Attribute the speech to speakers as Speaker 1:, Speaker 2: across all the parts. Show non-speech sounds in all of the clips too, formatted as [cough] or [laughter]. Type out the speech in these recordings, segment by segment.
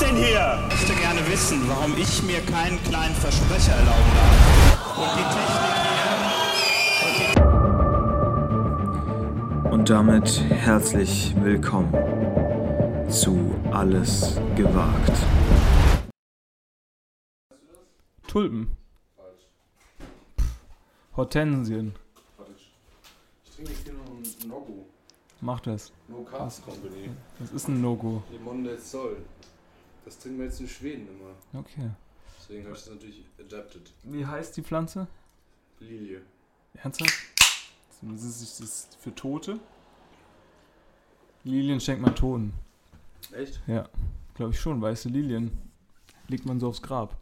Speaker 1: denn hier? Ich möchte gerne wissen, warum ich mir keinen kleinen Versprecher erlauben darf. Und die Technik hier.
Speaker 2: Und damit herzlich willkommen zu Alles gewagt.
Speaker 3: Tulpen. Pff, Hortensien.
Speaker 4: Ich trinke jetzt hier noch ein Nogo.
Speaker 3: Mach das.
Speaker 4: No Carbs Company.
Speaker 3: Das ist ein No-Go.
Speaker 4: Limon del Sol. Das trinken wir jetzt in Schweden immer.
Speaker 3: Okay.
Speaker 4: Deswegen habe ich das natürlich adapted.
Speaker 3: Wie heißt die Pflanze?
Speaker 4: Lilie.
Speaker 3: Ernsthaft? Das ist, das ist für Tote. Lilien schenkt man Toten.
Speaker 4: Echt?
Speaker 3: Ja, glaube ich schon. Weiße Lilien. Legt man so aufs Grab.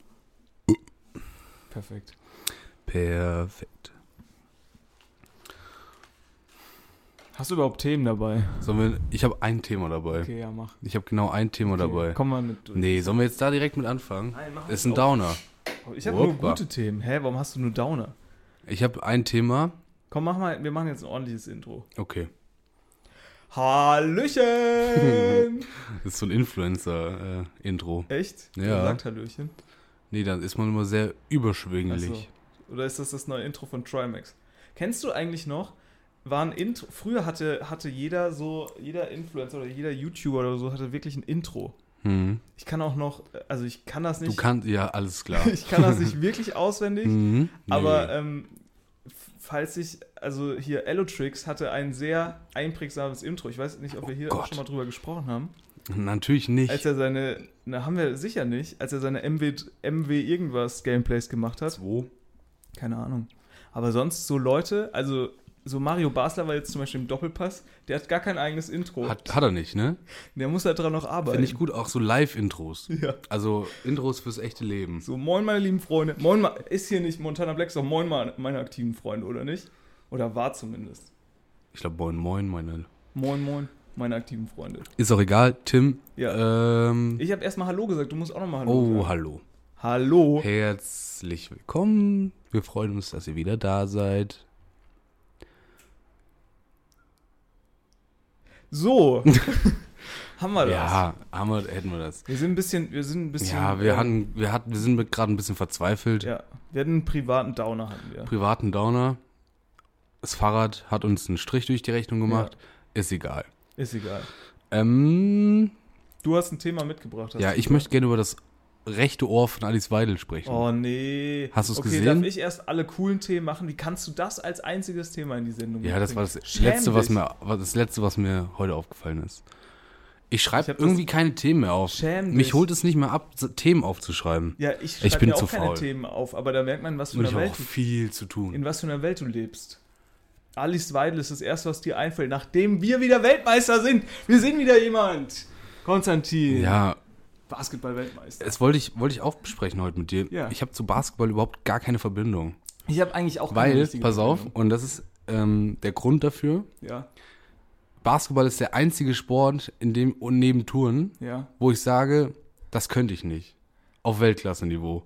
Speaker 3: Perfekt.
Speaker 5: Perfekt.
Speaker 3: Hast du überhaupt Themen dabei?
Speaker 5: Sollen wir, ich habe ein Thema dabei.
Speaker 3: Okay, ja, mach.
Speaker 5: Ich habe genau ein Thema
Speaker 3: Okay,
Speaker 5: dabei.
Speaker 3: Komm mal mit.
Speaker 5: Nee, sollen wir jetzt da direkt mit anfangen?
Speaker 3: Nein, mach
Speaker 5: Ist ein Downer.
Speaker 3: Ich habe nur
Speaker 5: Wuppa.
Speaker 3: gute Themen. Hä, warum hast du nur Downer?
Speaker 5: Ich habe ein Thema.
Speaker 3: Komm, mach mal, wir machen jetzt ein ordentliches Intro.
Speaker 5: Okay.
Speaker 3: Hallöchen!
Speaker 5: Das ist so ein Influencer-Intro.
Speaker 3: [laughs] Echt?
Speaker 5: Ja.
Speaker 3: Wer Sagt Hallöchen.
Speaker 5: nee, dann ist man immer sehr überschwänglich.
Speaker 3: Ach so. Oder ist das das neue Intro von Trimax? Kennst du eigentlich noch? War ein Intro, früher hatte, hatte jeder so, jeder Influencer oder jeder YouTuber oder so hatte wirklich ein Intro.
Speaker 5: Hm.
Speaker 3: Ich kann auch noch, also ich kann das
Speaker 5: Du
Speaker 3: nicht,
Speaker 5: kannst, ja, alles
Speaker 3: [laughs]
Speaker 5: klar.
Speaker 3: ich kann das nicht wirklich auswendig,
Speaker 5: Mhm. [laughs] Nee.
Speaker 3: aber ähm, f- falls ich, also hier Elotrix hatte ein sehr einprägsames Intro. Ich weiß nicht, ob wir hier auch
Speaker 5: Oh Gott.
Speaker 3: schon mal drüber gesprochen haben.
Speaker 5: Natürlich nicht.
Speaker 3: Als er seine, na haben wir sicher nicht, als er seine MW, MW irgendwas Gameplays gemacht hat.
Speaker 5: Wo?
Speaker 3: Keine Ahnung. Aber sonst so Leute, also so Mario Basler war jetzt zum Beispiel im Doppelpass, der hat gar kein eigenes Intro.
Speaker 5: Hat, hat er nicht, ne?
Speaker 3: Der muss da dran noch arbeiten.
Speaker 5: Finde ich gut, auch so Live-Intros.
Speaker 3: Ja.
Speaker 5: Also Intros fürs echte Leben.
Speaker 3: So, moin meine lieben Freunde. Moin, ma ist hier nicht Montana Black, sondern moin ma- meine aktiven Freunde, oder nicht? Oder war zumindest.
Speaker 5: Ich glaube, moin, moin, meine.
Speaker 3: Moin, moin, meine aktiven Freunde.
Speaker 5: Ist auch egal, Tim.
Speaker 3: Ja.
Speaker 5: Ähm,
Speaker 3: Ich habe erstmal Hallo gesagt, du musst auch nochmal Hallo
Speaker 5: oh,
Speaker 3: sagen.
Speaker 5: hallo.
Speaker 3: Hallo.
Speaker 5: Herzlich willkommen. Wir freuen uns, dass ihr wieder da seid. [laughs]
Speaker 3: So. Haben wir das.
Speaker 5: Ja, haben wir, hätten wir das.
Speaker 3: Wir sind ein bisschen, wir sind ein bisschen.
Speaker 5: Ja, wir
Speaker 3: äh,
Speaker 5: hatten, wir hatten, wir sind gerade ein bisschen verzweifelt.
Speaker 3: Ja, wir hatten einen privaten Downer, hatten wir.
Speaker 5: Privaten Downer. Das Fahrrad hat uns einen Strich durch die Rechnung gemacht. Ist egal.
Speaker 3: Ist egal.
Speaker 5: Ähm,
Speaker 3: Du hast ein Thema mitgebracht. Hast
Speaker 5: ja,
Speaker 3: du
Speaker 5: ich
Speaker 3: gesagt.
Speaker 5: möchte gerne über das rechte Ohr von Alice Weidel sprechen.
Speaker 3: Oh nee.
Speaker 5: Hast du's
Speaker 3: okay,
Speaker 5: gesehen?
Speaker 3: Darf ich erst alle coolen Themen machen? Wie kannst du das als einziges Thema in die Sendung
Speaker 5: Ja, das war
Speaker 3: mitbringen?
Speaker 5: das
Speaker 3: Schäm
Speaker 5: letzte, was
Speaker 3: dich.
Speaker 5: mir, was- das letzte, was mir heute aufgefallen ist. Ich
Speaker 3: Ich
Speaker 5: schreibe
Speaker 3: hab das-
Speaker 5: irgendwie keine Themen mehr auf.
Speaker 3: Schäm
Speaker 5: Mich
Speaker 3: dich.
Speaker 5: holt es nicht mehr ab, so- Themen aufzuschreiben.
Speaker 3: Ja, ich
Speaker 5: Ich
Speaker 3: schreibe
Speaker 5: bin
Speaker 3: mir auch
Speaker 5: zu
Speaker 3: keine
Speaker 5: faul.
Speaker 3: Themen auf, aber da merkt man, was für
Speaker 5: Und
Speaker 3: eine
Speaker 5: ich habe
Speaker 3: Welt
Speaker 5: auch viel zu
Speaker 3: du,
Speaker 5: tun.
Speaker 3: in was für einer Welt du lebst. Alice Weidel ist das Erste, was dir einfällt, nachdem wir wieder Weltmeister sind. Wir sind wieder jemand. Konstantin,
Speaker 5: Ja,
Speaker 3: Basketball-Weltmeister.
Speaker 5: es wollte ich, wollte ich auch besprechen heute mit dir.
Speaker 3: Ja.
Speaker 5: Ich habe zu Basketball überhaupt gar keine Verbindung.
Speaker 3: Ich habe eigentlich auch keine
Speaker 5: Weil,
Speaker 3: richtige
Speaker 5: pass auf,
Speaker 3: Meinung.
Speaker 5: und das ist ähm, der Grund dafür,
Speaker 3: Ja,
Speaker 5: Basketball ist der einzige Sport in dem, und neben Touren,
Speaker 3: ja.
Speaker 5: wo ich sage, das könnte ich nicht. Auf Weltklasse-Niveau.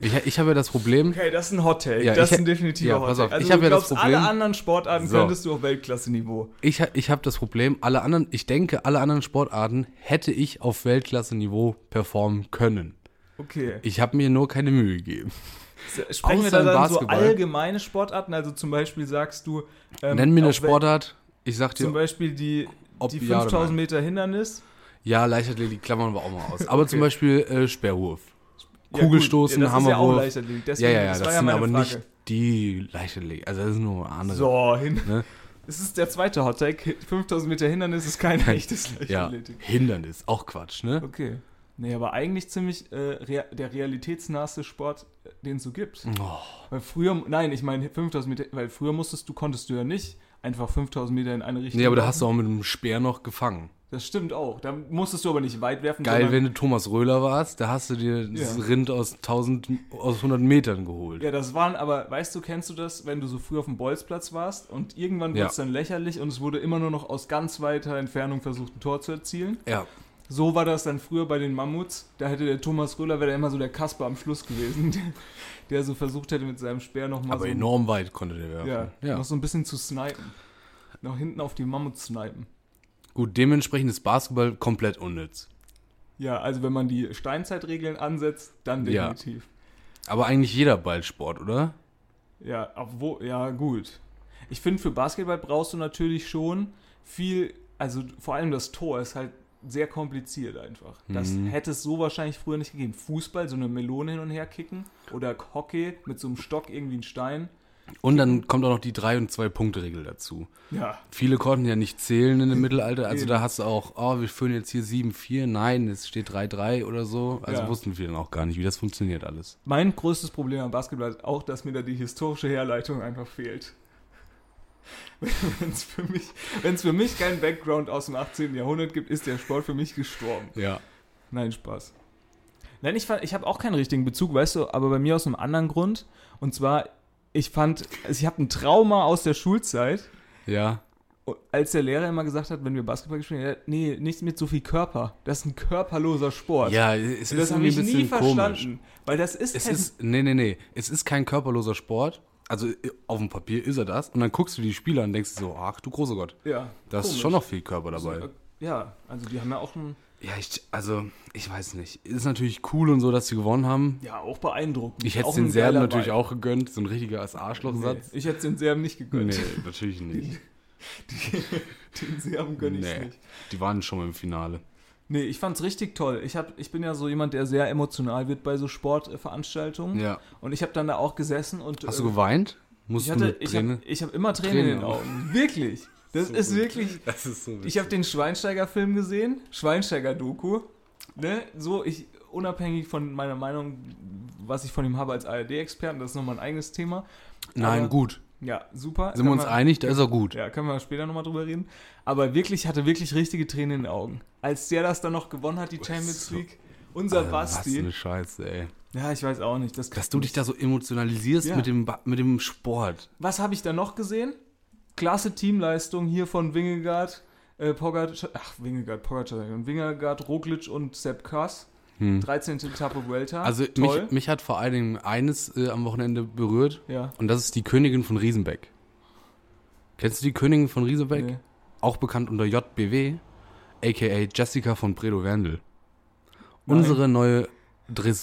Speaker 5: Ich, ich habe ja das Problem,
Speaker 3: Okay, das ist ein Hot Take.
Speaker 5: Ja,
Speaker 3: das
Speaker 5: ich-
Speaker 3: ist ein definitiver
Speaker 5: ja,
Speaker 3: Hot
Speaker 5: pass
Speaker 3: Take. Also
Speaker 5: auf, ich hab
Speaker 3: du
Speaker 5: ja das
Speaker 3: glaubst,
Speaker 5: Problem-
Speaker 3: alle anderen Sportarten
Speaker 5: So.
Speaker 3: könntest du auf Weltklasse-Niveau.
Speaker 5: ich, ha- ich habe das Problem, alle anderen, ich denke, alle anderen Sportarten hätte ich auf Weltklasse-Niveau performen können.
Speaker 3: Okay.
Speaker 5: Ich habe mir nur keine Mühe gegeben.
Speaker 3: Sprechen wir
Speaker 5: Außer
Speaker 3: da
Speaker 5: im
Speaker 3: dann
Speaker 5: Basketball.
Speaker 3: so allgemeine Sportarten? Also zum Beispiel sagst du. Ähm,
Speaker 5: Nenn mir eine
Speaker 3: auf Wel-
Speaker 5: Sportart, ich sag
Speaker 3: Zum
Speaker 5: dir,
Speaker 3: Beispiel die,
Speaker 5: Ob
Speaker 3: die
Speaker 5: ja oder
Speaker 3: 5000
Speaker 5: nein.
Speaker 3: Meter Hindernis.
Speaker 5: ja, Leichtathletik klammern wir auch mal
Speaker 3: [laughs]
Speaker 5: aus. Aber zum Beispiel äh, Sperrwurf.
Speaker 3: Ja, gut,
Speaker 5: Kugelstoßen,
Speaker 3: ja, das ist ja auch
Speaker 5: Hammerwurf.
Speaker 3: Leichtathletik.
Speaker 5: Ja,
Speaker 3: Deswegen,
Speaker 5: ja, ja,
Speaker 3: das,
Speaker 5: das,
Speaker 3: war ja
Speaker 5: sind
Speaker 3: meine
Speaker 5: aber
Speaker 3: Frage.
Speaker 5: nicht die Leichtathletik. Also das ist nur eine andere.
Speaker 3: So, hin.
Speaker 5: Ne?
Speaker 3: [laughs] Es ist der zweite Hot Take. 5000 Meter Hindernis ist kein echtes
Speaker 5: ja,
Speaker 3: Leichtathletik.
Speaker 5: Hindernis, auch Quatsch, ne?
Speaker 3: Okay. Nee, aber eigentlich ziemlich äh, rea der realitätsnaheste Sport, äh, den es so gibt.
Speaker 5: Oh,
Speaker 3: Weil früher, nein, ich meine 5000 Meter, weil früher musstest du, konntest du ja nicht einfach 5000 Meter in eine Richtung.
Speaker 5: nee, aber da hast du auch mit dem Speer noch gefangen.
Speaker 3: Das stimmt auch. Da musstest du aber nicht weit werfen.
Speaker 5: Geil,
Speaker 3: sondern-
Speaker 5: wenn du Thomas Röhler warst, da hast du dir das
Speaker 3: Ja.
Speaker 5: Rind aus 1000, aus 100 Metern geholt.
Speaker 3: Ja, das waren aber, weißt du, kennst du das, wenn du so früh auf dem Bolzplatz warst und irgendwann
Speaker 5: Ja.
Speaker 3: wurde es dann lächerlich und es wurde immer nur noch aus ganz weiter Entfernung versucht, ein Tor zu erzielen.
Speaker 5: Ja.
Speaker 3: So war das dann früher bei den Mammuts. Da hätte der Thomas Röhler, wäre der immer so der Kasper am Schluss gewesen, [laughs] der, der so versucht hätte mit seinem Speer nochmal
Speaker 5: Aber
Speaker 3: so,
Speaker 5: enorm weit konnte der werfen.
Speaker 3: ja, noch so ein bisschen zu snipen. Noch hinten auf die Mammuts snipen.
Speaker 5: Gut, dementsprechend ist Basketball komplett unnütz.
Speaker 3: Ja, also wenn man die Steinzeitregeln ansetzt, dann
Speaker 5: Ja.
Speaker 3: definitiv.
Speaker 5: Aber eigentlich jeder Ballsport, oder?
Speaker 3: Ja, obwohl, ja gut. Ich finde, für Basketball brauchst du natürlich schon viel, also vor allem das Tor ist halt sehr kompliziert einfach. Das hätte es so wahrscheinlich früher nicht gegeben. Fußball, so eine Melone hin und her kicken oder Hockey mit so einem Stock irgendwie einen Stein.
Speaker 5: Und dann kommt auch noch die 3- und 2-Punkte-Regel dazu.
Speaker 3: Ja,
Speaker 5: Viele konnten ja nicht zählen in dem Mittelalter. Also
Speaker 3: Eben.
Speaker 5: da hast du auch, oh, wir führen jetzt hier 7-4. Nein, es steht 3-3 oder so. Also
Speaker 3: Ja.
Speaker 5: wussten wir dann auch gar nicht, wie das funktioniert alles.
Speaker 3: Mein größtes Problem am Basketball ist auch, dass mir da die historische Herleitung einfach fehlt. [laughs] Wenn es für, mich- wenn's für mich keinen Background aus dem 18. Jahrhundert gibt, ist der Sport für mich gestorben.
Speaker 5: Ja.
Speaker 3: Nein, Spaß. Nein, ich, fand- ich habe auch keinen richtigen Bezug, weißt du, aber bei mir aus einem anderen Grund. Und zwar, ich fand, also ich habe ein Trauma aus der Schulzeit,
Speaker 5: Ja.
Speaker 3: als der Lehrer immer gesagt hat, wenn wir Basketball gespielt haben, nee, nichts mit so viel Körper. Das ist ein körperloser Sport.
Speaker 5: Ja, es
Speaker 3: Also das
Speaker 5: ist
Speaker 3: habe
Speaker 5: irgendwie ein
Speaker 3: ich nie
Speaker 5: bisschen komisch.
Speaker 3: verstanden, weil das ist
Speaker 5: Es
Speaker 3: halt-
Speaker 5: ist, nee, nee, nee. Es ist kein körperloser Sport. Also äh, auf dem Papier ist er das. Und dann guckst du die Spieler und denkst dir so, ach du großer Gott.
Speaker 3: ja,
Speaker 5: Da ist
Speaker 3: komisch.
Speaker 5: schon noch viel Körper dabei.
Speaker 3: Ja, also die haben ja auch ein,
Speaker 5: Ja, ich, also, ich weiß nicht. Ist natürlich cool und so, dass sie gewonnen haben.
Speaker 3: ja auch beeindruckend.
Speaker 5: Ich hätte
Speaker 3: Auch
Speaker 5: es den
Speaker 3: ein
Speaker 5: Serben
Speaker 3: geiler
Speaker 5: natürlich
Speaker 3: Vibe.
Speaker 5: auch gegönnt. So ein richtiger Arschlochsatz.
Speaker 3: Nee, ich hätte es den Serben nicht
Speaker 5: Nee,
Speaker 3: gegönnt.
Speaker 5: natürlich nicht.
Speaker 3: [laughs] Den Serben gönne ich
Speaker 5: Nee.
Speaker 3: nicht.
Speaker 5: Die waren schon mal im Finale.
Speaker 3: Nee, ich fand's richtig toll. Ich, hab, ich bin ja so jemand, der sehr emotional wird bei so Sportveranstaltungen.
Speaker 5: Ja.
Speaker 3: Und ich habe dann da auch gesessen und
Speaker 5: Hast
Speaker 3: äh,
Speaker 5: du geweint? Musst
Speaker 3: ich
Speaker 5: du
Speaker 3: hatte,
Speaker 5: mit
Speaker 3: ich habe
Speaker 5: Tränen?
Speaker 3: hab immer Tränen, in den
Speaker 5: Tränen auch.
Speaker 3: Augen. Wirklich. Das ist wirklich,
Speaker 5: Das ist so
Speaker 3: Ich habe den Schweinsteiger-Film gesehen, Schweinsteiger-Doku. Ne? So, ich, unabhängig von meiner Meinung, was ich von ihm habe als ARD-Experten, das ist nochmal ein eigenes Thema.
Speaker 5: Nein,
Speaker 3: aber-
Speaker 5: gut.
Speaker 3: Ja, super.
Speaker 5: Sind wir uns
Speaker 3: Kann man-
Speaker 5: einig, da ist er gut.
Speaker 3: Ja, können wir später nochmal drüber reden. Aber wirklich, ich hatte wirklich richtige Tränen in den Augen. Als der das dann noch gewonnen hat, die Champions
Speaker 5: so-
Speaker 3: League, unser
Speaker 5: Alter, Äh, Was
Speaker 3: Basti.
Speaker 5: eine Scheiße, ey.
Speaker 3: Ja, ich weiß auch nicht. Das,
Speaker 5: Dass du dich da so emotionalisierst
Speaker 3: Ja.
Speaker 5: mit, dem, Ba- mit dem Sport.
Speaker 3: Was habe ich dann noch gesehen? Klasse Teamleistung hier von Wingegaard, äh, Pogacar, ach, Wingegaard, Pogacar, sag ich schon. Wingegaard, Roglic und Sepp Kass. 13. Etappe Vuelta.
Speaker 5: Hm. Also
Speaker 3: Ah, toll.
Speaker 5: mich, mich hat vor allen Dingen eines äh, am Wochenende berührt.
Speaker 3: ja.
Speaker 5: Und das ist die Königin von Riesenbeck. Kennst du die Königin von Riesenbeck?
Speaker 3: Nee.
Speaker 5: Auch bekannt unter JBW, a.k.a. Jessica von Bredow-Werndl. Unsere neue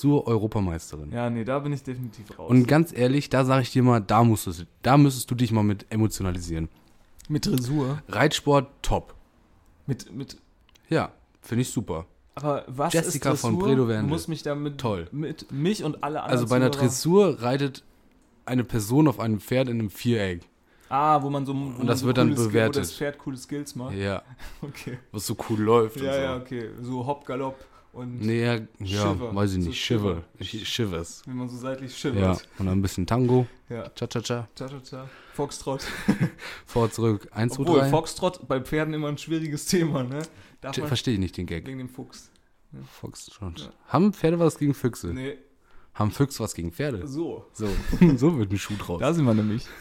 Speaker 5: Dressur-Europameisterin.
Speaker 3: ja, nee, da bin ich definitiv raus.
Speaker 5: Und ganz ehrlich, da sage ich dir mal, da, musst du, da müsstest du dich mal mit emotionalisieren.
Speaker 3: mit Dressur.
Speaker 5: Reitsport, top.
Speaker 3: Mit, mit,
Speaker 5: Ja, finde ich super.
Speaker 3: aber was
Speaker 5: Jessica
Speaker 3: ist Dressur?
Speaker 5: von Bredow-Werndl.
Speaker 3: Du musst mich damit,
Speaker 5: Toll.
Speaker 3: mit mich und alle anderen
Speaker 5: Also bei einer
Speaker 3: Zuhörer-
Speaker 5: Dressur reitet eine Person auf einem Pferd in einem Viereck.
Speaker 3: Ah, wo man so, wo man
Speaker 5: das
Speaker 3: so
Speaker 5: wird dann
Speaker 3: coole Skill-
Speaker 5: bewertet.
Speaker 3: Wo das Pferd coole Skills macht.
Speaker 5: Ja, [laughs]
Speaker 3: Okay.
Speaker 5: was so cool läuft
Speaker 3: Ja, ja,
Speaker 5: und so.
Speaker 3: okay. So Hopp, Galopp und
Speaker 5: Nee, ja, ja
Speaker 3: Shiver.
Speaker 5: weiß ich
Speaker 3: So
Speaker 5: nicht. Shiver. Shivers.
Speaker 3: wenn man so seitlich
Speaker 5: Ja,
Speaker 3: schimmert.
Speaker 5: und dann ein bisschen Tango.
Speaker 3: ja.
Speaker 5: Cha-cha-cha.
Speaker 3: Ciao, ciao, ciao. Foxtrot.
Speaker 5: Vor, zurück. Eins, zwei,
Speaker 3: Obwohl,
Speaker 5: drei.
Speaker 3: Foxtrot bei Pferden immer ein schwieriges Thema, ne? Darf man
Speaker 5: Verstehe ich nicht den Gag.
Speaker 3: wegen dem Fuchs.
Speaker 5: Fox schon.
Speaker 3: Ja.
Speaker 5: Haben Pferde was gegen Füchse?
Speaker 3: Nee, Also-
Speaker 5: Haben Füchse was gegen Pferde?
Speaker 3: so.
Speaker 5: So, [laughs] so wird ein Schuh draus.
Speaker 3: Da sind wir nämlich. [laughs]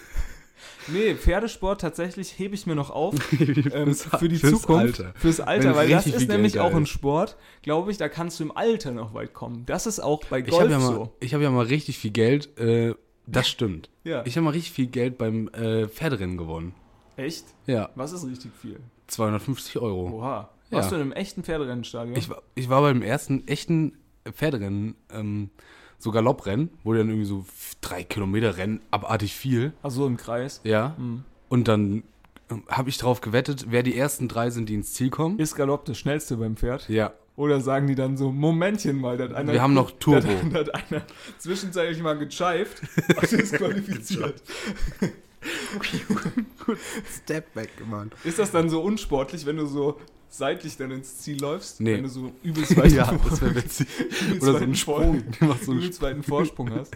Speaker 3: Nee, Pferdesport tatsächlich hebe ich mir noch auf ähm,
Speaker 5: [laughs] Fürs-
Speaker 3: für die
Speaker 5: fürs
Speaker 3: Zukunft.
Speaker 5: Alter.
Speaker 3: Fürs Alter,
Speaker 5: Wenn
Speaker 3: weil das
Speaker 5: richtig
Speaker 3: ist
Speaker 5: viel
Speaker 3: nämlich
Speaker 5: Geld da
Speaker 3: auch ein
Speaker 5: ist.
Speaker 3: Sport, glaube ich, da kannst du im Alter noch weit kommen. Das ist auch bei
Speaker 5: Ich habe
Speaker 3: Golf
Speaker 5: ja, mal-
Speaker 3: so.
Speaker 5: ich hab ja mal richtig viel Geld. Äh, das stimmt.
Speaker 3: Ja.
Speaker 5: Ich habe mal richtig viel Geld beim äh, Pferderennen gewonnen.
Speaker 3: Echt?
Speaker 5: Ja,
Speaker 3: Was ist richtig viel?
Speaker 5: 250 Euro.
Speaker 3: Oha.
Speaker 5: Ja.
Speaker 3: Warst du in einem echten Pferderennenstadion?
Speaker 5: Ich, war- ich war beim ersten echten Pferderennen, ähm, so Galopprennen, wo die dann irgendwie so f- drei Kilometer rennen, abartig viel.
Speaker 3: Ach so, im Kreis.
Speaker 5: Ja.
Speaker 3: Mhm.
Speaker 5: Und dann ähm, habe ich drauf gewettet, wer die ersten drei sind, die ins Ziel kommen.
Speaker 3: Ist Galopp das schnellste beim Pferd?
Speaker 5: Ja.
Speaker 3: Oder sagen die dann so, Momentchen mal, da hat einer...
Speaker 5: Wir haben noch Turbo.
Speaker 3: Da hat- [laughs] da hat einer zwischenzeitlich mal gecheift und
Speaker 5: [laughs]
Speaker 3: ist qualifiziert.
Speaker 5: Step back, Mann.
Speaker 3: Ist das dann so unsportlich, wenn du so seitlich dann ins Ziel läufst?
Speaker 5: Nee.
Speaker 3: Wenn du so übelst weit
Speaker 5: [laughs] Ja, das
Speaker 3: [laughs]
Speaker 5: wäre witzig. Oder so einen Sprung. [laughs] Du machst so einen
Speaker 3: übelst weiten Vorsprung
Speaker 5: [laughs]
Speaker 3: hast.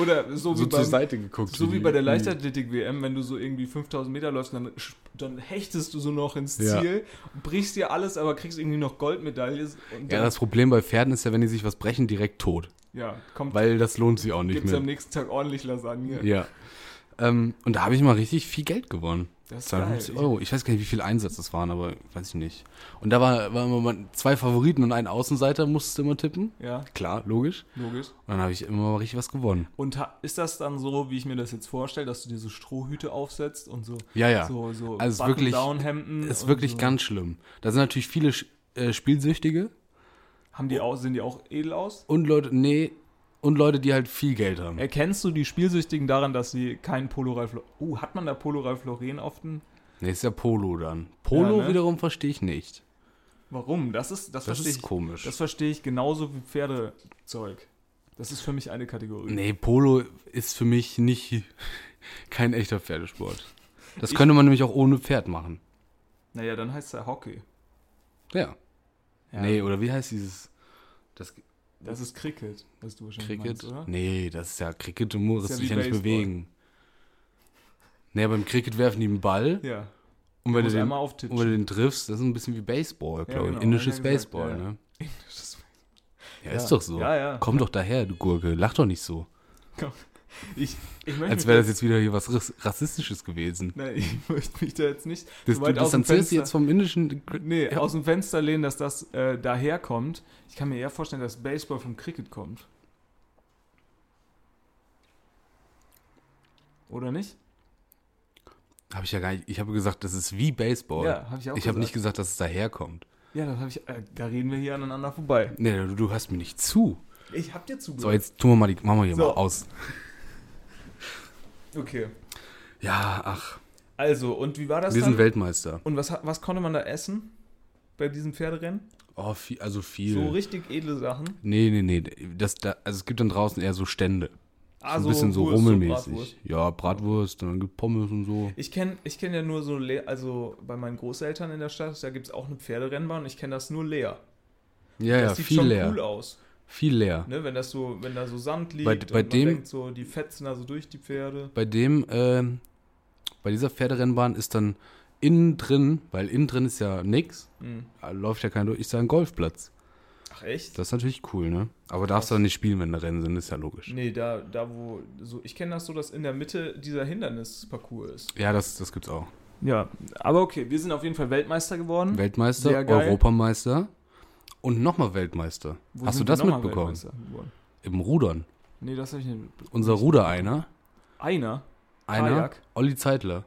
Speaker 3: Oder so,
Speaker 5: So
Speaker 3: wie,
Speaker 5: zur
Speaker 3: beim,
Speaker 5: Seite geguckt.
Speaker 3: so wie bei
Speaker 5: Mhm.
Speaker 3: der Leichtathletik-WM, wenn du so irgendwie 5000 Meter läufst, dann, sch- dann hechtest du so noch ins
Speaker 5: Ja.
Speaker 3: Ziel, brichst dir alles, aber kriegst irgendwie noch Goldmedaille. Und
Speaker 5: Ja,
Speaker 3: dann-
Speaker 5: das Problem bei Pferden ist ja, wenn die sich was brechen, direkt tot.
Speaker 3: ja, kommt,
Speaker 5: Weil das lohnt sich auch nicht
Speaker 3: gibt's
Speaker 5: mehr.
Speaker 3: am nächsten Tag ordentlich Lasagne.
Speaker 5: Ja. Ähm, und da habe ich mal richtig viel Geld gewonnen.
Speaker 3: Das ist
Speaker 5: 250
Speaker 3: geil.
Speaker 5: Euro. Ich weiß gar nicht, wie viel Einsatz das waren, aber weiß ich nicht. Und da war, waren immer mal zwei Favoriten und ein Außenseiter musstest du immer tippen.
Speaker 3: Ja,
Speaker 5: Klar, logisch.
Speaker 3: logisch.
Speaker 5: Und dann habe ich immer mal richtig was gewonnen.
Speaker 3: Und ha- ist das dann so, wie ich mir das jetzt vorstelle, dass du dir so Strohhüte aufsetzt und so,
Speaker 5: Ja, ja.
Speaker 3: so, so
Speaker 5: Also es ist wirklich-
Speaker 3: Button-Down-Hemden?
Speaker 5: ist
Speaker 3: und
Speaker 5: wirklich
Speaker 3: so.
Speaker 5: ganz schlimm. Da sind natürlich viele Sch- äh, Spielsüchtige.
Speaker 3: Haben die auch, sehen die auch edel aus?
Speaker 5: Und Leute, nee, und Leute, die halt viel Geld haben.
Speaker 3: Erkennst du die Spielsüchtigen daran, dass sie keinen Polo Ralph Lauren... Uh, hat man da Polo Ralph Lauren auf den...
Speaker 5: Nee, ist ja Polo dann. Polo
Speaker 3: Ja, ne?
Speaker 5: wiederum verstehe ich nicht.
Speaker 3: Warum? Das ist, das
Speaker 5: Das
Speaker 3: verstehe
Speaker 5: ist
Speaker 3: ich.
Speaker 5: komisch.
Speaker 3: Das verstehe ich genauso wie Pferdezeug. Das ist für mich eine Kategorie.
Speaker 5: nee, Polo ist für mich nicht [laughs] kein echter Pferdesport. Das könnte man nämlich auch ohne Pferd machen.
Speaker 3: Naja, dann heißt es ja Hockey.
Speaker 5: Ja.
Speaker 3: Ja,
Speaker 5: Nee, oder wie heißt dieses? Das
Speaker 3: Das ist Cricket, was du wahrscheinlich
Speaker 5: Cricket?
Speaker 3: meinst, oder?
Speaker 5: nee, das ist ja Cricket, du musst
Speaker 3: Ist ja
Speaker 5: dich
Speaker 3: wie
Speaker 5: ja nicht
Speaker 3: Baseball.
Speaker 5: bewegen. Nee, beim Cricket werfen die einen Ball
Speaker 3: Ja,
Speaker 5: und wenn du
Speaker 3: muss
Speaker 5: den
Speaker 3: einmal auftitschen.
Speaker 5: Und wenn du den triffst, das ist ein bisschen wie Baseball, glaube ich.
Speaker 3: genau,
Speaker 5: Indisches
Speaker 3: hab ich ja gesagt,
Speaker 5: Baseball,
Speaker 3: ja.
Speaker 5: ne?
Speaker 3: Das-
Speaker 5: Ja, ist doch so.
Speaker 3: Ja, ja.
Speaker 5: Komm doch daher, du Gurke. Lach doch nicht so.
Speaker 3: Ich, ich möchte
Speaker 5: Als
Speaker 3: mich
Speaker 5: wäre
Speaker 3: da-
Speaker 5: das jetzt wieder hier was Rass- Rassistisches gewesen.
Speaker 3: Nein, ich [laughs] möchte mich da jetzt nicht
Speaker 5: Das,
Speaker 3: so
Speaker 5: du
Speaker 3: weit aus dem
Speaker 5: distanzierst dich
Speaker 3: Fenster,
Speaker 5: jetzt vom indischen.
Speaker 3: nee, aus dem Fenster lehnen, dass das äh, daherkommt. Ich kann mir eher vorstellen, dass Baseball vom Cricket kommt. Oder nicht?
Speaker 5: Habe ich ja gar nicht. Ich habe gesagt, das ist wie Baseball.
Speaker 3: Ja, habe ich auch
Speaker 5: ich habe
Speaker 3: gesagt.
Speaker 5: nicht gesagt, dass es daherkommt.
Speaker 3: Ja, das hab ich, äh, da reden wir hier aneinander vorbei.
Speaker 5: Nee, du, du hörst mir nicht zu.
Speaker 3: Ich hab dir zugehört.
Speaker 5: So, jetzt tun wir mal die machen wir hier
Speaker 3: So.
Speaker 5: mal aus.
Speaker 3: Okay.
Speaker 5: Ja, ach.
Speaker 3: Also, und wie war das
Speaker 5: wir sind
Speaker 3: dann?
Speaker 5: Weltmeister.
Speaker 3: Und was, hat- was konnte man da essen bei diesem Pferderennen?
Speaker 5: Oh, viel, also viel.
Speaker 3: So richtig edle Sachen.
Speaker 5: nee, nee, nee. Das, da, also es gibt dann draußen eher so Stände.
Speaker 3: Ah,
Speaker 5: so ein bisschen so
Speaker 3: Wurst,
Speaker 5: rummelmäßig.
Speaker 3: Bratwurst.
Speaker 5: ja, Bratwurst, dann gibt Pommes und so.
Speaker 3: ich kenne ich kenn ja nur so, Le also bei meinen Großeltern in der Stadt, da gibt es auch eine Pferderennbahn und ich kenne das nur leer.
Speaker 5: Ja,
Speaker 3: das
Speaker 5: ja,
Speaker 3: sieht
Speaker 5: viel
Speaker 3: schon
Speaker 5: leer.
Speaker 3: cool aus,
Speaker 5: Viel leer.
Speaker 3: ne? wenn, das so, wenn da so Sand liegt
Speaker 5: Bei-
Speaker 3: und
Speaker 5: bei
Speaker 3: man
Speaker 5: dem-
Speaker 3: denkt so, die fetzen da so durch die Pferde.
Speaker 5: Bei dem, ähm, bei dieser Pferderennbahn ist dann innen drin, weil innen drin ist ja nix,
Speaker 3: Hm.
Speaker 5: äh, läuft ja kein durch, ist da ein Golfplatz.
Speaker 3: Ach echt?
Speaker 5: Das ist natürlich cool, ne? Aber darfst du dann nicht spielen, wenn da Rennen sind, ist ja logisch.
Speaker 3: Nee, da, da wo, so, ich kenne das so, dass in der Mitte dieser Hindernisparcours ist.
Speaker 5: Ja, das, das gibt's auch.
Speaker 3: Ja, aber okay, wir sind auf jeden Fall Weltmeister geworden.
Speaker 5: Weltmeister,
Speaker 3: Mhm. Sehr geil.
Speaker 5: Europameister und nochmal Weltmeister.
Speaker 3: Wo
Speaker 5: Hast du
Speaker 3: sind
Speaker 5: das
Speaker 3: wir nochmal
Speaker 5: mitbekommen?
Speaker 3: Weltmeister geworden?
Speaker 5: Im Rudern.
Speaker 3: Nee, das habe ich nicht mitbekommen.
Speaker 5: Unser Ruder einer,
Speaker 3: Einer?
Speaker 5: einer,
Speaker 3: Kajak? Äh,
Speaker 5: Olli Zeitler.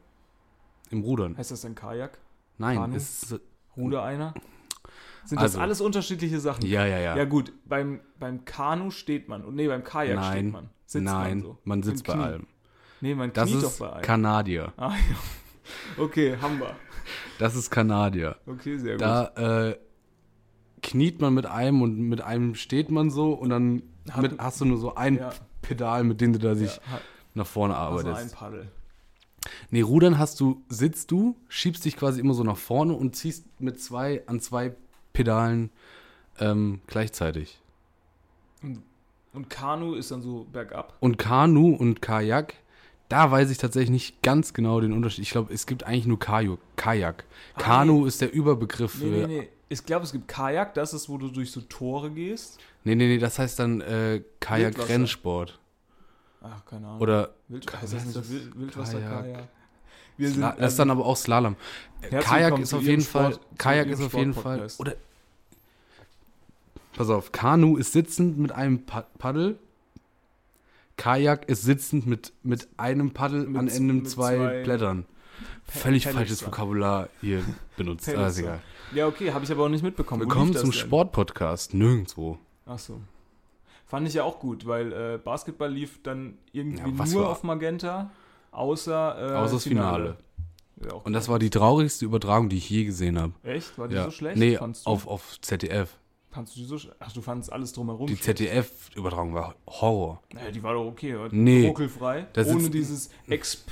Speaker 5: Im Rudern.
Speaker 3: Heißt das dann Kajak?
Speaker 5: Nein,
Speaker 3: Kanu?
Speaker 5: es ist,
Speaker 3: Ruder einer? Sind
Speaker 5: Hm. Also-
Speaker 3: das alles unterschiedliche Sachen?
Speaker 5: ja, ja, ja.
Speaker 3: Ja gut, beim, beim Kanu steht man. Und nee, beim Kajak
Speaker 5: Nein,
Speaker 3: steht man. Sitzt
Speaker 5: nein,
Speaker 3: man so.
Speaker 5: man sitzt
Speaker 3: Im
Speaker 5: bei
Speaker 3: Knie.
Speaker 5: allem.
Speaker 3: Nee, man
Speaker 5: Das
Speaker 3: kniet
Speaker 5: ist
Speaker 3: doch bei allem.
Speaker 5: Kanadier.
Speaker 3: ah, ja. [laughs] Okay, haben wir.
Speaker 5: Das ist Kanadier.
Speaker 3: Okay, sehr gut.
Speaker 5: Da äh, kniet man mit einem und mit einem steht man so und dann
Speaker 3: Hat-
Speaker 5: mit, hast du nur so ein
Speaker 3: Ja.
Speaker 5: Pedal, mit dem du da sich
Speaker 3: ja, hat-
Speaker 5: nach vorne
Speaker 3: also ein
Speaker 5: arbeitest.
Speaker 3: Paddel.
Speaker 5: nee, Rudern hast du, sitzt du, schiebst dich quasi immer so nach vorne und ziehst mit zwei an zwei Pedalen ähm, gleichzeitig.
Speaker 3: Und Kanu ist dann so bergab.
Speaker 5: Und Kanu und Kajak, da weiß ich tatsächlich nicht ganz genau den Unterschied. Ich glaube, es gibt eigentlich nur Kaju, Kajak.
Speaker 3: Ah,
Speaker 5: Kanu ist der Überbegriff
Speaker 3: Nee,
Speaker 5: für
Speaker 3: nee, nee. Ich glaube, es gibt Kajak, das ist, wo du durch so Tore gehst.
Speaker 5: Nee, nee, nee, das heißt dann äh, Kajak-Rennsport.
Speaker 3: Ach, keine Ahnung.
Speaker 5: Oder
Speaker 3: Wild,
Speaker 5: Ka-
Speaker 3: heißt das
Speaker 5: was
Speaker 3: nicht
Speaker 5: ist
Speaker 3: Wild,
Speaker 5: das?
Speaker 3: Wildwasser-Kajak?
Speaker 5: Kajak.
Speaker 3: Wir sind,
Speaker 5: Sla- das ist dann aber auch Slalom. Äh,
Speaker 3: Herzlich
Speaker 5: Kajak
Speaker 3: willkommen
Speaker 5: ist
Speaker 3: zu
Speaker 5: auf
Speaker 3: Ihrem
Speaker 5: jeden
Speaker 3: Sport-
Speaker 5: Fall.
Speaker 3: zu
Speaker 5: Kajak
Speaker 3: Ihrem
Speaker 5: ist auf jeden Fall.
Speaker 3: Sport-Podcast.
Speaker 5: Oder. Pass auf, Kanu ist sitzend mit einem pa Paddel. Kajak ist sitzend mit, mit einem Paddel
Speaker 3: Mit
Speaker 5: an
Speaker 3: z-
Speaker 5: Enden
Speaker 3: mit
Speaker 5: zwei,
Speaker 3: zwei
Speaker 5: Blättern. Völlig
Speaker 3: Paddel-
Speaker 5: falsches
Speaker 3: Paddel-
Speaker 5: Vokabular hier benutzt.
Speaker 3: [laughs] Paddel-
Speaker 5: ah, ist egal.
Speaker 3: Ja, okay, habe ich aber auch nicht mitbekommen. Wo
Speaker 5: Willkommen
Speaker 3: lief das
Speaker 5: zum
Speaker 3: denn?
Speaker 5: Sportpodcast. Nirgendwo.
Speaker 3: Ach so. Fand ich ja auch gut, weil äh, Basketball lief dann irgendwie
Speaker 5: Ja, was
Speaker 3: nur
Speaker 5: war-
Speaker 3: auf Magenta, außer, äh,
Speaker 5: Außer das Finale.
Speaker 3: Ja, auch
Speaker 5: Und das war die traurigste Übertragung, die ich je gesehen habe.
Speaker 3: Echt? War die
Speaker 5: Ja.
Speaker 3: so schlecht?
Speaker 5: Nee,
Speaker 3: Fandst du,
Speaker 5: auf, auf ZDF.
Speaker 3: fandst du die so sch- Ach, du fandest alles drumherum.
Speaker 5: Die ZDF-Übertragung war Horror.
Speaker 3: naja, die war doch okay, oder?
Speaker 5: Nee.
Speaker 3: Ruckelfrei.
Speaker 5: Da sitzt-
Speaker 3: ohne dieses Exp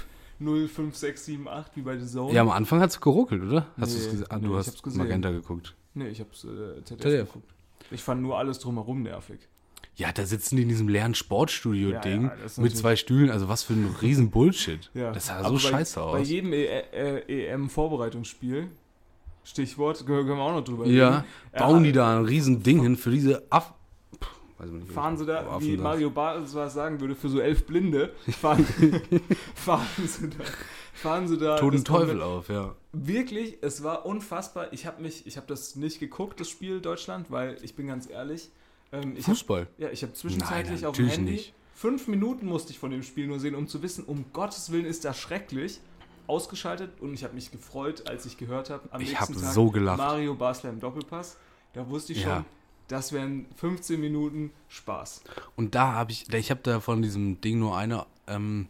Speaker 3: 05678 wie bei The Zone.
Speaker 5: Ja, am Anfang hat's geruckelt, oder? Hast du's
Speaker 3: Nee,
Speaker 5: gesehen? Ah,
Speaker 3: nee,
Speaker 5: du
Speaker 3: ich hab's
Speaker 5: hast
Speaker 3: gesehen.
Speaker 5: Magenta geguckt.
Speaker 3: Nee, ich hab's äh, ZDF.
Speaker 5: ZDF.
Speaker 3: geguckt. Ich fand nur alles drumherum nervig.
Speaker 5: Ja, da sitzen die in diesem leeren Sportstudio-Ding
Speaker 3: Ja, ja, das ist
Speaker 5: mit
Speaker 3: natürlich-
Speaker 5: zwei Stühlen. Also was für ein riesen Bullshit.
Speaker 3: Ja.
Speaker 5: Das sah
Speaker 3: Aber
Speaker 5: so
Speaker 3: bei,
Speaker 5: scheiße
Speaker 3: Bei
Speaker 5: aus.
Speaker 3: jedem e äh, EM-Vorbereitungsspiel, Stichwort, gehö- können wir auch noch drüber
Speaker 5: Ja,
Speaker 3: Äh,
Speaker 5: bauen die da ein riesen Ding hin für diese Aff... Puh, weiß ich nicht,
Speaker 3: fahren sie
Speaker 5: Oh,
Speaker 3: da,
Speaker 5: Affen
Speaker 3: wie
Speaker 5: da.
Speaker 3: Mario Bartos was sagen würde, für so elf Blinde, fahren,
Speaker 5: [laughs]
Speaker 3: fahren sie da. Fahren sie da.
Speaker 5: Toten
Speaker 3: das
Speaker 5: Teufel
Speaker 3: komplett-
Speaker 5: auf, ja.
Speaker 3: Wirklich, es war unfassbar. Ich habe mich, ich habe das nicht geguckt, das Spiel Deutschland, weil ich bin ganz ehrlich, ähm, ich habe
Speaker 5: Fußball.
Speaker 3: ja, ich hab zwischenzeitlich
Speaker 5: Nein,
Speaker 3: auf dem
Speaker 5: natürlich
Speaker 3: Handy
Speaker 5: nicht.
Speaker 3: fünf Minuten musste ich von dem Spiel nur sehen, um zu wissen, um Gottes Willen ist das schrecklich. Ausgeschaltet und ich habe mich gefreut, als ich gehört habe, am
Speaker 5: Ich
Speaker 3: nächsten
Speaker 5: hab
Speaker 3: Tag
Speaker 5: so gelacht.
Speaker 3: Mario Basler im Doppelpass. Da wusste ich schon,
Speaker 5: Ja.
Speaker 3: Das wären 15 Minuten Spaß.
Speaker 5: Und da habe ich, ich habe da von diesem Ding nur eine, ähm,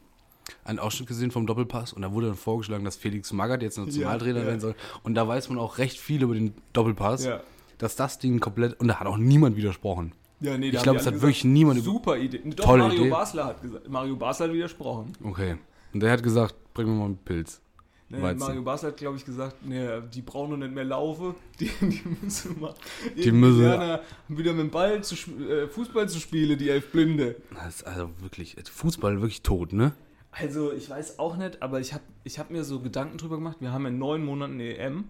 Speaker 5: einen Ausschnitt gesehen vom Doppelpass und da wurde dann vorgeschlagen, dass Felix Magath jetzt Nationaltrainer
Speaker 3: Ja, ja.
Speaker 5: werden soll. Und da weiß man auch recht viel über den Doppelpass,
Speaker 3: Ja.
Speaker 5: dass das Ding komplett, und da hat auch niemand widersprochen.
Speaker 3: Ja, nee,
Speaker 5: Ich
Speaker 3: da haben
Speaker 5: glaube,
Speaker 3: die
Speaker 5: es hat
Speaker 3: alle
Speaker 5: wirklich niemand über-
Speaker 3: Super Idee. Doch,
Speaker 5: Tolle
Speaker 3: Mario
Speaker 5: Idee.
Speaker 3: Basler hat gesagt. Mario Basler hat widersprochen.
Speaker 5: Okay. Und der hat gesagt, bring mir mal einen Pilz.
Speaker 3: Nee,
Speaker 5: Weizen.
Speaker 3: Mario Basler hat, glaube ich, gesagt, nee, die brauchen noch nicht mehr Laufe, [laughs] die, die müssen mal irgendwie
Speaker 5: müssen-
Speaker 3: lernen, wieder mit dem Ball zu, sp- äh, Fußball zu spielen, die elf Blinde.
Speaker 5: Das ist also wirklich, Fußball wirklich tot, ne?
Speaker 3: Also, ich weiß auch nicht, aber ich habe ich hab mir so Gedanken drüber gemacht. Wir haben in neun Monaten EM.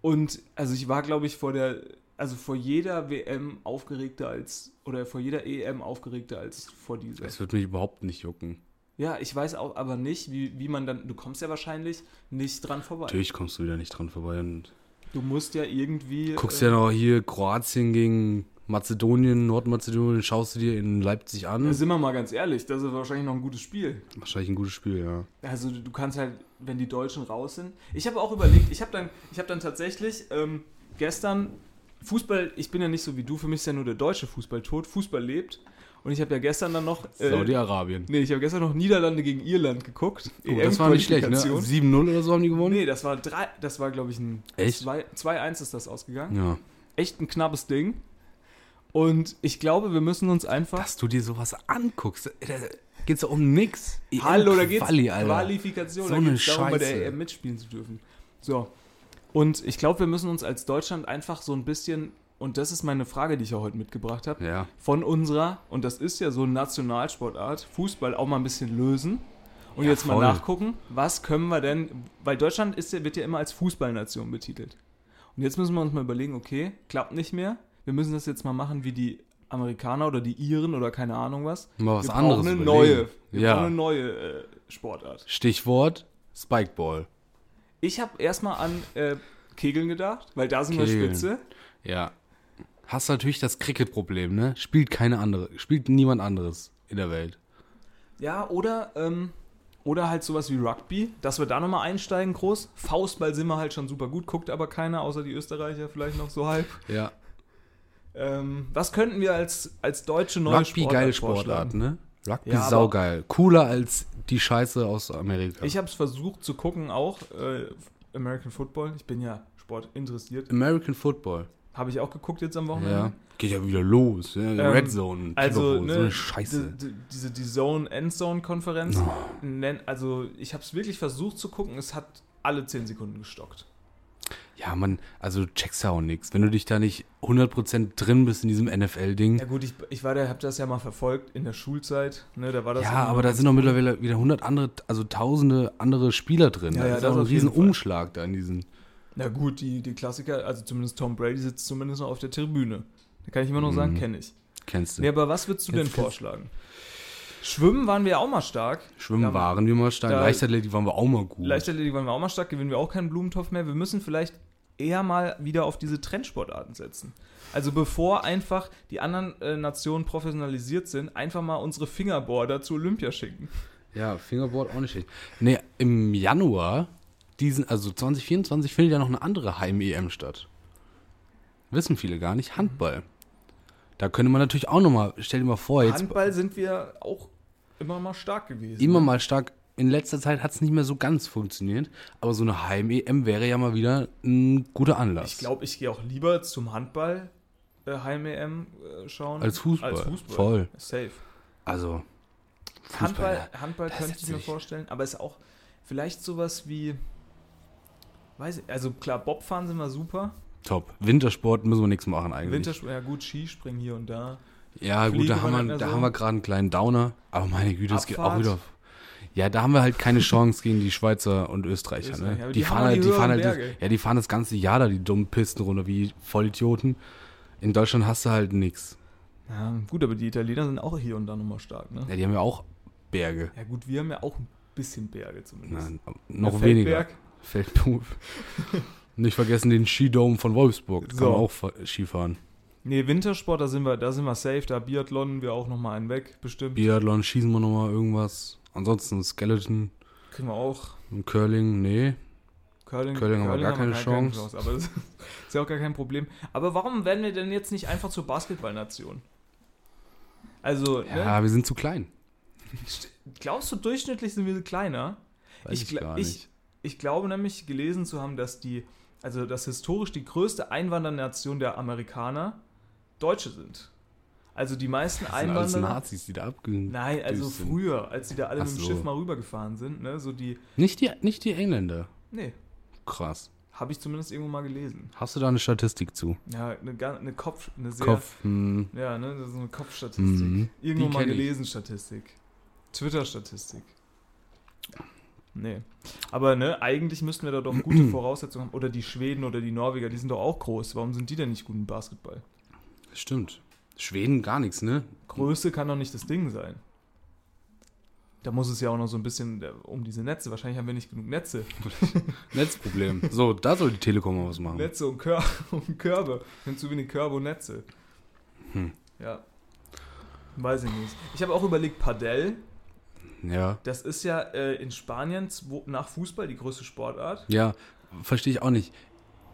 Speaker 3: Und also ich war, glaube ich, vor der, also vor jeder WM aufgeregter als, oder vor jeder EM aufgeregter als vor dieser.
Speaker 5: Das wird mich überhaupt nicht jucken.
Speaker 3: Ja, ich weiß auch aber nicht, wie, wie man dann, du kommst ja wahrscheinlich nicht dran vorbei.
Speaker 5: Natürlich kommst du wieder nicht dran vorbei und
Speaker 3: Du musst ja irgendwie.
Speaker 5: guckst
Speaker 3: äh,
Speaker 5: ja noch hier Kroatien gegen Mazedonien, Nordmazedonien, schaust du dir in Leipzig an.
Speaker 3: Sind wir mal ganz ehrlich, das ist wahrscheinlich noch ein gutes Spiel.
Speaker 5: Wahrscheinlich ein gutes Spiel, ja.
Speaker 3: Also du kannst halt, wenn die Deutschen raus sind. Ich habe auch überlegt, ich habe dann, ich habe dann tatsächlich ähm, gestern Fußball, ich bin ja nicht so wie du, für mich ist ja nur der deutsche Fußball tot, Fußball lebt. Und ich habe ja gestern dann noch. Äh,
Speaker 5: Saudi-Arabien.
Speaker 3: nee, ich habe gestern noch Niederlande gegen Irland geguckt.
Speaker 5: Oh, das war nicht schlecht, ne?
Speaker 3: EM-Qualifikation.
Speaker 5: 7-0 oder so haben die gewonnen?
Speaker 3: Nee, das war drei, das war glaube ich ein
Speaker 5: Echt?
Speaker 3: zwei- 2-1 ist das ausgegangen.
Speaker 5: Ja.
Speaker 3: Echt ein knappes Ding. Und ich glaube, wir müssen uns einfach.
Speaker 5: Dass du dir sowas anguckst, äh, da geht's ja um nix.
Speaker 3: Hallo, da
Speaker 5: EM
Speaker 3: geht's
Speaker 5: Quali, Alter.
Speaker 3: Qualifikation,
Speaker 5: So
Speaker 3: da
Speaker 5: eine
Speaker 3: geht's darum, bei
Speaker 5: Scheiße.
Speaker 3: der EM mitspielen zu dürfen. So. Und ich glaube, wir müssen uns als Deutschland einfach so ein bisschen, und das ist meine Frage, die ich ja heute mitgebracht habe,
Speaker 5: Ja.
Speaker 3: von unserer, und das ist ja so eine Nationalsportart, Fußball auch mal ein bisschen lösen. Und jetzt mal
Speaker 5: voll.
Speaker 3: nachgucken, was können wir denn, weil Deutschland ist ja, wird ja immer als Fußballnation betitelt. Und jetzt müssen wir uns mal überlegen, okay, klappt nicht mehr. Wir müssen das jetzt mal machen wie die Amerikaner oder die Iren oder keine Ahnung was.
Speaker 5: Mal was
Speaker 3: wir
Speaker 5: anderes
Speaker 3: brauchen eine
Speaker 5: überlegen.
Speaker 3: neue. Wir
Speaker 5: Ja.
Speaker 3: brauchen eine neue äh, Sportart.
Speaker 5: Stichwort Spikeball.
Speaker 3: Ich habe erstmal an äh, Kegeln gedacht, weil da sind wir
Speaker 5: Kegeln.
Speaker 3: spitze.
Speaker 5: Ja. Hast natürlich das Cricket-Problem, ne? Spielt keine andere, spielt niemand anderes in der Welt.
Speaker 3: Ja, oder, ähm, oder halt sowas wie Rugby, dass wir da nochmal einsteigen groß. Faustball sind wir halt schon super gut, guckt aber keiner, außer die Österreicher vielleicht noch so halb.
Speaker 5: Ja.
Speaker 3: Ähm, was könnten wir als, als deutsche neue
Speaker 5: Rugby,
Speaker 3: Sportart
Speaker 5: geile
Speaker 3: vorschlagen?
Speaker 5: Sportart, ne? Rugby,
Speaker 3: Ja, aber-
Speaker 5: saugeil. Cooler als die Scheiße aus Amerika.
Speaker 3: Ich habe es versucht zu gucken auch, äh, American Football. Ich bin ja Sport interessiert.
Speaker 5: American Football.
Speaker 3: Habe ich auch geguckt jetzt am Wochenende.
Speaker 5: Ja. Ähm, Geht ja wieder los. Ja. Red Zone.
Speaker 3: Also,
Speaker 5: Kickerbowl,
Speaker 3: ne,
Speaker 5: so eine Scheiße.
Speaker 3: d- d- diese die Zone Endzone Konferenz. Nen- Also, ich habe es wirklich versucht zu gucken, es hat alle 10 Sekunden gestockt.
Speaker 5: Ja, man, also du checkst ja auch nichts. Wenn du dich da nicht 100% drin bist in diesem NFL-Ding.
Speaker 3: Ja
Speaker 5: Ja,
Speaker 3: gut, ich, ich war da, habe das ja mal verfolgt in der Schulzeit, ne, da war das immer
Speaker 5: aber da sind doch mittlerweile wieder 100 andere, also tausende andere Spieler drin.
Speaker 3: Ja,
Speaker 5: da
Speaker 3: ja,
Speaker 5: ist
Speaker 3: das
Speaker 5: auch ein
Speaker 3: auf jeden
Speaker 5: riesen Umschlag da in diesen.
Speaker 3: Na gut, die, die Klassiker, also zumindest Tom Brady sitzt zumindest noch auf der Tribüne. Da kann ich immer nur sagen, kenne ich.
Speaker 5: Kennst du?
Speaker 3: Nee, aber was würdest du
Speaker 5: Mhm. Jetzt
Speaker 3: denn
Speaker 5: kannst du-
Speaker 3: vorschlagen? Schwimmen waren wir auch mal stark.
Speaker 5: Schwimmen
Speaker 3: Ja,
Speaker 5: waren wir mal stark.
Speaker 3: da-
Speaker 5: Leichtathletik waren wir auch mal gut.
Speaker 3: Leichtathletik waren wir auch mal stark, gewinnen wir auch keinen Blumentopf mehr. Wir müssen vielleicht eher mal wieder auf diese Trendsportarten setzen. Also bevor einfach die anderen äh, Nationen professionalisiert sind, einfach mal unsere Fingerboarder zu Olympia schicken.
Speaker 5: Ja, Fingerboard auch nicht schlecht. Nee, im Januar, diesen, also 2024, findet ja noch eine andere Heim-EM statt. Wissen viele gar nicht. Handball. Da könnte man natürlich auch nochmal, stell dir mal vor, jetzt
Speaker 3: Handball sind wir auch immer mal stark gewesen.
Speaker 5: immer mal stark, in letzter Zeit hat es nicht mehr so ganz funktioniert, aber so eine Heim-EM wäre ja mal wieder ein guter Anlass.
Speaker 3: Ich glaube, ich gehe auch lieber zum Handball äh, Heim-EM äh, schauen.
Speaker 5: Als Fußball.
Speaker 3: Als Fußball.
Speaker 5: Voll.
Speaker 3: Safe.
Speaker 5: Also, Fußball,
Speaker 3: Handball, Handball
Speaker 5: das
Speaker 3: könnte
Speaker 5: ist
Speaker 3: ich mir
Speaker 5: nicht-
Speaker 3: vorstellen, aber ist auch vielleicht sowas wie, weiß ich, also klar, Bobfahren sind wir super.
Speaker 5: top. Wintersport müssen wir nichts machen eigentlich.
Speaker 3: Wintersport, ja gut, Skispringen hier und da.
Speaker 5: Ja,
Speaker 3: Fliegen
Speaker 5: gut,
Speaker 3: wir
Speaker 5: da
Speaker 3: nicht
Speaker 5: haben, wir,
Speaker 3: mehr
Speaker 5: da
Speaker 3: so.
Speaker 5: haben wir gerade einen kleinen Downer. Aber meine Güte, es geht auch
Speaker 3: Abfahrt.
Speaker 5: wieder. auf- Ja, da haben wir halt keine Chance gegen die Schweizer und Österreicher.
Speaker 3: Österreich,
Speaker 5: ne?
Speaker 3: aber
Speaker 5: die,
Speaker 3: die
Speaker 5: fahren
Speaker 3: haben
Speaker 5: halt,
Speaker 3: die
Speaker 5: die fahren
Speaker 3: höheren
Speaker 5: halt, das,
Speaker 3: Berge.
Speaker 5: ja, die fahren das ganze Jahr da die dummen Pisten runter wie Vollidioten. In Deutschland hast du halt nix.
Speaker 3: Ja, gut, aber die Italiener sind auch hier und da nochmal stark, ne?
Speaker 5: Ja, die haben ja auch Berge.
Speaker 3: Ja gut, wir haben ja auch ein bisschen Berge zumindest.
Speaker 5: Nein, noch
Speaker 3: Feldberg.
Speaker 5: weniger. Feldberg. [laughs] Nicht vergessen den Skidome von Wolfsburg. Da
Speaker 3: So.
Speaker 5: kann man auch fa- Skifahren.
Speaker 3: Nee, Wintersport, da sind wir, da sind wir safe, da Biathlon wir auch nochmal einen weg, bestimmt.
Speaker 5: Biathlon, schießen wir nochmal irgendwas. Ansonsten Skeleton
Speaker 3: Kriegen wir auch.
Speaker 5: und Curling, nee.
Speaker 3: Curling,
Speaker 5: Curling haben wir gar keine Chance.
Speaker 3: Aber [laughs] das ist ja auch gar kein Problem. Aber warum werden wir denn jetzt nicht einfach zur Basketballnation? Also, ne?
Speaker 5: Ja, wir sind zu klein.
Speaker 3: glaubst du, durchschnittlich sind wir kleiner?
Speaker 5: Weiß ich,
Speaker 3: gla-
Speaker 5: gar
Speaker 3: ich,
Speaker 5: nicht.
Speaker 3: Ich glaube nämlich gelesen zu haben, dass die, also dass historisch die größte Einwandernation der Amerikaner Deutsche sind. Also die meisten
Speaker 5: Das sind alles
Speaker 3: Einwanderer.
Speaker 5: Nazis, die da abgehen.
Speaker 3: Nein, also
Speaker 5: Düsen.
Speaker 3: früher, als die da alle
Speaker 5: Ach
Speaker 3: mit dem
Speaker 5: so.
Speaker 3: Schiff mal rübergefahren sind, ne, so die,
Speaker 5: Nicht die, nicht die Engländer.
Speaker 3: nee,
Speaker 5: Krass.
Speaker 3: habe ich zumindest irgendwo mal gelesen.
Speaker 5: Hast du da eine Statistik zu?
Speaker 3: Ja, eine, ga- eine Kopf, eine sehr,
Speaker 5: Kopf. Hm.
Speaker 3: ja, ne, das ist eine Kopfstatistik.
Speaker 5: Mhm.
Speaker 3: Irgendwo
Speaker 5: Die
Speaker 3: mal
Speaker 5: kenn ich.
Speaker 3: gelesen, Statistik. Twitter-Statistik. Nee. Aber ne, eigentlich müssten wir da doch
Speaker 5: [clears throat]
Speaker 3: gute Voraussetzungen haben. Oder die Schweden oder die Norweger, die sind doch auch groß. Warum sind die denn nicht gut im Basketball?
Speaker 5: Stimmt. Schweden gar nichts, ne?
Speaker 3: Größe kann doch nicht das Ding sein. Da muss es ja auch noch so ein bisschen äh, um diese Netze. Wahrscheinlich haben wir nicht genug Netze. [laughs]
Speaker 5: Netzproblem. So, da soll die Telekom mal was machen.
Speaker 3: Netze und, Kör [laughs] und Körbe. Wir haben zu wenig Körbe und Netze.
Speaker 5: Hm.
Speaker 3: Ja. Weiß ich nicht. Ich habe auch überlegt, Padel. Ne?
Speaker 5: Ja.
Speaker 3: Das ist ja äh, in Spanien zwo- nach Fußball die größte Sportart.
Speaker 5: Ja, verstehe ich auch nicht.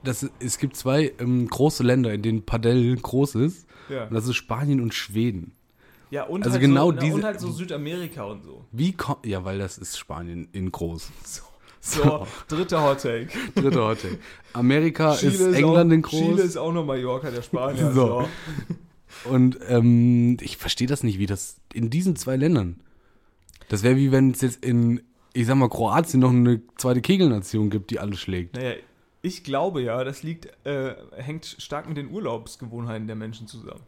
Speaker 5: Das, es gibt zwei ähm, große Länder, in denen Padel groß ist.
Speaker 3: Ja.
Speaker 5: Und das ist Spanien und Schweden.
Speaker 3: Ja, und,
Speaker 5: Also
Speaker 3: halt
Speaker 5: genau
Speaker 3: so, na,
Speaker 5: diese-
Speaker 3: und halt so Südamerika und
Speaker 5: [laughs]
Speaker 3: so.
Speaker 5: Wie kommt. Ja, weil das ist Spanien in groß.
Speaker 3: So, so dritter Hot
Speaker 5: [laughs]
Speaker 3: Take.
Speaker 5: Dritte Hotte. Amerika Genau. ist
Speaker 3: Chile
Speaker 5: England
Speaker 3: auch,
Speaker 5: in groß.
Speaker 3: Chile ist auch noch Mallorca, der Spanier.
Speaker 5: So.
Speaker 3: So.
Speaker 5: Und ähm, ich verstehe das nicht, wie das in diesen zwei Ländern. Das wäre wie wenn es jetzt in, ich sag mal, Kroatien noch eine zweite Kegelnation gibt, die alle schlägt.
Speaker 3: Naja, ich glaube ja, das liegt, äh, hängt stark mit den Urlaubsgewohnheiten der Menschen zusammen.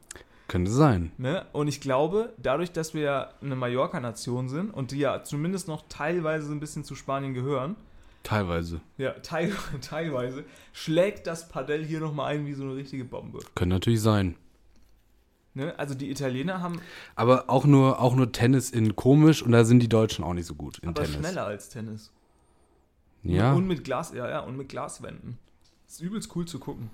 Speaker 5: Könnte sein.
Speaker 3: Ne? Und ich glaube, dadurch, dass wir ja eine Mallorca-Nation sind und die ja zumindest noch teilweise so ein bisschen zu Spanien gehören,
Speaker 5: Teilweise.
Speaker 3: ja, teil, [laughs] teilweise, schlägt das Padel hier nochmal ein wie so eine richtige Bombe.
Speaker 5: Könnte natürlich sein.
Speaker 3: Ne? Also die Italiener haben
Speaker 5: Aber auch nur, auch nur Tennis in komisch und da sind die Deutschen auch nicht so gut in
Speaker 3: aber
Speaker 5: Tennis.
Speaker 3: schneller als Tennis.
Speaker 5: Ja.
Speaker 3: Und mit Glas, ja, ja, und mit Glaswänden. Ist übelst cool zu gucken.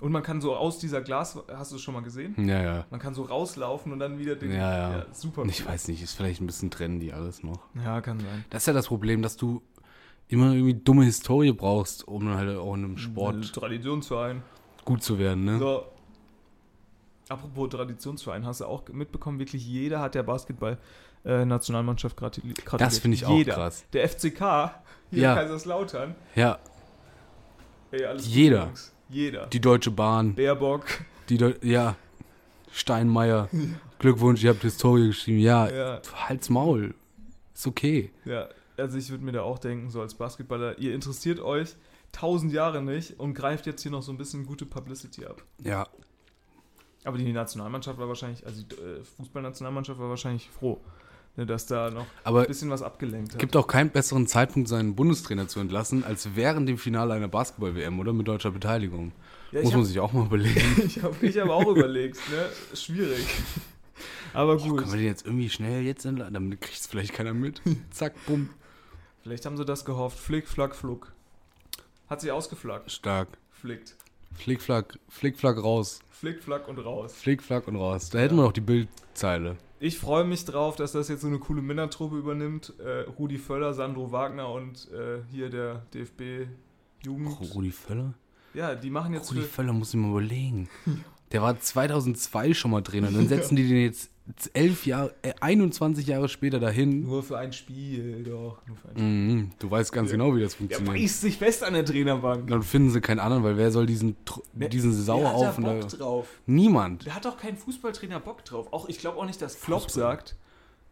Speaker 3: Und man kann so aus dieser Glas, hast du es schon mal gesehen?
Speaker 5: ja, ja.
Speaker 3: Man kann so rauslaufen und dann wieder den.
Speaker 5: Hm. Ja, ja.
Speaker 3: super.
Speaker 5: Ich weiß nicht, ist vielleicht ein bisschen trendy alles noch.
Speaker 3: Ja, kann sein.
Speaker 5: Das ist ja das Problem, dass du immer irgendwie dumme Historie brauchst, um halt auch
Speaker 3: Mhm.
Speaker 5: in einem
Speaker 3: Ein
Speaker 5: Sport
Speaker 3: Traditionsverein.
Speaker 5: gut zu werden, ne?
Speaker 3: So. Apropos Traditionsverein, hast du auch mitbekommen, wirklich jeder hat der Basketball-Nationalmannschaft gratuliert.
Speaker 5: Das finde ich auch
Speaker 3: jeder.
Speaker 5: krass.
Speaker 3: Der FCK, hier
Speaker 5: Ja.
Speaker 3: Kaiserslautern.
Speaker 5: Ja,
Speaker 3: Ey, alles gut,
Speaker 5: Jeder.
Speaker 3: Jungs. Jeder.
Speaker 5: die Deutsche Bahn.
Speaker 3: Baerbock.
Speaker 5: Die Deu ja, Steinmeier. Glückwunsch, ihr habt Historie geschrieben. Ja,
Speaker 3: Ja.
Speaker 5: halt's Maul. Ist okay.
Speaker 3: Ja, also ich würde mir da auch denken, so als Basketballer, ihr interessiert euch tausend Jahre nicht und greift jetzt hier noch so ein bisschen gute Publicity ab.
Speaker 5: Ja.
Speaker 3: Aber die Nationalmannschaft war wahrscheinlich, also die äh, Fußballnationalmannschaft war wahrscheinlich froh, ne, dass da noch
Speaker 5: Aber
Speaker 3: ein bisschen was abgelenkt
Speaker 5: es
Speaker 3: hat.
Speaker 5: gibt auch keinen besseren Zeitpunkt, seinen Bundestrainer zu entlassen, als während dem Finale einer Basketball-WM, oder? Mit deutscher Beteiligung.
Speaker 3: ja,
Speaker 5: Muss
Speaker 3: ich
Speaker 5: man
Speaker 3: habe
Speaker 5: sich auch mal überlegen. [laughs]
Speaker 3: hab, [laughs] ich hab auch überlegt, ne? Schwierig. [laughs] Aber gut.
Speaker 5: Können wir den jetzt irgendwie schnell jetzt entlassen? Damit kriegt es vielleicht keiner [laughs] mit. Zack, bumm.
Speaker 3: Vielleicht haben sie das gehofft. Flick, flack, fluck. Hat sich ausgeflaggt.
Speaker 5: Stark.
Speaker 3: Flickt.
Speaker 5: Flickflack, Flickflack raus.
Speaker 3: Flick, flack und raus.
Speaker 5: Flickflack und raus. Da hätten wir noch die Bildzeile.
Speaker 3: Ich freue mich drauf, dass das jetzt so eine coole Männertruppe übernimmt. Äh, Rudi Völler, Sandro Wagner und äh, hier der DFB-Jugend.
Speaker 5: Rudi Völler?
Speaker 3: Ja, die machen jetzt
Speaker 5: Rudi
Speaker 3: für,
Speaker 5: Völler muss ich mal überlegen. Der war 2002 schon mal Trainer. Dann setzen die den jetzt elf Jahre, äh, 21 Jahre später dahin.
Speaker 3: nur für ein Spiel, doch. Nur für ein Spiel.
Speaker 5: Mhm, du weißt ganz
Speaker 3: Ja.
Speaker 5: genau, wie das
Speaker 3: Der
Speaker 5: funktioniert.
Speaker 3: beißt sich fest an der Trainerbank.
Speaker 5: dann finden sie keinen anderen, weil wer soll diesen, Tr-
Speaker 3: Wer-
Speaker 5: diesen Sauer
Speaker 3: Wer hat
Speaker 5: auf?
Speaker 3: da Bock
Speaker 5: und-
Speaker 3: drauf?
Speaker 5: Niemand.
Speaker 3: Der hat auch keinen Fußballtrainer Bock drauf. Auch ich glaube auch nicht, dass Klopp sagt,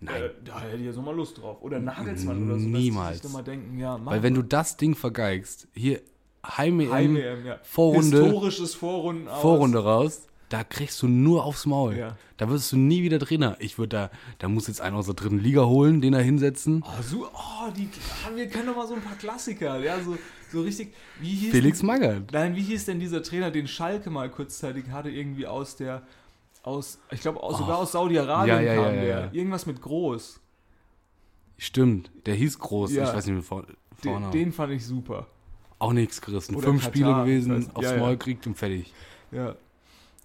Speaker 5: Nein.
Speaker 3: äh, da hätte ich jetzt nochmal Lust drauf. Oder Nagelsmann oder so.
Speaker 5: Niemals.
Speaker 3: Dass die sich nochmal denken, ja, mach
Speaker 5: Weil wenn du das Ding vergeigst, hier Heim-EM,
Speaker 3: Heim-EM, ja.
Speaker 5: Vorrunde-
Speaker 3: Historisches Vorrunden aus.
Speaker 5: Vorrunde raus, da kriegst du nur aufs Maul.
Speaker 3: Ja.
Speaker 5: Da wirst du nie wieder Trainer. Ich würde da, da muss jetzt einer aus der dritten Liga holen, den da hinsetzen.
Speaker 3: Oh, so, oh die, ah, wir kennen doch mal so ein paar Klassiker, ja, so, so richtig. Wie hieß,
Speaker 5: Felix Magath.
Speaker 3: Nein, wie hieß denn dieser Trainer, den Schalke mal kurzzeitig hatte, irgendwie aus der, aus, ich glaube, aus, sogar aus Saudi-Arabien
Speaker 5: Ja, ja,
Speaker 3: kam
Speaker 5: ja, ja,
Speaker 3: der.
Speaker 5: ja.
Speaker 3: Irgendwas mit Groß.
Speaker 5: Stimmt, der hieß groß.
Speaker 3: Ja.
Speaker 5: Ich weiß nicht mehr vor,
Speaker 3: Den,
Speaker 5: vorne.
Speaker 3: den fand ich super.
Speaker 5: auch nichts gerissen.
Speaker 3: Oder
Speaker 5: Fünf
Speaker 3: Katar,
Speaker 5: Spiele
Speaker 3: ich
Speaker 5: gewesen,
Speaker 3: weiß-
Speaker 5: aufs
Speaker 3: ja, ja.
Speaker 5: Maul kriegt und fertig.
Speaker 3: Ja.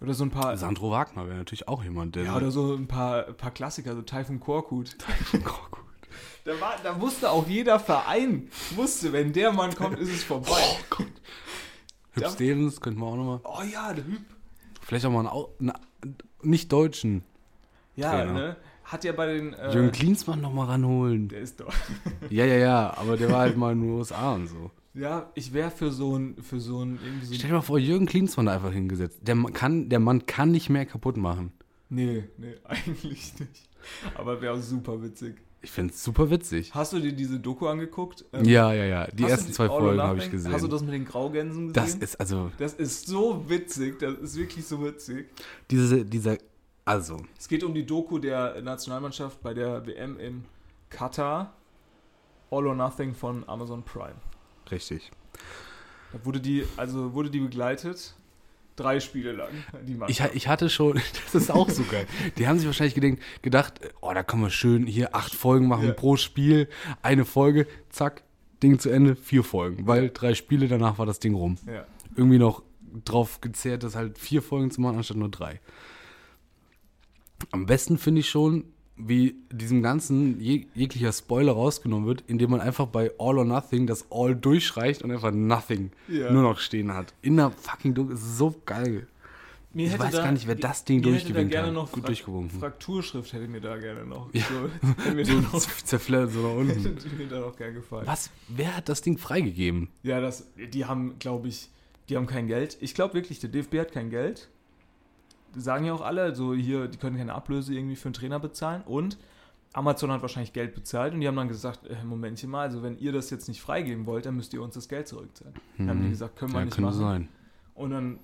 Speaker 3: Oder so ein paar.
Speaker 5: Sandro Wagner wäre natürlich auch jemand, der. [laughs]
Speaker 3: Ja, oder so ein paar, paar Klassiker, so Taifun Korkut.
Speaker 5: Oh, gut.
Speaker 3: Da, war, da wusste auch jeder Verein, wusste, wenn der Mann kommt, ist es vorbei.
Speaker 5: Oh Gott. Hüb
Speaker 3: Ja.
Speaker 5: Stevens könnten wir auch nochmal.
Speaker 3: Oh ja, der Hüb.
Speaker 5: Vielleicht auch mal einen, Au- einen nicht-deutschen.
Speaker 3: Ja,
Speaker 5: Trainer.
Speaker 3: ne? Hat ja bei den. Äh,
Speaker 5: Jürgen Klinsmann nochmal ranholen.
Speaker 3: der ist doch.
Speaker 5: Ja, ja, ja, aber der war halt mal in den USA und so.
Speaker 3: Ja, ich wäre für so ein, für so ein, irgendwie so
Speaker 5: Stell
Speaker 3: ein,
Speaker 5: dir mal vor, Jürgen Klinsmann da einfach hingesetzt. Der Mann kann, der Mann kann nicht mehr kaputt machen.
Speaker 3: Nee, nee, [laughs] eigentlich nicht. Aber wäre super witzig.
Speaker 5: Ich find's super witzig.
Speaker 3: Hast du dir diese Doku angeguckt? Ähm,
Speaker 5: Ja, ja, ja. Die
Speaker 3: hast du
Speaker 5: ersten zwei
Speaker 3: All or
Speaker 5: Folgen habe ich
Speaker 3: Nothing?
Speaker 5: gesehen.
Speaker 3: Hast du das mit den Graugänsen gesehen?
Speaker 5: das ist also
Speaker 3: Das ist so witzig, das ist wirklich so witzig.
Speaker 5: diese, dieser, also
Speaker 3: Es geht um die Doku der Nationalmannschaft bei der WM in Katar. All or Nothing von Amazon Prime.
Speaker 5: richtig.
Speaker 3: Da wurde die, also wurde die begleitet. Drei Spiele lang. Die
Speaker 5: Ich,
Speaker 3: Mannschaft.
Speaker 5: ha- ich hatte schon, [laughs] das ist auch so geil. Die haben sich wahrscheinlich gedenkt, gedacht, oh, da können wir schön hier acht Folgen machen
Speaker 3: Ja.
Speaker 5: pro Spiel, eine Folge, zack, Ding zu Ende, vier Folgen, weil drei Spiele danach war das Ding rum.
Speaker 3: ja.
Speaker 5: irgendwie noch drauf gezerrt, das halt vier Folgen zu machen, anstatt nur drei. Am besten finde ich schon, wie diesem Ganzen jeg jeglicher Spoiler rausgenommen wird, indem man einfach bei All or Nothing das All durchstreicht und einfach Nothing
Speaker 3: Ja.
Speaker 5: nur noch stehen hat. In der fucking Dunkel. Es ist so geil.
Speaker 3: Mir
Speaker 5: Ich
Speaker 3: hätte
Speaker 5: weiß gar nicht, wer das Ding
Speaker 3: mir hätte da
Speaker 5: durchgewinkt
Speaker 3: gerne
Speaker 5: hat.
Speaker 3: Noch
Speaker 5: Gut
Speaker 3: Fra-
Speaker 5: durchgewunken.
Speaker 3: Frakturschrift hätte mir da gerne noch.
Speaker 5: Ja.
Speaker 3: So, [laughs] hätte
Speaker 5: [laughs]
Speaker 3: mir,
Speaker 5: So
Speaker 3: da noch,
Speaker 5: zerflattert so nach unten.
Speaker 3: hätte mir da noch gern gefallen.
Speaker 5: Genau. Was? Wer hat das Ding freigegeben?
Speaker 3: Ja, das, die haben, glaube ich, die haben kein Geld. Ich glaube wirklich, der DFB hat kein Geld. Die Sagen ja auch alle, so hier, die können keine Ablöse irgendwie für einen Trainer bezahlen. Und Amazon hat wahrscheinlich Geld bezahlt und die haben dann gesagt, äh, Momentchen mal, also wenn ihr das jetzt nicht freigeben wollt, dann müsst ihr uns das Geld zurückzahlen. Dann haben die gesagt, können wir
Speaker 5: Mhm. Ja,
Speaker 3: nicht
Speaker 5: könnte
Speaker 3: machen.
Speaker 5: sein.
Speaker 3: Und dann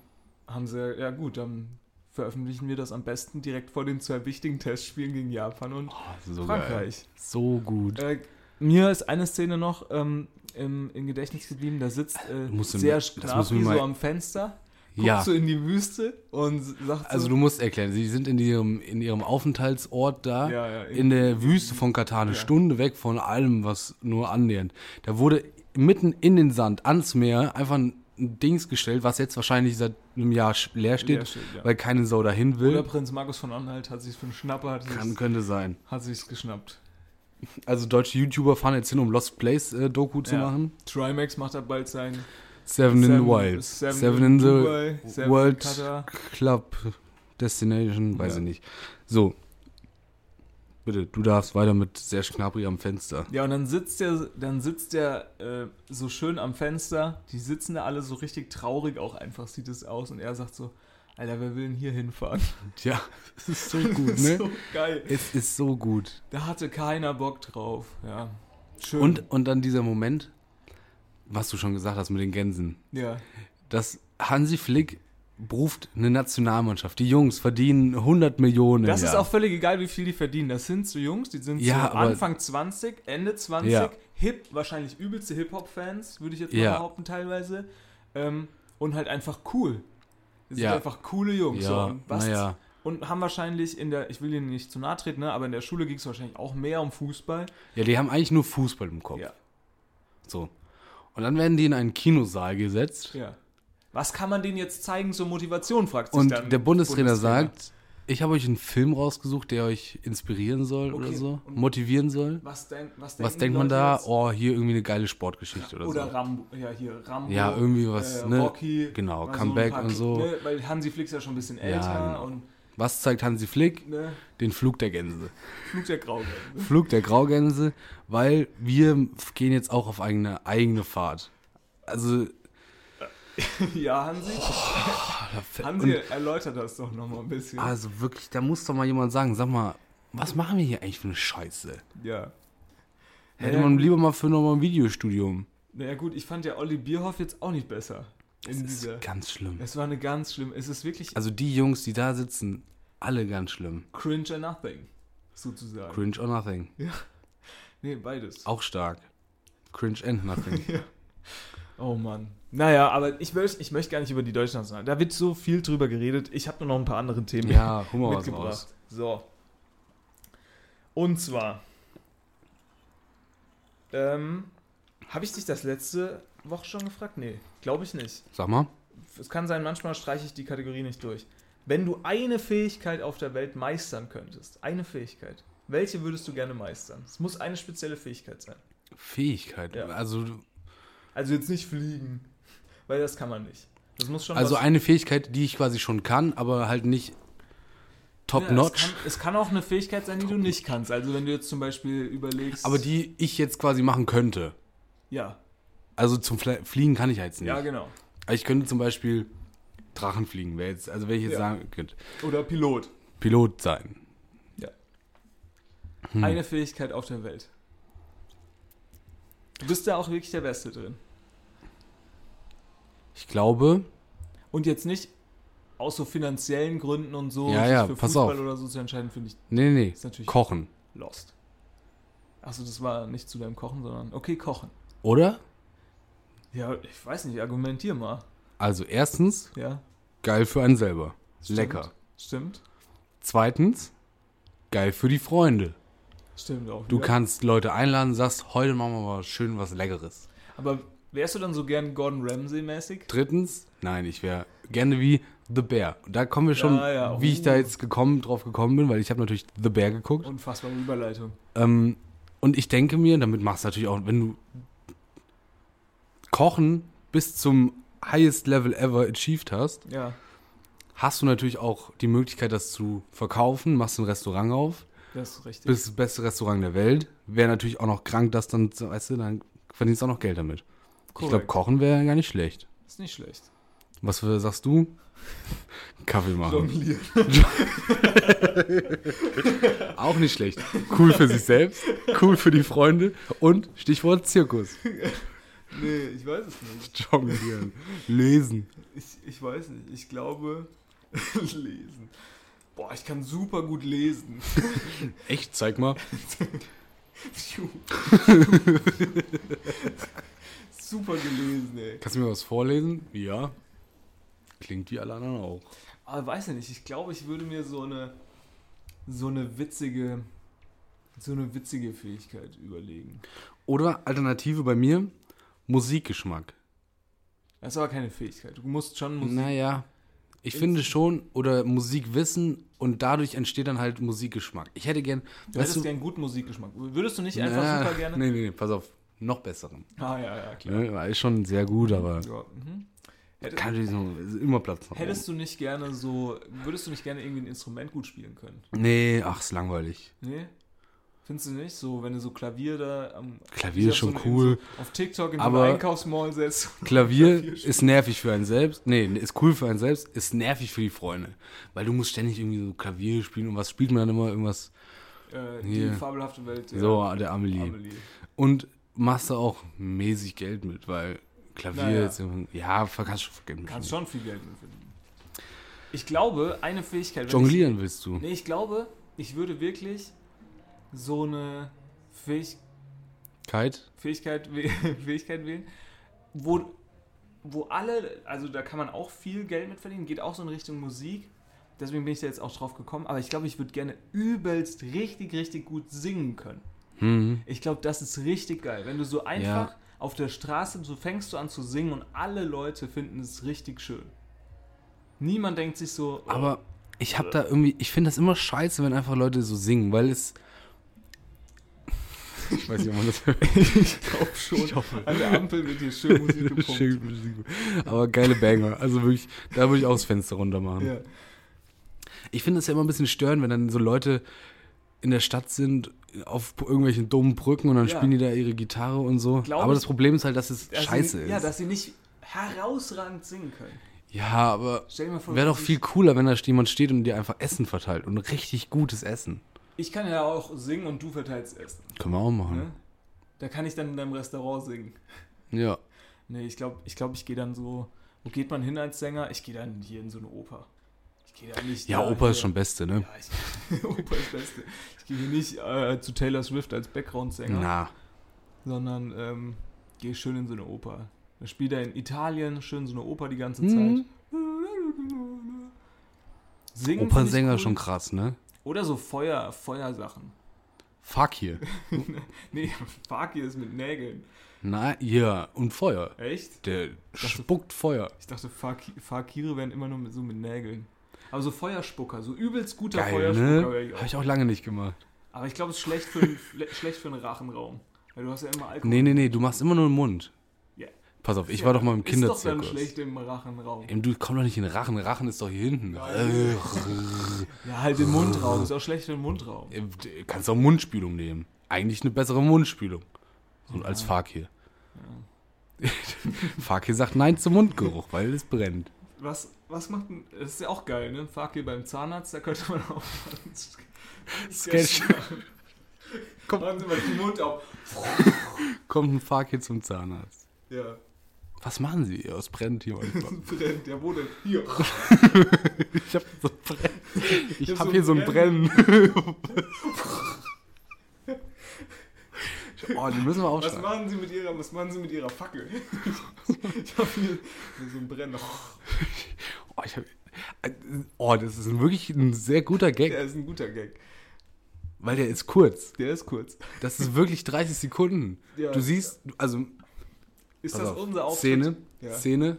Speaker 3: haben sie, ja gut, dann veröffentlichen wir das am besten direkt vor den zwei wichtigen Testspielen gegen Japan und
Speaker 5: Oh, so geil.
Speaker 3: Ah, Frankreich.
Speaker 5: So gut.
Speaker 3: Äh, mir ist eine Szene noch ähm, im, im Gedächtnis geblieben. Da sitzt äh,
Speaker 5: Musst du mir-
Speaker 3: sehr
Speaker 5: das musst du
Speaker 3: Schnaffi
Speaker 5: mir
Speaker 3: so
Speaker 5: mal-
Speaker 3: am Fenster, guckt
Speaker 5: ja.
Speaker 3: so in die Wüste und sagt
Speaker 5: Also
Speaker 3: so,
Speaker 5: du musst erklären, sie sind in ihrem, in ihrem Aufenthaltsort da,
Speaker 3: Ja, ja,
Speaker 5: in, der Wüste von Katar, eine Stunde weg von allem, was nur annähernd. Da wurde mitten in den Sand, ans Meer, einfach ein Dings gestellt, was jetzt wahrscheinlich seit einem Jahr sch- leer steht,
Speaker 3: Leer steht, ja.
Speaker 5: weil keine Sau dahin
Speaker 3: der
Speaker 5: will.
Speaker 3: Prinz Markus von Anhalt hat sich für einen Schnapper, hat
Speaker 5: Kann,
Speaker 3: sich
Speaker 5: könnte sein.
Speaker 3: hat sich's geschnappt.
Speaker 5: Also deutsche YouTuber fahren jetzt hin, um Lost Place äh, Doku zu
Speaker 3: Ja.
Speaker 5: machen.
Speaker 3: Trimax macht da bald sein
Speaker 5: Seven, in the Wild.
Speaker 3: Seven,
Speaker 5: Seven, in the
Speaker 3: Dubai, Seven
Speaker 5: World
Speaker 3: Qatar.
Speaker 5: Club Destination, weiß
Speaker 3: Ja.
Speaker 5: ich nicht. So. Bitte, du darfst weiter mit Serge Gnabry am Fenster.
Speaker 3: Ja, und dann sitzt der, dann sitzt der äh, so schön am Fenster. Die sitzen da alle so richtig traurig auch einfach, sieht es aus. Und er sagt so, Alter, wer will denn hier hinfahren?
Speaker 5: Ja, es ist [laughs]
Speaker 3: [laughs]
Speaker 5: so gut, ne?
Speaker 3: so geil.
Speaker 5: Es ist so gut.
Speaker 3: Da hatte keiner Bock drauf, ja. Schön.
Speaker 5: Und, und dann dieser Moment, was du schon gesagt hast mit den Gänsen,
Speaker 3: Ja.
Speaker 5: dass Hansi Flick beruft eine Nationalmannschaft. Die Jungs verdienen 100 Millionen. im
Speaker 3: Das ist
Speaker 5: Jahr.
Speaker 3: auch völlig egal, wie viel die verdienen. Das sind so Jungs, die sind
Speaker 5: Ja,
Speaker 3: so
Speaker 5: aber-
Speaker 3: Anfang 20, Ende 20,
Speaker 5: Ja.
Speaker 3: hip, wahrscheinlich übelste Hip-Hop-Fans, würde ich jetzt mal
Speaker 5: Ja.
Speaker 3: behaupten teilweise. Ähm, und halt einfach cool. Das
Speaker 5: Ja.
Speaker 3: sind einfach coole Jungs. so,
Speaker 5: Ja,
Speaker 3: und, was-
Speaker 5: naja.
Speaker 3: und haben wahrscheinlich in der, ich will ihnen nicht zu nahe treten, ne, aber in der Schule ging es wahrscheinlich auch mehr um Fußball.
Speaker 5: Ja, die haben eigentlich nur Fußball im Kopf.
Speaker 3: Ja.
Speaker 5: So. Und dann werden die in einen Kinosaal gesetzt.
Speaker 3: ja. Was kann man denen jetzt zeigen zur Motivation, fragt sich
Speaker 5: Und
Speaker 3: dann
Speaker 5: der Bundestrainer,
Speaker 3: Bundestrainer.
Speaker 5: sagt, ich habe euch einen Film rausgesucht, der euch inspirieren soll oder
Speaker 3: Okay,
Speaker 5: so,
Speaker 3: und-
Speaker 5: motivieren soll.
Speaker 3: Was, denk, was,
Speaker 5: Was
Speaker 3: denken
Speaker 5: denkt
Speaker 3: die
Speaker 5: man
Speaker 3: Leute
Speaker 5: da?
Speaker 3: jetzt?
Speaker 5: Oh, hier irgendwie eine geile Sportgeschichte oder,
Speaker 3: Oder
Speaker 5: so.
Speaker 3: Rambo, ja hier, Rambo.
Speaker 5: Ja, irgendwie was,
Speaker 3: äh,
Speaker 5: ne?
Speaker 3: Rocky.
Speaker 5: Genau,
Speaker 3: mal ein
Speaker 5: Comeback
Speaker 3: paar
Speaker 5: und
Speaker 3: Ki-
Speaker 5: so.
Speaker 3: Ne? Weil Hansi Flick ist ja schon ein bisschen älter
Speaker 5: genau.
Speaker 3: und
Speaker 5: Was zeigt Hansi Flick?
Speaker 3: ne,
Speaker 5: Den Flug der Gänse.
Speaker 3: Flug der Grau.
Speaker 5: Flug der Graugänse, weil wir gehen jetzt auch auf eine eigene Fahrt. Also,
Speaker 3: [laughs] ja, Hansi, Hansi
Speaker 5: Oh, und,
Speaker 3: erläutert das doch nochmal ein bisschen.
Speaker 5: also wirklich, da muss doch mal jemand sagen, sag mal, was machen wir hier eigentlich für eine Scheiße?
Speaker 3: ja.
Speaker 5: Hätte
Speaker 3: Ja,
Speaker 5: man
Speaker 3: gut.
Speaker 5: lieber mal für nochmal ein Videostudium.
Speaker 3: Naja gut, ich fand ja Olli Bierhoff jetzt auch nicht besser. In
Speaker 5: Das
Speaker 3: dieser.
Speaker 5: ist ganz schlimm.
Speaker 3: Es war eine ganz schlimme, es ist wirklich
Speaker 5: Also die Jungs, die da sitzen, alle ganz schlimm.
Speaker 3: cringe or nothing, sozusagen.
Speaker 5: Cringe or nothing.
Speaker 3: nee, beides.
Speaker 5: Auch stark. Cringe
Speaker 3: [laughs]
Speaker 5: and nothing.
Speaker 3: Oh Mann. Naja, aber ich möchte ich möchte gar nicht über die deutsche National. Da wird so viel drüber geredet. Ich habe nur noch ein paar andere Themen
Speaker 5: ja, hol mal was
Speaker 3: mitgebracht.
Speaker 5: raus.
Speaker 3: So. Und zwar. Ähm, habe ich dich das letzte Woche schon gefragt? Nee, glaube ich nicht.
Speaker 5: Sag mal.
Speaker 3: Es kann sein, manchmal streiche ich die Kategorie nicht durch. Wenn du eine Fähigkeit auf der Welt meistern könntest, eine Fähigkeit, Welche würdest du gerne meistern? Es muss eine spezielle Fähigkeit sein.
Speaker 5: Fähigkeit.
Speaker 3: Ja.
Speaker 5: Also,
Speaker 3: Also jetzt nicht fliegen, weil das kann man nicht. Das muss schon
Speaker 5: also
Speaker 3: was-
Speaker 5: eine Fähigkeit, die ich quasi schon kann, aber halt nicht
Speaker 3: Ja,
Speaker 5: top-notch.
Speaker 3: Es kann, es kann auch eine Fähigkeit sein, die du nicht kannst. Also wenn du jetzt zum Beispiel überlegst.
Speaker 5: aber die ich jetzt quasi machen könnte.
Speaker 3: Ja,
Speaker 5: Also zum Fle Fliegen kann ich ja jetzt nicht.
Speaker 3: ja, genau.
Speaker 5: Aber ich könnte zum Beispiel Drachen fliegen, wäre jetzt, also wenn ich jetzt
Speaker 3: Ja.
Speaker 5: sagen könnte,
Speaker 3: Oder Pilot.
Speaker 5: Pilot sein. Hm.
Speaker 3: Eine Fähigkeit auf der Welt. Du bist da auch wirklich der Beste drin.
Speaker 5: Ich glaube,
Speaker 3: Und jetzt nicht aus so finanziellen Gründen und so,
Speaker 5: Ja,
Speaker 3: sich
Speaker 5: ja,
Speaker 3: für
Speaker 5: pass
Speaker 3: Fußball
Speaker 5: auf.
Speaker 3: oder so zu entscheiden, finde ich
Speaker 5: nee, nee,
Speaker 3: Ist natürlich-
Speaker 5: kochen.
Speaker 3: lost. Achso, das war nicht zu deinem Kochen, sondern okay, kochen.
Speaker 5: Oder?
Speaker 3: Ja, ich weiß nicht, argumentier mal.
Speaker 5: Also erstens,
Speaker 3: Ja,
Speaker 5: geil für einen selber.
Speaker 3: Stimmt.
Speaker 5: Lecker.
Speaker 3: stimmt.
Speaker 5: Zweitens, geil für die Freunde.
Speaker 3: Stimmt auch.
Speaker 5: Du
Speaker 3: ja.
Speaker 5: kannst Leute einladen, sagst, heute machen wir mal schön was Leckeres.
Speaker 3: Aber wärst du dann so gern Gordon Ramsay-mäßig?
Speaker 5: Drittens, nein, ich wäre gerne wie The Bear. Und da kommen wir schon,
Speaker 3: Ja, ja,
Speaker 5: wie ich da
Speaker 3: uh.
Speaker 5: jetzt gekommen, drauf gekommen bin, weil ich habe natürlich The Bear geguckt.
Speaker 3: Unfassbare Überleitung.
Speaker 5: Ähm, und ich denke mir, damit machst du natürlich auch, wenn du Kochen bis zum highest level ever achieved hast,
Speaker 3: Ja.
Speaker 5: hast du natürlich auch die Möglichkeit, das zu verkaufen, machst ein Restaurant auf,
Speaker 3: Das ist richtig.
Speaker 5: bist das beste Restaurant der Welt. Wäre natürlich auch noch krank, dass dann, so, weißt du, dann verdienst du auch noch Geld damit. Ich glaube,
Speaker 3: Korrekt.
Speaker 5: Kochen wäre gar nicht schlecht.
Speaker 3: ist nicht schlecht.
Speaker 5: Was für, sagst du? [laughs] Kaffee machen.
Speaker 3: Jonglieren.
Speaker 5: Auch nicht schlecht. Cool für sich selbst, cool für die Freunde und Stichwort Zirkus.
Speaker 3: [laughs] Nee, ich weiß es nicht.
Speaker 5: Jonglieren. Lesen.
Speaker 3: Ich, ich weiß nicht. Ich glaube, [laughs] lesen. Boah, ich kann super gut lesen.
Speaker 5: Echt, zeig mal.
Speaker 3: Pfiuh. [laughs] super gelesen, ey.
Speaker 5: Kannst du mir was vorlesen? Ja. Klingt wie alle anderen auch.
Speaker 3: Aber weiß ich nicht. Ich glaube, ich würde mir so eine so eine witzige so eine witzige Fähigkeit überlegen.
Speaker 5: Oder Alternative bei mir, Musikgeschmack.
Speaker 3: Das ist aber keine Fähigkeit. Du musst schon Musik.
Speaker 5: Naja, ich finde schon, oder Musikwissen und dadurch entsteht dann halt Musikgeschmack. Ich hätte gern,
Speaker 3: Du hättest gern guten Musikgeschmack. Würdest du nicht einfach
Speaker 5: na,
Speaker 3: super gerne?
Speaker 5: Nee, nee, nee, pass auf, noch besseren.
Speaker 3: Ah ja, ja, klar.
Speaker 5: Ne, war Ist schon sehr gut, aber
Speaker 3: Ja, mhm. Hätte,
Speaker 5: kann natürlich so- ist immer Platz nach
Speaker 3: hättest du nicht gerne so, würdest du nicht gerne irgendwie ein Instrument gut spielen können?
Speaker 5: oben. Nee, ach, ist langweilig.
Speaker 3: Nee? Findest du nicht? So, wenn du so Klavier da am.
Speaker 5: Klavier ist
Speaker 3: auf so
Speaker 5: schon
Speaker 3: eine-
Speaker 5: cool.
Speaker 3: so auf TikTok in
Speaker 5: aber-
Speaker 3: einem Einkaufsmall setzt.
Speaker 5: Klavier ist nervig für einen selbst. Nee, ist cool für einen selbst, ist nervig für die Freunde. Weil du musst ständig irgendwie so Klavier spielen und was spielt man dann immer? Irgendwas.
Speaker 3: Äh,
Speaker 5: Hier.
Speaker 3: die fabelhafte Welt. der
Speaker 5: So, ah, der Amelie.
Speaker 3: Amelie.
Speaker 5: Und machst da auch mäßig Geld mit, weil Klavier
Speaker 3: Naja.
Speaker 5: jetzt irgendwie. Ja, ver- kannst schon Geld mit.
Speaker 3: Kannst schon viel Geld mit verdienen. Ich glaube, eine Fähigkeit. wenn
Speaker 5: Jonglieren willst du.
Speaker 3: Ich, nee, ich glaube, ich würde wirklich so eine Fähigkeit.
Speaker 5: Kite?
Speaker 3: Fähigkeit, wäh- [laughs] Fähigkeit wählen, wo, wo alle, also da kann man auch viel Geld mit verdienen, geht auch so in Richtung Musik. Deswegen bin ich da jetzt auch drauf gekommen, aber ich glaube, ich würde gerne übelst richtig, richtig gut singen können.
Speaker 5: Hm.
Speaker 3: Ich glaube, das ist richtig geil. Wenn du so einfach
Speaker 5: Ja.
Speaker 3: auf der Straße, so fängst du an zu singen und alle Leute finden es richtig schön. Niemand denkt sich so, oh,
Speaker 5: Aber ich habe da irgendwie, ich finde das immer scheiße, wenn einfach Leute so singen, weil es. [laughs] Ich weiß nicht, ob man das hört.
Speaker 3: ich
Speaker 5: [laughs]
Speaker 3: glaube schon, an der Ampel wird hier schön Musik gepumpt.
Speaker 5: Schön Musik. Aber geile Banger. Also wirklich, da würde ich auch das Fenster runter machen.
Speaker 3: Ja.
Speaker 5: Ich finde es ja immer ein bisschen störend, wenn dann so Leute in der Stadt sind, auf irgendwelchen dummen Brücken und dann
Speaker 3: Ja.
Speaker 5: spielen die da ihre Gitarre und so.
Speaker 3: Glaub
Speaker 5: aber
Speaker 3: ich-
Speaker 5: das Problem ist halt, dass es
Speaker 3: Dass
Speaker 5: scheiße
Speaker 3: sie,
Speaker 5: ist.
Speaker 3: Ja, dass sie nicht herausragend singen können.
Speaker 5: ja, aber
Speaker 3: Stell dir mal vor,
Speaker 5: wäre doch
Speaker 3: ich-
Speaker 5: viel cooler, wenn da jemand steht und dir einfach Essen verteilt und richtig gutes Essen.
Speaker 3: Ich kann ja auch singen und du verteilst Essen.
Speaker 5: Können wir auch machen.
Speaker 3: Ne? Da kann ich dann in deinem Restaurant singen.
Speaker 5: Ja.
Speaker 3: Nee, ich glaube, ich, glaub, ich gehe dann so. Wo geht man hin als Sänger? Ich gehe dann hier in so eine Oper. Ich gehe da nicht.
Speaker 5: Ja,
Speaker 3: da
Speaker 5: Opa ist
Speaker 3: hier-
Speaker 5: schon Beste, ne?
Speaker 3: Ja, ich, [laughs] Oper ist Beste. Ich gehe hier nicht äh, zu Taylor Swift als Background-Sänger,
Speaker 5: Na,
Speaker 3: sondern ähm, gehe schön in so eine Oper. Da spielt er in Italien schön so eine Oper die ganze
Speaker 5: Mhm.
Speaker 3: Zeit. Singen find ich
Speaker 5: Opernsänger
Speaker 3: cool.
Speaker 5: schon krass, ne?
Speaker 3: Oder so Feuer, Feuersachen. [laughs]
Speaker 5: Fuck hier.
Speaker 3: Nee, Faki ist mit Nägeln.
Speaker 5: Na, ja, und Feuer.
Speaker 3: Echt?
Speaker 5: Der spuckt Feuer.
Speaker 3: Ich dachte, Faki- Fakire wären immer nur mit, so mit Nägeln. Aber so Feuerspucker, so übelst guter
Speaker 5: Geil,
Speaker 3: Feuerspucker.
Speaker 5: ne?
Speaker 3: wäre ich auch.
Speaker 5: Habe ich auch lange nicht gemacht.
Speaker 3: Aber ich glaube, es ist schlecht für, den, [laughs] schlecht für den Rachenraum. Weil du hast ja immer Alkohol.
Speaker 5: Nee, nee, nee, du machst immer nur den Mund.
Speaker 3: Ja.
Speaker 5: Pass auf, ich war doch mal im
Speaker 3: Ist doch dann
Speaker 5: Kinderzirkus.
Speaker 3: schlecht im Rachenraum.
Speaker 5: Eben, du komm doch nicht in den Rachen, Rachen ist doch hier hinten.
Speaker 3: Ja, halt
Speaker 5: Ah.
Speaker 3: im Mundraum. Ist auch schlecht für den Mundraum.
Speaker 5: Eben, du Kannst auch Mundspülung nehmen. Eigentlich eine bessere Mundspülung. So als Fakir. [laughs] Fakir sagt Nein zum Mundgeruch, weil es brennt.
Speaker 3: Was, was macht denn. Das ist ja auch geil, ne? Fakir beim Zahnarzt, da könnte man auch. mal einen
Speaker 5: Sketch.
Speaker 3: machen. Machen Sie mal den Mund auf.
Speaker 5: Kommt ein Fakir zum Zahnarzt.
Speaker 3: Ja, [laughs]
Speaker 5: Was machen Sie? Ja, es brennt hier. manchmal.
Speaker 3: brennt. Ja, wo denn? Hier.
Speaker 5: Ich habe so, ein Brennen. Ich
Speaker 3: hab
Speaker 5: hab
Speaker 3: so
Speaker 5: hier
Speaker 3: ein
Speaker 5: so ein Brennen.
Speaker 3: [laughs]
Speaker 5: oh, die müssen wir
Speaker 3: Was
Speaker 5: aufschreiben.
Speaker 3: machen Sie mit Ihrer, was machen Sie mit Ihrer Fackel? [laughs] ich hab hier so einen Brenner.
Speaker 5: Oh, ich hab, oh, das ist wirklich ein sehr guter
Speaker 3: Der
Speaker 5: Gag,
Speaker 3: ist ein guter Gag.
Speaker 5: weil der ist kurz.
Speaker 3: Der ist kurz.
Speaker 5: Das ist wirklich 30 Sekunden.
Speaker 3: Ja.
Speaker 5: Du siehst, also
Speaker 3: Ist
Speaker 5: pass
Speaker 3: das
Speaker 5: auf,
Speaker 3: unser Auftritt?
Speaker 5: Szene,
Speaker 3: Ja.
Speaker 5: Szene,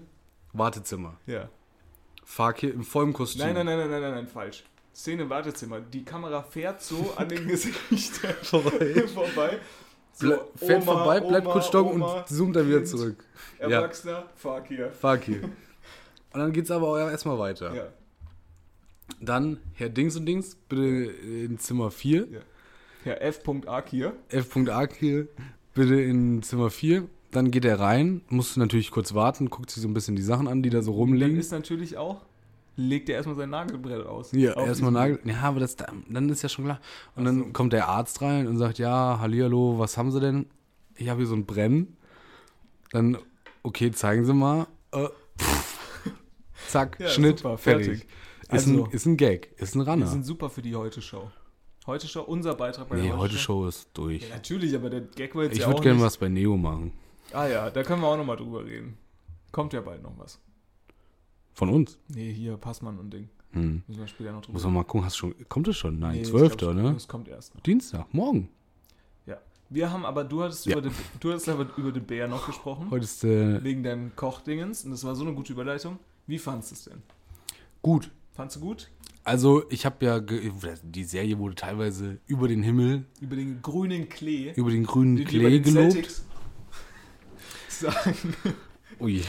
Speaker 5: Wartezimmer.
Speaker 3: Ja.
Speaker 5: Fakir im vollen Kostüm.
Speaker 3: Nein, nein, nein, nein, nein, nein, nein, falsch. Szene Wartezimmer. Die Kamera fährt
Speaker 5: [laughs]
Speaker 3: so an den Gesichtern vorbei. So,
Speaker 5: Ble fährt
Speaker 3: Oma,
Speaker 5: vorbei, bleibt
Speaker 3: Oma,
Speaker 5: kurz stocken
Speaker 3: Oma,
Speaker 5: und zoomt dann wieder
Speaker 3: Kind,
Speaker 5: zurück. Ja,
Speaker 3: Erwachsener, Fakir. [laughs]
Speaker 5: Fakir. Und dann geht's aber auch erstmal weiter.
Speaker 3: Ja.
Speaker 5: Dann Herr Dings und Dings, bitte in Zimmer 4.
Speaker 3: Ja. Herr F.A. Kier.
Speaker 5: F.A. Kiel, bitte in Zimmer 4. Dann geht er rein, muss natürlich kurz warten, guckt sich so ein bisschen die Sachen an, die da so
Speaker 3: Dann
Speaker 5: rumliegen.
Speaker 3: ist natürlich auch, legt er erstmal sein Nagelbrett aus.
Speaker 5: Ja,
Speaker 3: Auf
Speaker 5: erstmal
Speaker 3: diesem-
Speaker 5: Nagel. Ja, aber das, dann ist ja schon klar. Und dann kommt der Arzt rein und sagt, ja, hallihallo, was haben Sie denn? Ich habe hier so ein Brennen. Dann, okay, zeigen Sie mal. Äh, pff. [laughs] zack,
Speaker 3: Ja,
Speaker 5: Schnitt,
Speaker 3: super, fertig.
Speaker 5: fertig. Ist,
Speaker 3: Also-
Speaker 5: ein, ist ein Gag, ist ein
Speaker 3: Wir
Speaker 5: Runner.
Speaker 3: sind super für die Heute-Show. Heute-Show, unser Beitrag bei
Speaker 5: Nee,
Speaker 3: der
Speaker 5: heute Show ist durch.
Speaker 3: Ja, natürlich, aber der Gag war jetzt
Speaker 5: ich
Speaker 3: ja
Speaker 5: würde
Speaker 3: auch
Speaker 5: gerne
Speaker 3: nicht-
Speaker 5: was bei Neo machen.
Speaker 3: Ah ja, da können wir auch nochmal drüber reden. Kommt ja bald noch was.
Speaker 5: Von uns.
Speaker 3: Nee, hier, Passmann und Ding.
Speaker 5: Hm.
Speaker 3: Müssen wir später noch drüber
Speaker 5: Muss man mal gucken, hast du schon, kommt es schon? Nein,
Speaker 3: ich
Speaker 5: Zwölfter,
Speaker 3: glaub,
Speaker 5: ne?
Speaker 3: Das kommt erst noch.
Speaker 5: Dienstag, morgen.
Speaker 3: Ja. Wir haben aber, du hattest,
Speaker 5: Ja.
Speaker 3: über, den, du hattest aber über den Bär noch gesprochen.
Speaker 5: Heute ist äh,
Speaker 3: Wegen deinem Kochdingens. Und das war so eine gute Überleitung. Wie fandst du es denn?
Speaker 5: gut.
Speaker 3: Fandst du gut?
Speaker 5: Also, ich habe ja, ge die Serie wurde teilweise über den Himmel
Speaker 3: Über den grünen Klee,
Speaker 5: über den grünen
Speaker 3: den die bei
Speaker 5: Klee
Speaker 3: den
Speaker 5: gelobt.
Speaker 3: Celtics sagen.
Speaker 5: Ui,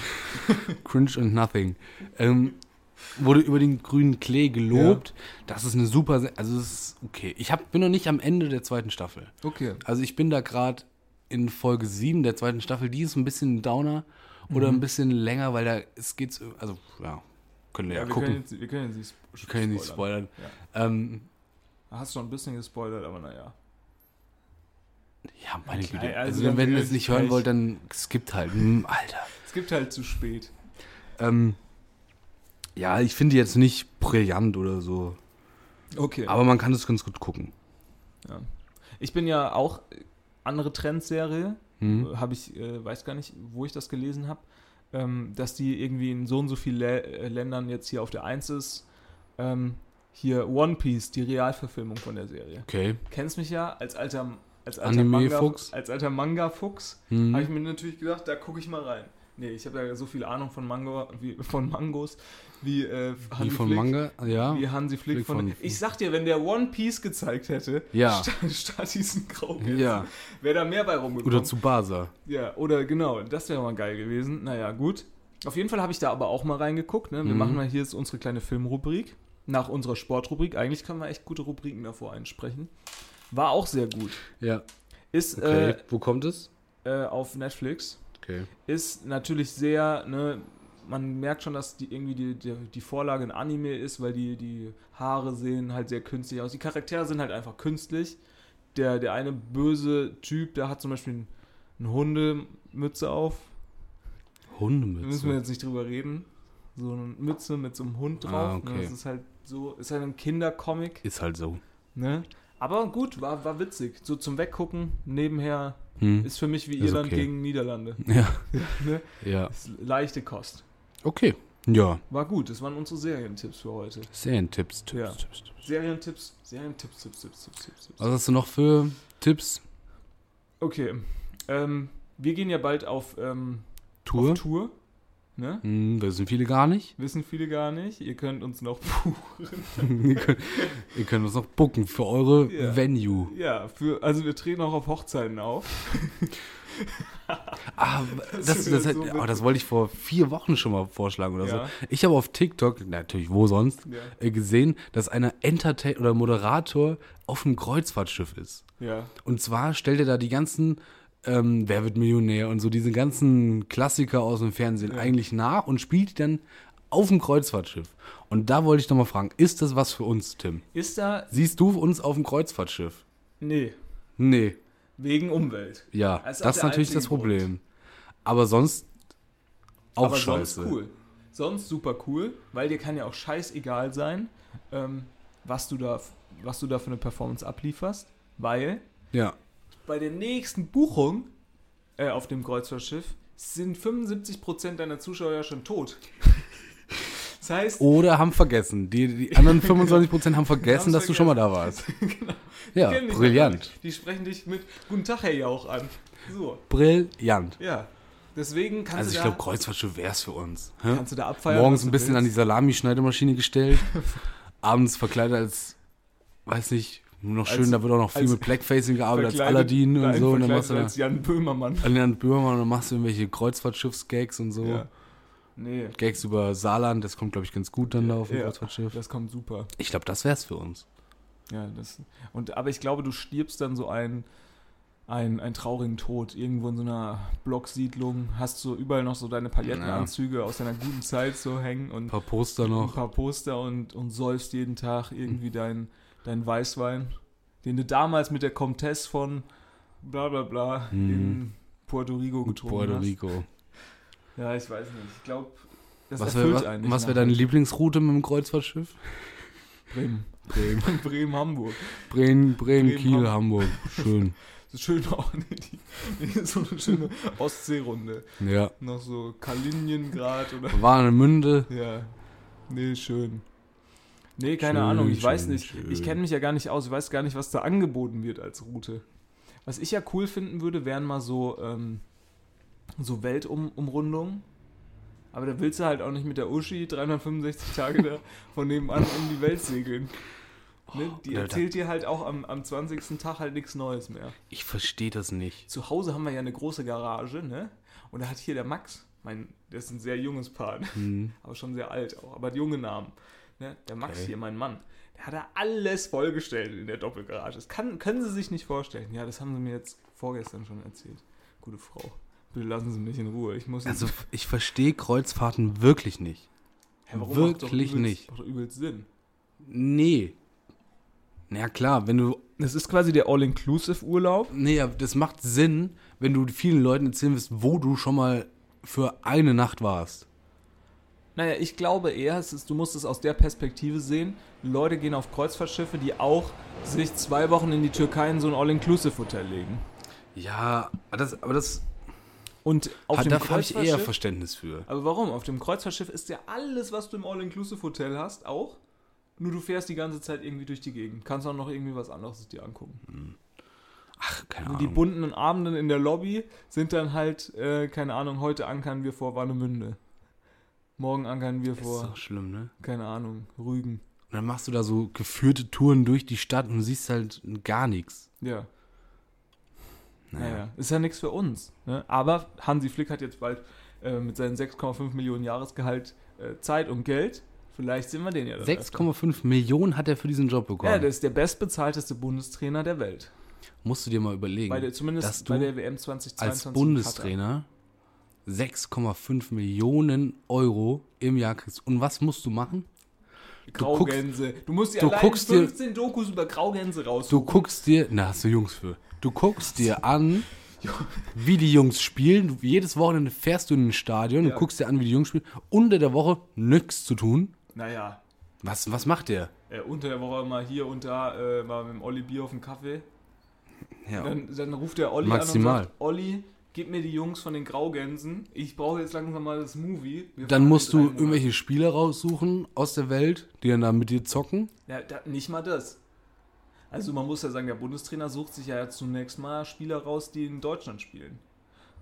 Speaker 5: cringe and nothing. Ähm, wurde über den grünen Klee gelobt. Das ist eine super, Se- also es ist okay. Ich hab, bin noch nicht am Ende der zweiten Staffel.
Speaker 3: Okay.
Speaker 5: Also ich bin da gerade in Folge 7 der zweiten Staffel. Die ist ein bisschen ein Downer oder
Speaker 3: Mhm.
Speaker 5: ein bisschen länger, weil da es geht's, also ja, können wir ja,
Speaker 3: Ja, wir, können
Speaker 5: gucken. Können
Speaker 3: jetzt, wir können jetzt nicht sp-
Speaker 5: wir können ja nicht
Speaker 3: spoilern.
Speaker 5: spoilern. Ähm,
Speaker 3: Hast schon ein bisschen gespoilert, aber naja.
Speaker 5: ja, meine
Speaker 3: klar,
Speaker 5: Güte. Also,
Speaker 3: also dann
Speaker 5: wenn ihr
Speaker 3: wir-
Speaker 5: es nicht hören
Speaker 3: ich-
Speaker 5: wollt, dann skippt halt. Hm, Alter.
Speaker 3: Es gibt halt zu spät.
Speaker 5: Ähm, ja, ich finde die jetzt nicht brillant oder so.
Speaker 3: Okay.
Speaker 5: Aber man kann das ganz gut gucken.
Speaker 3: Ich bin ja auch äh, andere Trendserie,
Speaker 5: Hm?
Speaker 3: habe ich, äh, weiß gar nicht, wo ich das gelesen habe, ähm, dass die irgendwie in so und so vielen Lä äh, Ländern jetzt hier auf der Eins ist. Ähm, hier One Piece, die Realverfilmung von der Serie.
Speaker 5: Okay.
Speaker 3: Kennst mich ja als alter, als alter
Speaker 5: Anime-Fuchs.
Speaker 3: Manga-Fuchs. Als alter Manga-Fuchs
Speaker 5: Hm.
Speaker 3: habe ich mir natürlich gedacht, da gucke ich mal rein. Nee, ich habe ja so viel Ahnung von Mango, wie, von Mangos, wie äh,
Speaker 5: Wie
Speaker 3: Hansi
Speaker 5: von
Speaker 3: Flick,
Speaker 5: Manga, ja.
Speaker 3: Wie Hansi Flick,
Speaker 5: Flick
Speaker 3: von,
Speaker 5: von-
Speaker 3: Ich sag dir, wenn der One Piece gezeigt hätte, [laughs]
Speaker 5: Ja.
Speaker 3: statt, statt diesen Graugänsen,
Speaker 5: Ja.
Speaker 3: wäre da mehr bei rumgekommen.
Speaker 5: Oder zu Basa.
Speaker 3: Ja, oder genau, das wäre mal geil gewesen. Naja, gut. Auf jeden Fall habe ich da aber auch mal reingeguckt. Ne? Wir
Speaker 5: Mhm.
Speaker 3: machen mal hier jetzt unsere kleine Filmrubrik. Nach unserer Sportrubrik. Eigentlich können wir echt gute Rubriken davor einsprechen. War auch sehr gut.
Speaker 5: Ja.
Speaker 3: Ist
Speaker 5: Okay. Wo kommt es?
Speaker 3: äh, äh, auf Netflix.
Speaker 5: Okay.
Speaker 3: Ist natürlich sehr, ne, man merkt schon, dass die irgendwie die, die, die Vorlage ein Anime ist, weil die, die Haare sehen halt sehr künstlich aus. Die Charaktere sind halt einfach künstlich. Der, der eine böse Typ, der hat zum Beispiel eine Hundemütze auf. Da müssen wir
Speaker 5: Hundemütze.
Speaker 3: jetzt nicht drüber reden. So eine Mütze mit so einem Hund drauf.
Speaker 5: Ah,
Speaker 3: ne?
Speaker 5: okay.
Speaker 3: Das ist halt so, ist halt ein Kindercomic.
Speaker 5: Ist halt so.
Speaker 3: Ne? Aber gut, war, war witzig. So zum Weggucken, nebenher
Speaker 5: Hm.
Speaker 3: ist für mich wie
Speaker 5: Ist
Speaker 3: Irland
Speaker 5: okay. Hm.
Speaker 3: gegen Niederlande.
Speaker 5: [laughs] Ja.
Speaker 3: [laughs] Ne?
Speaker 5: Ja.
Speaker 3: Ist leichte Kost.
Speaker 5: Okay. Ja.
Speaker 3: War gut, das waren unsere Serientipps für heute.
Speaker 5: Serientipps. Tipps,
Speaker 3: Ja.
Speaker 5: Tipps, Tipps.
Speaker 3: Serientipps, Serientipps, Tipps, Tipps, Tipps, Tipps. Tipps.
Speaker 5: Was hast du noch für Tipps?
Speaker 3: Okay. Ähm, wir gehen ja bald auf, ähm,
Speaker 5: Tour?
Speaker 3: auf Tour. Ne?
Speaker 5: Hm, wissen viele gar nicht.
Speaker 3: Wissen viele gar nicht. Ihr könnt uns noch [laughs] buchen.
Speaker 5: ihr, könnt, ihr könnt uns noch bucken für eure
Speaker 3: Ja.
Speaker 5: Venue.
Speaker 3: Ja, für, also wir treten auch auf Hochzeiten auf.
Speaker 5: Ah, das,
Speaker 3: wäre
Speaker 5: das, das,
Speaker 3: so witzig.
Speaker 5: oh, das wollte ich vor vier Wochen schon mal vorschlagen oder
Speaker 3: Ja.
Speaker 5: so. Ich habe auf TikTok, natürlich wo sonst,
Speaker 3: Ja.
Speaker 5: äh, gesehen, dass einer Entertain oder Moderator auf einem Kreuzfahrtschiff ist.
Speaker 3: Ja.
Speaker 5: Und zwar stellt er da die ganzen ähm, Wer wird Millionär und so diese ganzen Klassiker aus dem Fernsehen eigentlich nach und spielt die dann auf dem Kreuzfahrtschiff. Und da wollte ich nochmal fragen, ist das was für uns, Tim?
Speaker 3: Ist da.
Speaker 5: Siehst du uns auf dem Kreuzfahrtschiff?
Speaker 3: Nee.
Speaker 5: Nee.
Speaker 3: Wegen Umwelt.
Speaker 5: Ja,
Speaker 3: Das ist
Speaker 5: das ist,
Speaker 3: auch Also der
Speaker 5: natürlich das
Speaker 3: einzige Grund.
Speaker 5: Problem. Aber sonst auch
Speaker 3: Aber
Speaker 5: scheiße.
Speaker 3: sonst cool. Sonst super cool, weil dir kann ja auch scheißegal sein, ähm, was, du da, was du da für eine Performance ablieferst, weil
Speaker 5: Ja.
Speaker 3: bei der nächsten Buchung äh, auf dem Kreuzfahrtschiff sind 75% deiner Zuschauer ja schon
Speaker 5: [laughs]
Speaker 3: tot. Das heißt,
Speaker 5: Oder haben vergessen. Die,
Speaker 3: [laughs]
Speaker 5: die anderen 25% haben vergessen, dass du schon mal da warst.
Speaker 3: Genau,
Speaker 5: Ja,
Speaker 3: kennen dich gar
Speaker 5: brillant.
Speaker 3: nicht. Die sprechen dich mit Guten Tag, Herr Jauch an. So,
Speaker 5: Brillant.
Speaker 3: ja. Deswegen kannst,
Speaker 5: Also
Speaker 3: du, da,
Speaker 5: ich glaube, Kreuzfahrtschiff wär's für uns. Hä?
Speaker 3: kannst du da abfeiern.
Speaker 5: Morgens
Speaker 3: was du
Speaker 5: ein bisschen an die
Speaker 3: willst. [laughs]
Speaker 5: Salamischneidemaschine gestellt. abends verkleidet als, weiß nicht, nur noch schön,
Speaker 3: Als-
Speaker 5: da wird auch noch viel
Speaker 3: als-
Speaker 5: mit Blackfacing gearbeitet, als
Speaker 3: Verkleidet-
Speaker 5: Aladdin und
Speaker 3: nein,
Speaker 5: so. Und
Speaker 3: verkleidet
Speaker 5: dann machst du da
Speaker 3: als Jan Böhmermann.
Speaker 5: Aladdin Böhmer und dann machst du irgendwelche Kreuzfahrtschiffs-Gags und so.
Speaker 3: Ja. Nee.
Speaker 5: Gags über Saarland, das kommt, glaube ich, ganz gut dann da auf dem
Speaker 3: Ja,
Speaker 5: Kreuzfahrtschiff.
Speaker 3: Das kommt super.
Speaker 5: Ich glaube, das wär's für uns.
Speaker 3: Ja, das, und, aber ich glaube, du stirbst dann so einen, einen, einen traurigen Tod. Irgendwo in so einer Blocksiedlung hast du überall noch so deine Palettenanzüge aus deiner guten Zeit so hängen
Speaker 5: Ein
Speaker 3: und
Speaker 5: paar Poster
Speaker 3: ein
Speaker 5: noch.
Speaker 3: paar Poster und, und säufst jeden Tag
Speaker 5: Mhm.
Speaker 3: irgendwie deinen dein Weißwein, den du damals mit der Comtesse von bla bla bla in Puerto Rico getrunken
Speaker 5: Mhm. Puerto
Speaker 3: hast.
Speaker 5: Rico.
Speaker 3: Ja, ich weiß nicht. Ich glaube, das
Speaker 5: Was
Speaker 3: erfüllt
Speaker 5: wäre
Speaker 3: einen
Speaker 5: wa
Speaker 3: nicht
Speaker 5: was wär
Speaker 3: nachher.
Speaker 5: deine Lieblingsroute mit dem Kreuzfahrtschiff?
Speaker 3: Bremen.
Speaker 5: Bremen.
Speaker 3: [laughs] Bremen, Hamburg.
Speaker 5: Bremen, Bremen,
Speaker 3: Bremen,
Speaker 5: Kiel, Hamburg. Schön.
Speaker 3: So schön [laughs] auch die, die, so eine schöne Ostseerunde.
Speaker 5: Ja.
Speaker 3: Noch so Kaliningrad oder.
Speaker 5: Warnemünde.
Speaker 3: Ja. Nee, schön. Nee, keine
Speaker 5: Schön,
Speaker 3: Ahnung, ich weiß
Speaker 5: schön,
Speaker 3: nicht. Ich
Speaker 5: schön.
Speaker 3: kenne mich ja gar nicht aus, ich weiß gar nicht, was da angeboten wird als Route. Was ich ja cool finden würde, wären mal so, ähm, so Weltumrundungen. Aber da willst du halt auch nicht mit der Uschi 365 Tage da von nebenan um die Welt segeln. Ne? Die
Speaker 5: ja, da-
Speaker 3: erzählt dir halt auch am, am 20. Tag halt nichts Neues mehr
Speaker 5: Ich verstehe das nicht.
Speaker 3: zu Hause haben wir ja eine große Garage, ne? Und da hat hier der Max, mein, der ist ein sehr junges Paar, ne? aber schon sehr alt auch, aber hat junge Namen. Ne? Der Max
Speaker 5: Mhm. Okay.
Speaker 3: hier, mein Mann, der hat da alles vollgestellt in der Doppelgarage. Das kann, können Sie sich nicht vorstellen. Ja, das haben Sie mir jetzt vorgestern schon erzählt. Gute Frau, bitte lassen Sie mich in Ruhe. Ich muss jetzt-
Speaker 5: Also, ich verstehe Kreuzfahrten wirklich nicht.
Speaker 3: Hä, warum? Macht doch
Speaker 5: wirklich
Speaker 3: übelst,
Speaker 5: nicht.
Speaker 3: Macht doch übelst Sinn.
Speaker 5: Nee. Na ja, klar, wenn du.
Speaker 3: Das ist quasi der All-Inclusive-Urlaub.
Speaker 5: Nee, ja, das macht Sinn, wenn du vielen Leuten erzählen wirst, wo du schon mal für eine Nacht warst.
Speaker 3: Naja, ich glaube eher, es ist, du musst es aus der Perspektive sehen, Leute gehen auf Kreuzfahrtschiffe, die auch sich zwei Wochen in die Türkei in so ein All-Inclusive-Hotel legen.
Speaker 5: Ja, aber das. Aber das
Speaker 3: Und auf
Speaker 5: hat,
Speaker 3: dem
Speaker 5: Ah, da habe ich eher
Speaker 3: Kreuzfahrtschiff...
Speaker 5: Verständnis für.
Speaker 3: Aber warum? Auf dem Kreuzfahrtschiff ist ja alles, was du im All-Inclusive-Hotel hast, auch. Nur du fährst die ganze Zeit irgendwie durch die Gegend. Kannst auch noch irgendwie was anderes dir angucken.
Speaker 5: Keine
Speaker 3: Und die
Speaker 5: Ahnung.
Speaker 3: bunten Abenden in der Lobby sind dann halt, äh, keine Ahnung, heute ankern wir vor Warnemünde. Morgen ankern wir
Speaker 5: Das ist
Speaker 3: vor,
Speaker 5: doch schlimm, ne?
Speaker 3: keine Ahnung, Rügen.
Speaker 5: Und dann machst du da so geführte Touren durch die Stadt und siehst halt gar nichts.
Speaker 3: Ja. Naja, ist ja nichts für uns. Ne? Aber Hansi Flick hat jetzt bald äh, mit seinen 6,5 Millionen Jahresgehalt äh, Zeit und Geld. Vielleicht sehen wir den ja dann. öfter.
Speaker 5: 6,5 Millionen hat er für diesen Job bekommen.
Speaker 3: Ja, der ist der bestbezahlteste Bundestrainer der Welt.
Speaker 5: Musst du dir mal überlegen,
Speaker 3: Bei der,
Speaker 5: dass
Speaker 3: zumindest
Speaker 5: du
Speaker 3: bei der WM
Speaker 5: als
Speaker 3: 2022. in
Speaker 5: Bundestrainer 6,5 Millionen Euro im Jahr kriegst. Und was musst du machen?
Speaker 3: Katar. Graugänse. Du musst dir
Speaker 5: du
Speaker 3: allein
Speaker 5: guckst dir-
Speaker 3: 15 Dokus über Graugänse raus.
Speaker 5: Du guckst dir, na, hast du Jungs für. Du guckst
Speaker 3: [laughs]
Speaker 5: dir an, wie die Jungs spielen. Du, jedes Wochenende fährst du in ein Stadion
Speaker 3: Ja.
Speaker 5: und guckst dir an, wie die Jungs spielen. Unter der Woche nichts zu tun.
Speaker 3: Naja,
Speaker 5: Was, was macht der?
Speaker 3: äh, unter der Woche mal hier und da äh, mal mit dem Olli Bier auf dem Kaffee.
Speaker 5: Ja.
Speaker 3: Dann, dann ruft der Olli an
Speaker 5: Maximal.
Speaker 3: und sagt, Olli, gib mir die Jungs von den Graugänsen. Ich brauche jetzt langsam mal das Movie. Wir
Speaker 5: Dann
Speaker 3: fahren
Speaker 5: musst
Speaker 3: jetzt
Speaker 5: du
Speaker 3: einen Monat."
Speaker 5: irgendwelche Spieler raussuchen aus der Welt, die dann da mit dir zocken.
Speaker 3: Ja, da, nicht mal das. Also man muss ja sagen, der Bundestrainer sucht sich ja zunächst mal Spieler raus, die in Deutschland spielen.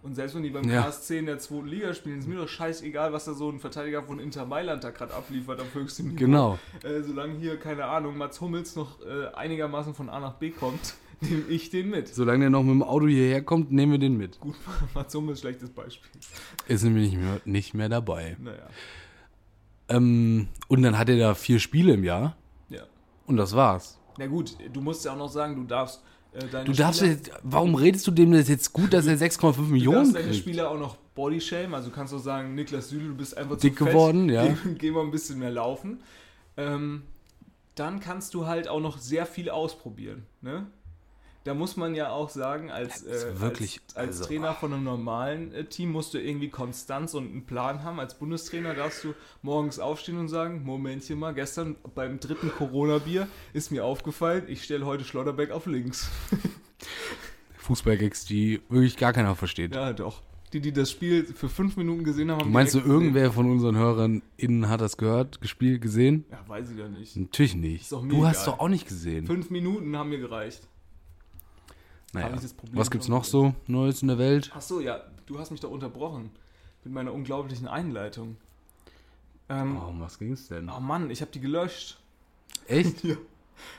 Speaker 3: Und selbst wenn die beim
Speaker 5: Ja.
Speaker 3: KSC in der zweiten Liga spielen, ist mir doch scheißegal, was da so ein Verteidiger von Inter Mailand da gerade abliefert auf höchstem Niveau.
Speaker 5: Genau.
Speaker 3: Äh, solange hier, keine Ahnung, Mats Hummels noch äh, einigermaßen von A nach B kommt, [laughs] nehme ich den mit.
Speaker 5: Solange der noch mit dem Auto hierher kommt, nehmen wir den mit.
Speaker 3: Gut, [laughs] Mats Hummels, schlechtes Beispiel.
Speaker 5: Ist nämlich nicht mehr, nicht mehr dabei.
Speaker 3: Naja,
Speaker 5: Ähm, und dann hat er da vier Spiele im Jahr
Speaker 3: ja.
Speaker 5: und das war's.
Speaker 3: Na gut, du musst ja auch noch sagen, du darfst äh, deine
Speaker 5: Du darfst
Speaker 3: Spieler,
Speaker 5: jetzt, warum redest du dem das jetzt gut, dass er 6,5
Speaker 3: du
Speaker 5: Millionen
Speaker 3: darfst deine
Speaker 5: kriegt?
Speaker 3: Spieler auch noch Bodyshame, also du kannst auch sagen, Niklas Süle, du bist einfach
Speaker 5: Dick
Speaker 3: zu fett,
Speaker 5: geworden, ja.
Speaker 3: Geh, geh mal ein bisschen mehr laufen. Ähm, dann kannst du halt auch noch sehr viel ausprobieren, ne? Da muss man ja auch sagen, als,
Speaker 5: Das ist
Speaker 3: äh,
Speaker 5: wirklich-
Speaker 3: als, als
Speaker 5: also-
Speaker 3: Trainer von einem normalen äh, Team musst du irgendwie Konstanz und einen Plan haben. Als Bundestrainer darfst du morgens aufstehen und sagen, Momentchen mal, gestern beim dritten Corona-Bier ist mir aufgefallen, ich stelle heute Schlotterbeck auf links.
Speaker 5: Fußballgags, die wirklich gar keiner versteht.
Speaker 3: Ja, doch. Die, die das Spiel für fünf Minuten gesehen haben, haben
Speaker 5: Meinst du,
Speaker 3: direkt gesehen.
Speaker 5: irgendwer von unseren Hörern innen hat das gehört, gespielt, gesehen?
Speaker 3: Ja, weiß ich ja nicht.
Speaker 5: Natürlich nicht.
Speaker 3: Ist doch mir
Speaker 5: Du hast
Speaker 3: egal.
Speaker 5: doch auch nicht gesehen.
Speaker 3: Fünf Minuten haben mir gereicht.
Speaker 5: Naja.
Speaker 3: ich das Problem
Speaker 5: Was gibt's
Speaker 3: schon
Speaker 5: noch so Neues in der Welt?
Speaker 3: Ach so, ja, du hast mich doch unterbrochen mit meiner unglaublichen Einleitung. Ähm,
Speaker 5: Oh, um was ging's denn?
Speaker 3: oh Mann, ich habe die gelöscht,
Speaker 5: [laughs] Echt?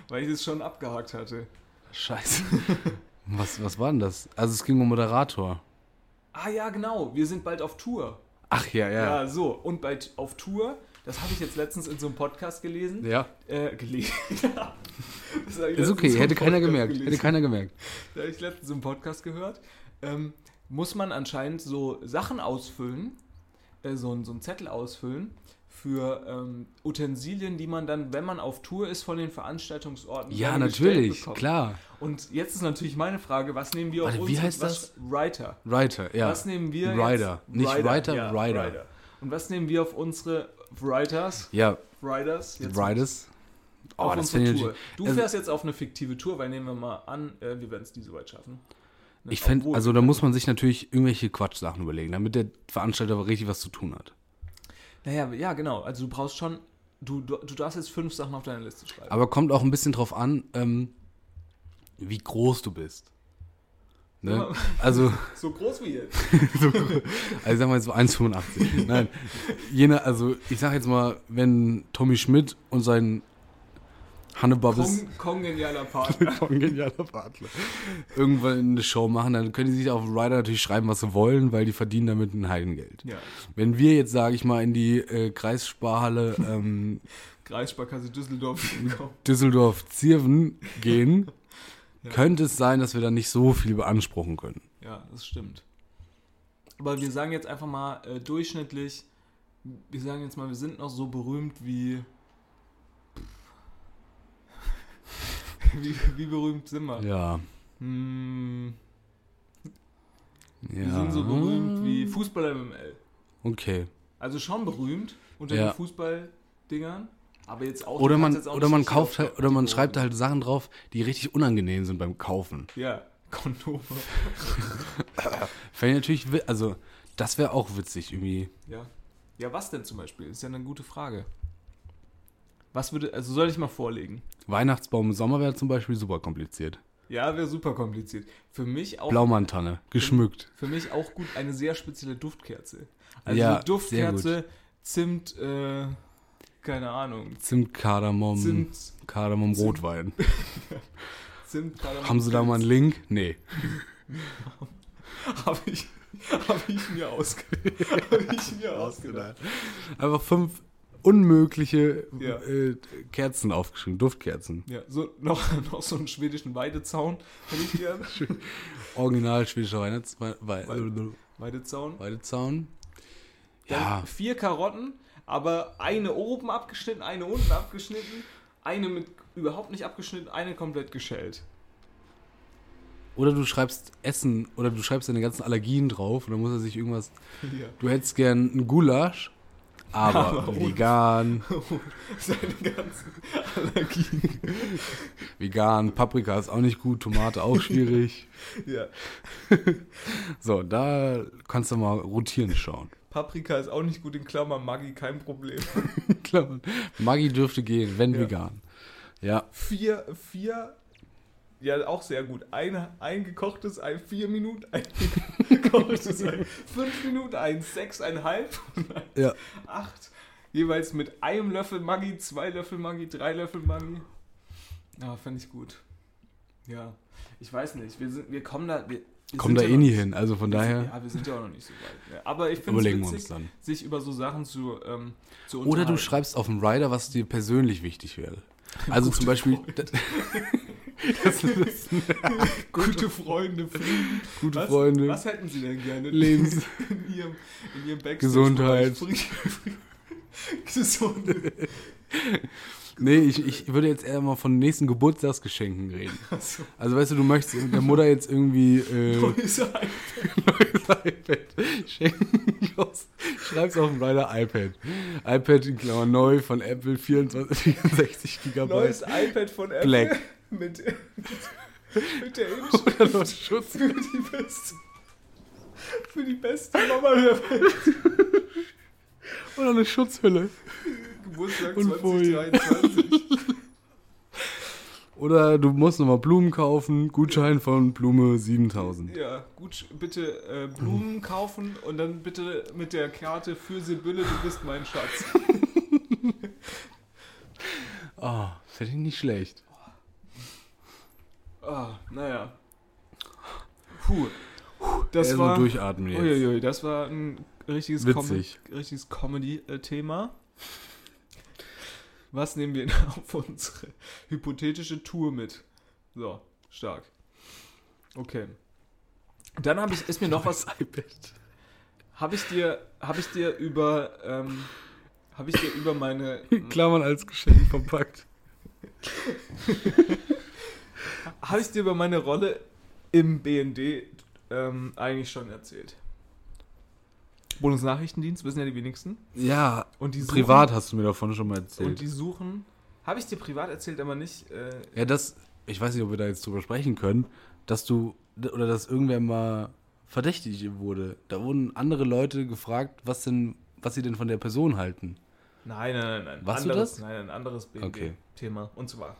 Speaker 3: weil ich es schon abgehakt hatte.
Speaker 5: [laughs] Scheiße. Was, was war denn das? Also es ging um Moderator.
Speaker 3: Ah ja, genau, wir sind bald auf Tour.
Speaker 5: Ach ja,
Speaker 3: Ja, so, und bald auf Tour, das habe ich jetzt letztens in so einem Podcast gelesen.
Speaker 5: Ja.
Speaker 3: Äh, gelesen. [laughs] Das hab ich letztens
Speaker 5: Ist okay,
Speaker 3: im
Speaker 5: hätte keiner
Speaker 3: Podcast
Speaker 5: gemerkt. Hätte
Speaker 3: gelesen.
Speaker 5: keiner gemerkt.
Speaker 3: Da habe ich letztens im Podcast gehört. Ähm, muss man anscheinend so Sachen ausfüllen, äh, so, ein- so einen Zettel ausfüllen für ähm, Utensilien, die man dann, wenn man auf Tour ist, von den Veranstaltungsorten
Speaker 5: Ja,
Speaker 3: dann
Speaker 5: natürlich,
Speaker 3: bestellt bekommt.
Speaker 5: klar.
Speaker 3: Und jetzt ist natürlich meine Frage, was nehmen wir
Speaker 5: Warte,
Speaker 3: auf uns?
Speaker 5: wie
Speaker 3: und
Speaker 5: heißt
Speaker 3: was Writer.
Speaker 5: Writer, ja.
Speaker 3: Was nehmen wir
Speaker 5: Rider.
Speaker 3: jetzt?
Speaker 5: Nicht Writer,
Speaker 3: ja,
Speaker 5: Rider.
Speaker 3: Und was nehmen wir auf unsere Writers?
Speaker 5: Ja,
Speaker 3: Writers? Jetzt
Speaker 5: Riders. Oh,
Speaker 3: auf
Speaker 5: das
Speaker 3: unsere
Speaker 5: finde ich.
Speaker 3: Tour. Du
Speaker 5: also-
Speaker 3: fährst jetzt auf eine fiktive Tour, weil nehmen wir mal an, äh, wir werden es diese weit schaffen. Ne?
Speaker 5: Ich fände,
Speaker 3: Obwohl-
Speaker 5: also da muss man sich natürlich irgendwelche Quatschsachen überlegen, damit der Veranstalter richtig was zu tun hat.
Speaker 3: Naja, ja, genau. Also du brauchst schon, du, du, du darfst jetzt fünf Sachen auf deine Liste schreiben.
Speaker 5: Aber kommt auch ein bisschen drauf an, ähm, wie groß du bist. Ne?
Speaker 3: Ja.
Speaker 5: Also,
Speaker 3: so groß wie jetzt.
Speaker 5: so, also ich sag mal jetzt
Speaker 3: [laughs]
Speaker 5: so 1,85. Nein, jene, also ich sag jetzt mal, wenn Tommy Schmidt und sein Hannebabbes
Speaker 3: Kong, kongenialer Partner. [laughs]
Speaker 5: kongenialer Partner irgendwann eine Show machen, dann können die sich auf Rider natürlich schreiben, was sie wollen, weil die verdienen damit ein Heidengeld.
Speaker 3: ja.
Speaker 5: Wenn wir jetzt, sage ich mal, in die äh, Kreissparhalle ähm,
Speaker 3: Kreissparkasse
Speaker 5: [laughs]
Speaker 3: Düsseldorf. Komm.
Speaker 5: Düsseldorf-Zirven
Speaker 3: [laughs]
Speaker 5: gehen, könnte es sein, dass wir da nicht so viel beanspruchen können.
Speaker 3: ja, das stimmt. Aber wir sagen jetzt einfach mal äh, durchschnittlich, wir sagen jetzt mal, wir sind noch so berühmt wie. [laughs] wie, wie berühmt sind wir?
Speaker 5: Ja.
Speaker 3: Hm,
Speaker 5: ja.
Speaker 3: wir sind so berühmt
Speaker 5: Ah.
Speaker 3: wie Fußballer MML.
Speaker 5: Okay.
Speaker 3: Also schon berühmt unter
Speaker 5: Ja.
Speaker 3: den Fußballdingern. Aber jetzt auch
Speaker 5: Oder
Speaker 3: du kannst
Speaker 5: man,
Speaker 3: jetzt auch
Speaker 5: oder
Speaker 3: nicht
Speaker 5: man
Speaker 3: richtig
Speaker 5: kauft
Speaker 3: auf-
Speaker 5: halt, oder man schreibt halt Sachen drauf, die richtig unangenehm sind beim Kaufen.
Speaker 3: Ja, [laughs] Kondome.
Speaker 5: Fände ich natürlich, wi- also das wäre auch witzig irgendwie.
Speaker 3: Ja. Ja, was denn zum Beispiel? Ist ja eine gute Frage. Was würde, also soll ich mal vorlegen?
Speaker 5: Weihnachtsbaum im Sommer wäre zum Beispiel super kompliziert.
Speaker 3: Ja, wäre super kompliziert. Für mich auch,
Speaker 5: Blaumantanne, geschmückt.
Speaker 3: für mich auch gut eine sehr spezielle Duftkerze. Also
Speaker 5: Ja,
Speaker 3: eine
Speaker 5: sehr
Speaker 3: Duftkerze, Zimt, äh, keine Ahnung.
Speaker 5: Zimt, Kardamom,
Speaker 3: Zimt,
Speaker 5: Kardamom, Rotwein.
Speaker 3: Zimt, Kardamom,
Speaker 5: Haben sie da mal einen
Speaker 3: Pilz.
Speaker 5: Link? Nee.
Speaker 3: [laughs] Habe ich, hab ich mir [laughs] ausgedacht. Habe ich mir ausgedacht.
Speaker 5: Einfach fünf unmögliche
Speaker 3: Ja.
Speaker 5: äh, Kerzen aufgeschrieben, Duftkerzen.
Speaker 3: Ja, so, noch, [laughs] noch so einen schwedischen Weidezaun hätte ich [laughs] gerne.
Speaker 5: Original schwedischer Weihnachts Wei- Wei-
Speaker 3: Weidezaun.
Speaker 5: Weidezaun.
Speaker 3: Dann
Speaker 5: Ja,
Speaker 3: vier Karotten, aber eine oben abgeschnitten, eine unten abgeschnitten, eine mit überhaupt nicht abgeschnitten, eine komplett geschält.
Speaker 5: oder du schreibst Essen oder du schreibst deine ganzen Allergien drauf und dann muss er sich irgendwas.
Speaker 3: Ja.
Speaker 5: Du hättest gern einen Gulasch,
Speaker 3: [laughs]
Speaker 5: aber,
Speaker 3: Aber ohne-
Speaker 5: vegan,
Speaker 3: [laughs] Seine ganzen Allergien.
Speaker 5: vegan, Paprika ist auch nicht gut, Tomate
Speaker 3: [laughs]
Speaker 5: auch schwierig.
Speaker 3: Ja.
Speaker 5: So, da kannst du mal rotieren schauen.
Speaker 3: Paprika ist auch nicht gut in Klammern, Maggi kein Problem.
Speaker 5: Klar. Maggi dürfte gehen, wenn
Speaker 3: Ja.
Speaker 5: vegan. Ja,
Speaker 3: Vier, vier, ja auch sehr gut. Eine, ein [laughs] gekochtes, ein vier Minuten, ein gekommen zu sein. Fünf Minuten, eins, [laughs] sechseinhalb,
Speaker 5: Ja.
Speaker 3: acht. Jeweils mit einem Löffel Maggi, zwei Löffel Maggi, drei Löffel Maggi. Ja, fand ich gut. Ja, ich weiß nicht. Wir, sind, wir kommen da. Wir, wir
Speaker 5: Kommen da
Speaker 3: sind
Speaker 5: eh
Speaker 3: ja
Speaker 5: nie
Speaker 3: noch-
Speaker 5: hin. Also von
Speaker 3: Daher.
Speaker 5: daher
Speaker 3: Ja, wir sind ja auch noch nicht so weit. Ja, Aber ich finde es
Speaker 5: überlegen wir uns
Speaker 3: witzig,
Speaker 5: dann.
Speaker 3: sich über so Sachen zu, ähm, zu
Speaker 5: Oder du
Speaker 3: unterhalten.
Speaker 5: schreibst auf dem Rider, was dir persönlich wichtig wäre. Also zum Beispiel. Das,
Speaker 3: [laughs]
Speaker 5: das, das,
Speaker 3: Gute Freunde, Frieden.
Speaker 5: gute
Speaker 3: was,
Speaker 5: Freunde.
Speaker 3: Was hätten sie denn gerne?
Speaker 5: [laughs] Lebens-
Speaker 3: [laughs] In ihrem, in ihrem Backstage.
Speaker 5: Gesundheit.
Speaker 3: [laughs] Gesundheit.
Speaker 5: nee, ich, ich würde jetzt eher mal von nächsten Geburtstagsgeschenken reden.
Speaker 3: Also,
Speaker 5: Also weißt du, du möchtest der Mutter jetzt irgendwie äh,
Speaker 3: neues iPhone.
Speaker 5: neues [laughs] iPad schenken. Aus. Schreib's auf dem Rider iPad. iPad in Klammern neu von Apple 24, 64 GB.
Speaker 3: Neues iPad von Apple.
Speaker 5: Black.
Speaker 3: Mit, mit
Speaker 5: [laughs]
Speaker 3: der Inschrift
Speaker 5: Oder noch Schutz.
Speaker 3: für die beste. Für die beste Mama der Welt.
Speaker 5: Oder eine Schutzhülle.
Speaker 3: Geburtstag
Speaker 5: Und Folie.
Speaker 3: 2023.
Speaker 5: Oder du musst nochmal Blumen kaufen. Gutschein von Blume 7000.
Speaker 3: Ja, gut, bitte äh, Blumen kaufen und dann bitte mit der Karte für Sibylle, du bist mein Schatz.
Speaker 5: Ah, finde ich nicht schlecht.
Speaker 3: Ah, naja. Puh. Das
Speaker 5: Erst mal
Speaker 3: war. Oh,
Speaker 5: durchatmen jetzt.
Speaker 3: Uiuiui, das war ein richtiges,
Speaker 5: Witzig.
Speaker 3: Com richtiges Comedy-Thema. Was nehmen wir [laughs] denn auf unsere hypothetische Tour mit? So, stark. Okay. Dann hab ich, ist mir noch was.
Speaker 5: iPad.
Speaker 3: Habe ich dir, habe ich dir über, ähm, habe ich dir über meine,
Speaker 5: Klammern als Geschenk verpackt.
Speaker 3: habe ich dir über meine Rolle im BND ähm, eigentlich schon erzählt? Bundesnachrichtendienst wissen ja die wenigsten.
Speaker 5: Ja,
Speaker 3: Und die suchen-
Speaker 5: privat hast du mir davon schon mal
Speaker 3: Und
Speaker 5: erzählt.
Speaker 3: die suchen. Habe ich dir privat erzählt, aber nicht. Äh,
Speaker 5: Ja, das, ich weiß nicht, ob wir da jetzt drüber sprechen können, dass du, oder dass irgendwer mal verdächtig wurde. Da wurden andere Leute gefragt, was denn, was sie denn von der Person halten.
Speaker 3: nein, nein, nein, nein.
Speaker 5: Warst du
Speaker 3: anderes,
Speaker 5: das?
Speaker 3: Nein, ein anderes
Speaker 5: Okay.
Speaker 3: BND-Thema. Und zwar,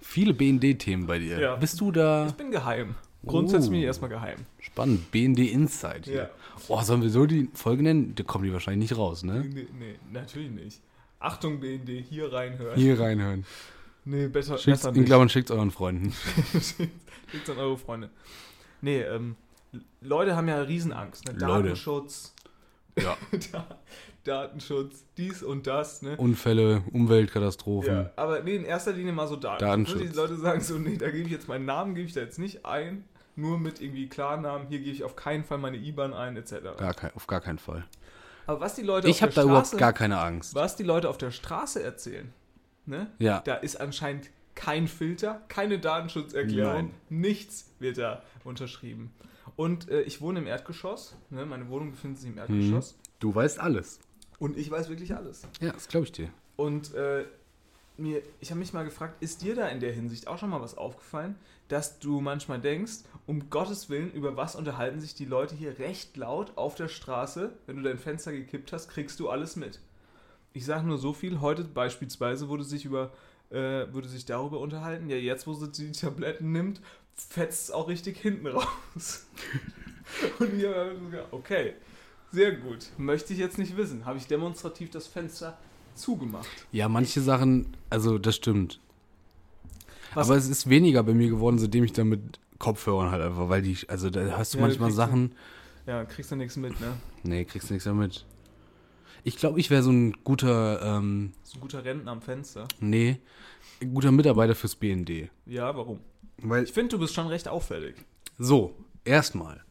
Speaker 5: Viele BND-Themen bei dir.
Speaker 3: Ja.
Speaker 5: Bist du da?
Speaker 3: ich bin geheim. Grundsätzlich
Speaker 5: Oh.
Speaker 3: erstmal geheim.
Speaker 5: Spannend. BND Insight. Hier.
Speaker 3: Ja.
Speaker 5: Oh, sollen wir so die Folge nennen? Da kommen die wahrscheinlich nicht raus, ne?
Speaker 3: Nee, nee, natürlich nicht. Achtung, BND, hier reinhören.
Speaker 5: Hier reinhören.
Speaker 3: Nee, besser,
Speaker 5: Schickt's,
Speaker 3: besser
Speaker 5: in
Speaker 3: nicht.
Speaker 5: Klammern schickt's euren Freunden.
Speaker 3: [laughs] Schickt's an eure Freunde. Nee, ähm, Leute haben ja Riesenangst. Ne?
Speaker 5: Leute.
Speaker 3: Datenschutz.
Speaker 5: Ja.
Speaker 3: [laughs] Da- Datenschutz, dies und das,
Speaker 5: Oh,
Speaker 3: ne?
Speaker 5: Unfälle, Umweltkatastrophen.
Speaker 3: Ja, aber nee, in erster Linie mal so Datenschutz. Ne,
Speaker 5: Datenschutz.
Speaker 3: Die Leute sagen so, nee, da gebe ich jetzt meinen Namen, gebe ich da jetzt nicht ein, nur mit irgendwie Klarnamen, hier gebe ich auf keinen Fall meine IBAN ein, etc.
Speaker 5: Gar kein, auf gar keinen Fall.
Speaker 3: Aber was die Leute
Speaker 5: Ich
Speaker 3: auf
Speaker 5: habe da
Speaker 3: der
Speaker 5: überhaupt
Speaker 3: Straße,
Speaker 5: gar keine Angst.
Speaker 3: was die Leute auf der Straße erzählen, ne?
Speaker 5: Ja.
Speaker 3: Da ist anscheinend kein Filter, keine Datenschutzerklärung,
Speaker 5: Nein.
Speaker 3: nichts wird da unterschrieben. Und äh, ich wohne im Erdgeschoss, ne? meine Wohnung befindet
Speaker 5: Mhm.
Speaker 3: sich im Erdgeschoss
Speaker 5: Du weißt alles.
Speaker 3: und ich weiß wirklich alles.
Speaker 5: Ja, das glaube ich dir.
Speaker 3: Und äh, mir, ich habe mich mal gefragt, ist dir da in der Hinsicht auch schon mal was aufgefallen, dass du manchmal denkst, um Gottes Willen, über was unterhalten sich die Leute hier recht laut auf der Straße? Wenn du dein Fenster gekippt hast, kriegst du alles mit. Ich sage nur so viel, heute beispielsweise wurde sich über äh, würde sich darüber unterhalten, ja jetzt, wo sie die Tabletten nimmt, fetzt es auch richtig hinten raus. [laughs] Und hier habe ich sogar, okay, sehr gut, möchte ich jetzt nicht wissen, habe ich demonstrativ das Fenster zugemacht.
Speaker 5: Ja, manche Sachen, also das stimmt.
Speaker 3: Was-
Speaker 5: Aber es ist weniger bei mir geworden, seitdem ich da mit Kopfhörern halt einfach, weil die, also da hörst du
Speaker 3: Ja, du
Speaker 5: manchmal
Speaker 3: kriegst
Speaker 5: Sachen,
Speaker 3: Ja, kriegst du nichts mit, ne?
Speaker 5: nee, kriegst du nichts mehr mit. Ich glaube, ich wäre so ein guter, ähm,
Speaker 3: Ist ein guter Rentner am Fenster.
Speaker 5: nee, ein guter Mitarbeiter fürs BND.
Speaker 3: Ja, warum?
Speaker 5: Weil,
Speaker 3: Ich finde, du bist schon recht auffällig.
Speaker 5: so, erstmal.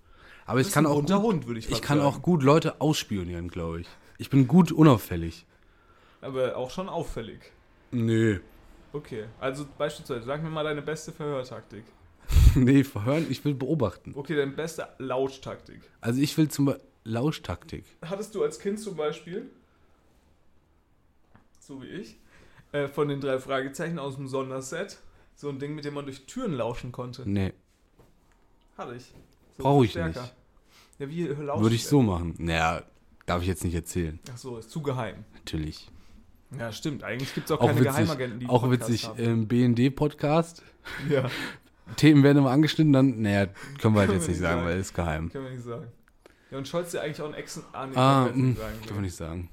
Speaker 5: Aber ich kann auch,
Speaker 3: unter
Speaker 5: gut,
Speaker 3: Hund, würde ich fast
Speaker 5: ich kann
Speaker 3: sagen.
Speaker 5: auch gut Leute ausspionieren, glaube ich. Ich bin gut unauffällig.
Speaker 3: Aber auch schon auffällig.
Speaker 5: Nee.
Speaker 3: Okay, also beispielsweise, sag mir mal deine beste Verhörtaktik.
Speaker 5: [laughs] nee, verhören, ich will beobachten.
Speaker 3: Okay, deine beste Lauttaktik.
Speaker 5: Also ich will zum Beispiel Lauschtaktik.
Speaker 3: Hattest du als Kind zum Beispiel, so wie ich, äh, von den drei Fragezeichen aus dem Sonderset, so ein Ding, mit dem man durch Türen lauschen konnte?
Speaker 5: Nee.
Speaker 3: Hatte ich. So
Speaker 5: Brauch ich
Speaker 3: Verstärker.
Speaker 5: nicht.
Speaker 3: Ja, wie lauscht
Speaker 5: Würde ich so machen. Naja, darf ich jetzt nicht erzählen.
Speaker 3: Ach so, ist zu geheim.
Speaker 5: Natürlich.
Speaker 3: Ja, stimmt. Eigentlich gibt es auch,
Speaker 5: Auch
Speaker 3: keine
Speaker 5: witzig. ähm,
Speaker 3: Geheimagenten, die einen
Speaker 5: Auch
Speaker 3: Podcast
Speaker 5: witzig.
Speaker 3: haben.
Speaker 5: Ähm, BND-Podcast.
Speaker 3: [laughs] Ja.
Speaker 5: Themen werden immer angeschnitten, dann, naja, können wir halt jetzt nicht sagen, weil ist geheim.
Speaker 3: Kann man nicht sagen. Ja, und Scholz ist ja eigentlich auch ein Ex- ah, nee,
Speaker 5: Ah,
Speaker 3: kann man
Speaker 5: mh,
Speaker 3: jetzt nicht
Speaker 5: kann
Speaker 3: sagen.
Speaker 5: man nicht sagen.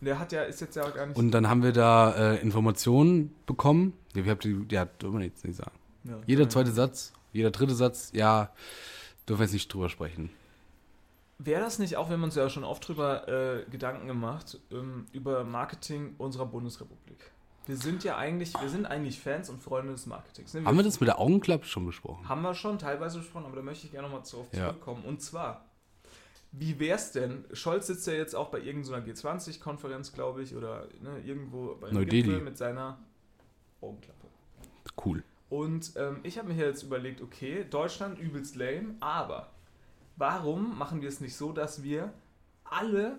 Speaker 3: Und der hat ja, ist jetzt ja gar nicht.
Speaker 5: Und dann haben wir da äh, Informationen bekommen. Ja, wir haben die, ja, dürfen wir jetzt nicht sagen.
Speaker 3: ja,
Speaker 5: Jeder zweite Satz, jeder dritte Satz, ja, dürfen wir jetzt nicht drüber sprechen.
Speaker 3: Wäre das nicht auch, wenn man uns ja schon oft drüber äh, Gedanken gemacht, ähm, über Marketing unserer Bundesrepublik? Wir sind ja eigentlich, wir sind eigentlich Fans und Freunde des Marketings. ne?
Speaker 5: Haben wir das mit der Augenklappe schon besprochen?
Speaker 3: Haben wir schon teilweise gesprochen, aber da möchte ich gerne nochmal drauf
Speaker 5: Ja.
Speaker 3: zurückkommen. Und zwar, wie wär's denn? Scholz sitzt ja jetzt auch bei irgendeiner G20-Konferenz, glaube ich, oder ne, irgendwo bei einem
Speaker 5: Neu-Delhi.
Speaker 3: Gipfel mit seiner Augenklappe.
Speaker 5: Cool.
Speaker 3: Und ähm, ich habe mir jetzt überlegt, okay, Deutschland übelst lame, aber warum machen wir es nicht so, dass wir alle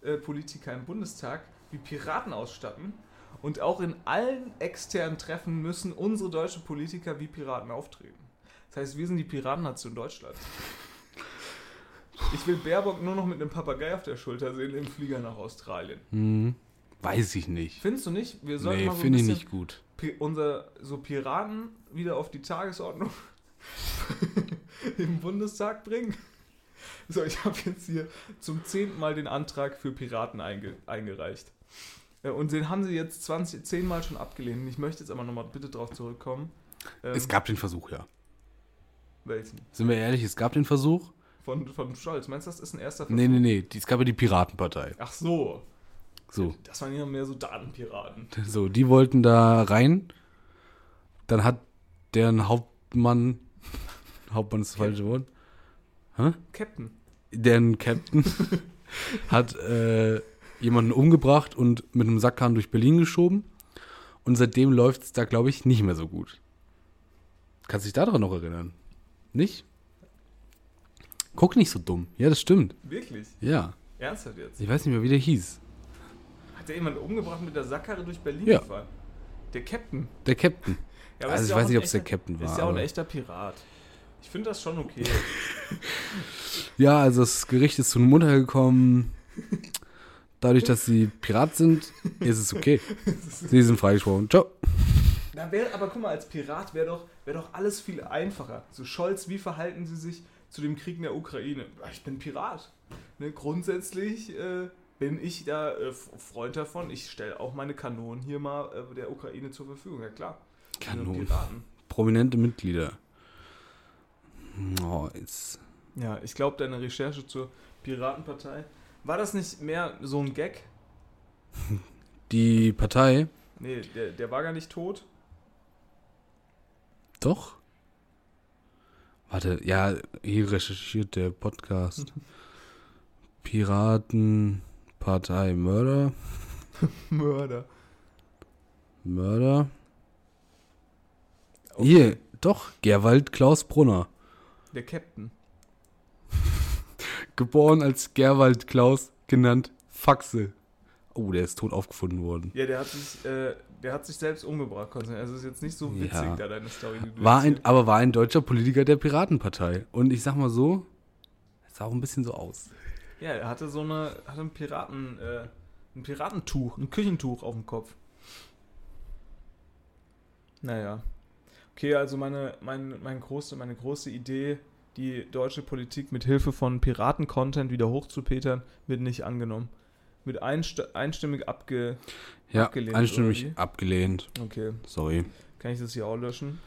Speaker 3: äh, Politiker im Bundestag wie Piraten ausstatten und auch in allen externen Treffen müssen unsere deutschen Politiker wie Piraten auftreten? Das heißt, wir sind die Piratennation Deutschland. Ich will Baerbock nur noch mit einem Papagei auf der Schulter sehen im Flieger nach Australien.
Speaker 5: Hm, weiß ich nicht.
Speaker 3: Findest du nicht? Wir sollten
Speaker 5: Nee,
Speaker 3: mal so ein
Speaker 5: finde ich
Speaker 3: bisschen
Speaker 5: nicht gut.
Speaker 3: Pi- unser so Piraten wieder auf die Tagesordnung [laughs] im Bundestag bringen. So, ich habe jetzt hier zum zehnten Mal den Antrag für Piraten einge eingereicht. Äh, Und den haben sie jetzt 20, 10 Mal schon abgelehnt. Ich möchte jetzt aber nochmal bitte drauf zurückkommen. Ähm,
Speaker 5: Es gab den Versuch, ja.
Speaker 3: welchen?
Speaker 5: Sind wir ehrlich, es gab den Versuch?
Speaker 3: Von, von Scholz. Meinst du, das ist ein erster Versuch?
Speaker 5: Nee, nee, nee, die- es gab ja die Piratenpartei.
Speaker 3: Ach so.
Speaker 5: So,
Speaker 3: Das waren ja mehr so Datenpiraten.
Speaker 5: so, die wollten da rein. Dann hat deren Hauptmann, Hauptmann ist das falsche Wort,
Speaker 3: Captain.
Speaker 5: deren Captain hat äh, jemanden umgebracht und mit einem Sackkahn durch Berlin geschoben. Und seitdem läuft es da, glaube ich, nicht mehr so gut. Kannst dich daran noch erinnern? Nicht? Guck nicht so dumm. Ja, das stimmt.
Speaker 3: Wirklich?
Speaker 5: Ja.
Speaker 3: Ernsthaft jetzt?
Speaker 5: Ich weiß nicht mehr, wie der hieß.
Speaker 3: Hat der jemanden umgebracht mit der Sackkarre durch Berlin
Speaker 5: Ja.
Speaker 3: gefahren? Der Captain.
Speaker 5: Der Captain.
Speaker 3: Ja, aber
Speaker 5: Also
Speaker 3: ist
Speaker 5: ich
Speaker 3: ja
Speaker 5: weiß
Speaker 3: auch
Speaker 5: nicht,
Speaker 3: ein
Speaker 5: ob's der
Speaker 3: echter-
Speaker 5: Captain war,
Speaker 3: Ist ja auch ein
Speaker 5: aber-
Speaker 3: echter Pirat. Ich finde das schon
Speaker 5: [laughs]
Speaker 3: okay.
Speaker 5: Ja, also das Gericht ist zu einem Urteil gekommen. Dadurch, dass sie Pirat sind, ist es okay. Sie sind freigesprochen. Ciao.
Speaker 3: Na, wär, aber guck mal, als Pirat wäre doch, wär doch alles viel einfacher. So Scholz, wie verhalten Sie sich zu dem Krieg in der Ukraine? Ja, Ich bin Pirat. Ne, grundsätzlich äh, bin ich da äh, F- Freund davon. Ich stelle auch meine Kanonen hier mal äh, der Ukraine zur Verfügung. Ja klar. Wir sind
Speaker 5: Kanonen.
Speaker 3: Piraten.
Speaker 5: Prominente Mitglieder. Oh, jetzt.
Speaker 3: Ja, ich glaube, deine Recherche zur Piratenpartei. War das nicht mehr so ein Gag?
Speaker 5: Die Partei.
Speaker 3: Nee, der, der war gar nicht tot.
Speaker 5: Doch. Warte, ja, hier recherchiert der Podcast. Piratenpartei Mörder.
Speaker 3: Mörder.
Speaker 5: Mörder. Hier, doch, Gerwald Klaus Brunner.
Speaker 3: Der Captain.
Speaker 5: Geboren als Gerwald Klaus, genannt Faxe. Oh, der ist tot aufgefunden worden.
Speaker 3: Ja, der hat sich, äh, der hat sich selbst umgebracht, Konstantin. Also ist jetzt nicht so witzig,
Speaker 5: Ja.
Speaker 3: da deine Story. die du
Speaker 5: War
Speaker 3: jetzt
Speaker 5: ein, aber war ein deutscher Politiker der Piratenpartei. Und ich sag mal so, es sah auch ein bisschen so aus.
Speaker 3: hier- Ja, er hatte so eine, hatte ein Piraten, äh, ein Piratentuch, ein Küchentuch auf dem Kopf. Naja. Okay, also meine, mein, mein große, meine große Idee, die deutsche Politik mit Hilfe von Piraten-Content wieder hochzupetern, wird nicht angenommen. Mit einst einstimmig abge.
Speaker 5: Ja,
Speaker 3: Abgelehnt,
Speaker 5: einstimmig
Speaker 3: oder wie?
Speaker 5: abgelehnt.
Speaker 3: Okay,
Speaker 5: Sorry.
Speaker 3: kann ich das hier auch löschen?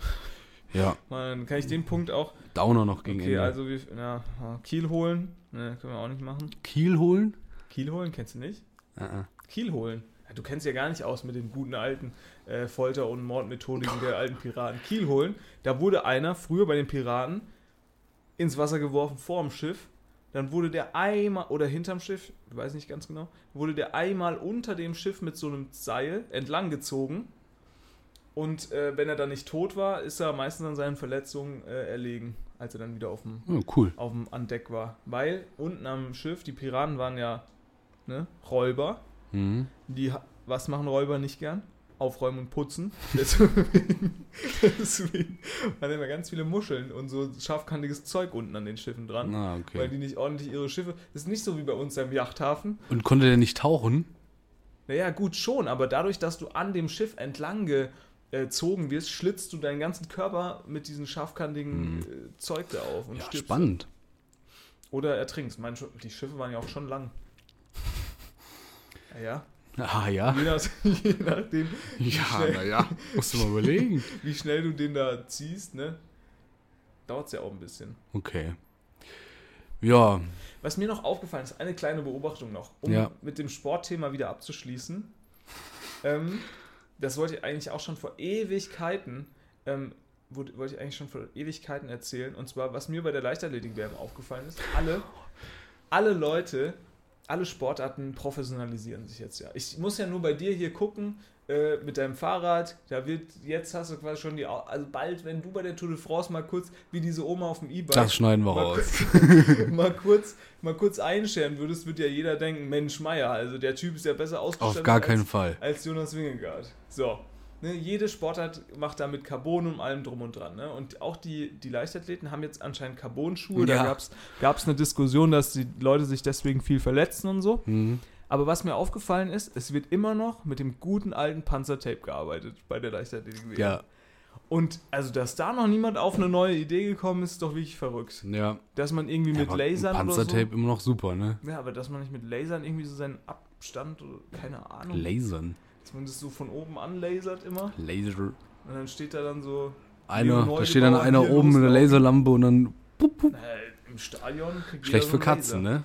Speaker 5: Ja,
Speaker 3: Dann kann ich den Punkt auch
Speaker 5: Downer noch gegen
Speaker 3: Okay,
Speaker 5: Ende.
Speaker 3: also wir, ja, ah, Kiel holen, ne, können wir auch nicht machen.
Speaker 5: Kiel holen?
Speaker 3: Kiel holen, kennst du nicht?
Speaker 5: Äh, äh.
Speaker 3: Kiel holen. Ja, du kennst ja gar nicht aus mit den guten alten äh, Folter- und Mordmethodiken der alten Piraten. Kiel holen, da wurde einer früher bei den Piraten ins Wasser geworfen vorm Schiff. Dann wurde der einmal, oder hinterm Schiff, ich weiß nicht ganz genau, wurde der einmal unter dem Schiff mit so einem Seil entlang gezogen. Und äh, wenn er dann nicht tot war, ist er meistens an seinen Verletzungen äh, erlegen, als er dann wieder auf dem
Speaker 5: Oh, cool.
Speaker 3: auf dem, an Deck war. Weil unten am Schiff, die Piraten waren ja ne, Räuber.
Speaker 5: Mhm.
Speaker 3: Die, ha- was machen Räuber nicht gern? Aufräumen und
Speaker 5: [laughs]
Speaker 3: putzen. Deswegen, deswegen waren immer ganz viele Muscheln und so scharfkantiges Zeug unten an den Schiffen dran.
Speaker 5: Ah,
Speaker 3: Weil
Speaker 5: okay.
Speaker 3: die nicht ordentlich ihre Schiffe. Das ist nicht so wie bei uns im Yachthafen.
Speaker 5: Und konnte der nicht tauchen?
Speaker 3: Naja, gut schon, aber dadurch, dass du an dem Schiff entlang ge, erzogen wirst, schlitzt du deinen ganzen Körper mit diesem scharfkantigen äh, Zeug da auf und
Speaker 5: Mhm. Ja,
Speaker 3: stirbst.
Speaker 5: spannend.
Speaker 3: Oder ertrinkst. Mein, Sch- die Schiffe waren ja auch schon lang. Ja,
Speaker 5: Ah ja.
Speaker 3: [laughs] je, nach, je nachdem,
Speaker 5: Ja,
Speaker 3: schnell-
Speaker 5: naja. Musst du
Speaker 3: [laughs]
Speaker 5: mal überlegen.
Speaker 3: wie schnell du den da ziehst, ne? Dauert es ja auch ein bisschen.
Speaker 5: Okay. Ja,
Speaker 3: Was mir noch aufgefallen ist, eine kleine Beobachtung noch, um
Speaker 5: Ja.
Speaker 3: mit dem Sportthema wieder abzuschließen. Ähm, das wollte ich eigentlich auch schon vor Ewigkeiten, ähm, wurde- wollte ich eigentlich schon vor Ewigkeiten erzählen. Und zwar, was mir bei der Leichtathletik-WM aufgefallen ist, alle, alle Leute, alle Sportarten professionalisieren sich jetzt ja. Ich muss ja nur bei dir hier gucken, äh, mit deinem Fahrrad, da wird, jetzt hast du quasi schon die, Au- also bald, wenn du bei der Tour de France mal kurz, wie diese Oma auf dem E-Bike,
Speaker 5: das schneiden wir
Speaker 3: mal
Speaker 5: raus.
Speaker 3: kurz- mal, kurz, mal kurz einscheren würdest, wird ja jeder denken, Mensch Meier, also der Typ ist ja besser ausgestattet
Speaker 5: Auf gar
Speaker 3: als,
Speaker 5: keinen Fall.
Speaker 3: als Jonas Wingegaard. So. Ne, jede Sportart macht da mit Carbon und allem drum und dran. Ne? Und auch die, die Leichtathleten haben jetzt anscheinend Carbon-Schuhe. Da
Speaker 5: Ja.
Speaker 3: gab es eine Diskussion, dass die Leute sich deswegen viel verletzen und so.
Speaker 5: Hm.
Speaker 3: Aber was mir aufgefallen ist, es wird immer noch mit dem guten alten Panzertape gearbeitet bei der Leichtathletik.
Speaker 5: Ja,
Speaker 3: Und also, dass da noch niemand auf eine neue Idee gekommen ist, ist doch wirklich verrückt.
Speaker 5: ja.
Speaker 3: Dass man irgendwie
Speaker 5: ja
Speaker 3: mit
Speaker 5: aber
Speaker 3: Lasern
Speaker 5: Panzertape
Speaker 3: oder
Speaker 5: immer noch super, ne?
Speaker 3: so. Ja, aber dass man nicht mit Lasern irgendwie so seinen Abstand oder keine Ahnung.
Speaker 5: Lasern.
Speaker 3: dass man das so von oben anlasert immer.
Speaker 5: Laser.
Speaker 3: Und dann steht da dann so.
Speaker 5: Einer,
Speaker 3: Neu
Speaker 5: da steht dann
Speaker 3: gebaut,
Speaker 5: einer
Speaker 3: hier
Speaker 5: oben mit einer
Speaker 3: loslaufen.
Speaker 5: Laserlampe und dann. Pup, pup.
Speaker 3: Äh, Im Stadion kriegt jeder
Speaker 5: Schlecht
Speaker 3: so
Speaker 5: für
Speaker 3: einen [laughs]
Speaker 5: Katzen,
Speaker 3: Laser.
Speaker 5: ne?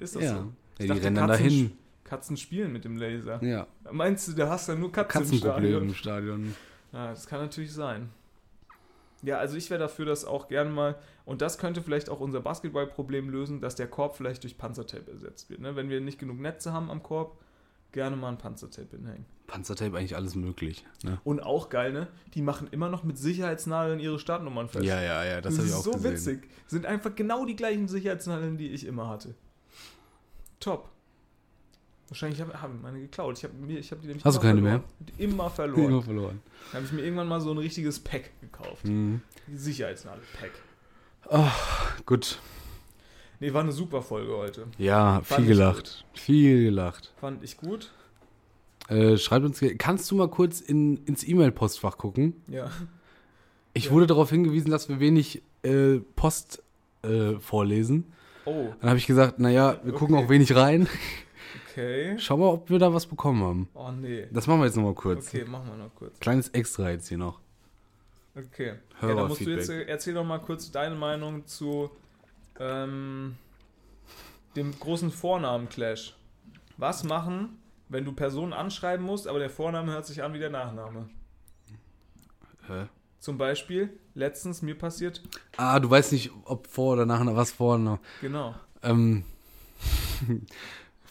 Speaker 3: Ist das
Speaker 5: Ja.
Speaker 3: so?
Speaker 5: ja die
Speaker 3: dachte,
Speaker 5: rennen dann
Speaker 3: Katzen
Speaker 5: dahin.
Speaker 3: Katzen spielen mit dem Laser.
Speaker 5: Ja.
Speaker 3: Meinst du, da hast du nur Katzen im
Speaker 5: Katzenproblem
Speaker 3: Stadion?
Speaker 5: im Stadion.
Speaker 3: Ja, das kann natürlich sein. Ja, also ich wäre dafür, dass auch gern mal, und das könnte vielleicht auch unser Basketballproblem lösen, dass der Korb vielleicht durch Panzertape ersetzt wird. Ne? Wenn wir nicht genug Netze haben am Korb, gerne mal ein Panzertape hinhängen.
Speaker 5: Panzertape eigentlich alles möglich. Ne?
Speaker 3: Und auch geil, ne? Die machen immer noch mit Sicherheitsnadeln ihre Startnummern fest.
Speaker 5: Ja, ja, ja, das
Speaker 3: das
Speaker 5: habe
Speaker 3: ist
Speaker 5: ich auch
Speaker 3: so
Speaker 5: gesehen.
Speaker 3: witzig. Sind einfach genau die gleichen Sicherheitsnadeln, die ich immer hatte. Top. Wahrscheinlich hab- haben meine geklaut. Ich habe ich hab die nämlich
Speaker 5: Hast du
Speaker 3: immer
Speaker 5: keine
Speaker 3: verloren. mehr? Immer
Speaker 5: [laughs] Immer
Speaker 3: verloren.
Speaker 5: verloren.
Speaker 3: Da habe ich mir irgendwann mal so ein richtiges Pack gekauft.
Speaker 5: Mhm.
Speaker 3: Sicherheitsnadel-Pack.
Speaker 5: Gut.
Speaker 3: Nee, war eine super Folge heute.
Speaker 5: Ja,
Speaker 3: Fand
Speaker 5: viel
Speaker 3: ich
Speaker 5: gelacht. Viel gelacht.
Speaker 3: Fand ich gut.
Speaker 5: Äh, schreibt uns, ge- kannst du mal kurz in, ins E-Mail-Postfach gucken?
Speaker 3: Ja.
Speaker 5: Ich
Speaker 3: Ja.
Speaker 5: wurde darauf hingewiesen, dass wir wenig äh, Post äh, vorlesen.
Speaker 3: Oh,
Speaker 5: Dann habe ich gesagt, naja, wir gucken
Speaker 3: Okay.
Speaker 5: auch wenig rein. [laughs]
Speaker 3: okay.
Speaker 5: Schau mal, ob wir da was bekommen haben.
Speaker 3: Oh, nee.
Speaker 5: Das machen wir jetzt nochmal kurz.
Speaker 3: Okay, machen wir noch kurz.
Speaker 5: Kleines Extra jetzt hier noch.
Speaker 3: Okay. Ja,
Speaker 5: Hörerfeedback.
Speaker 3: dann musst du jetzt äh, erzähl doch mal kurz deine Meinung zu ähm, dem großen Vornamen-Clash. Was machen, wenn du Personen anschreiben musst, aber der Vorname hört sich an wie der Nachname?
Speaker 5: Hä?
Speaker 3: Zum Beispiel, letztens mir passiert,
Speaker 5: Ah, du weißt nicht, ob vor oder nach, was vor oder nach.
Speaker 3: genau.
Speaker 5: Ähm, [laughs]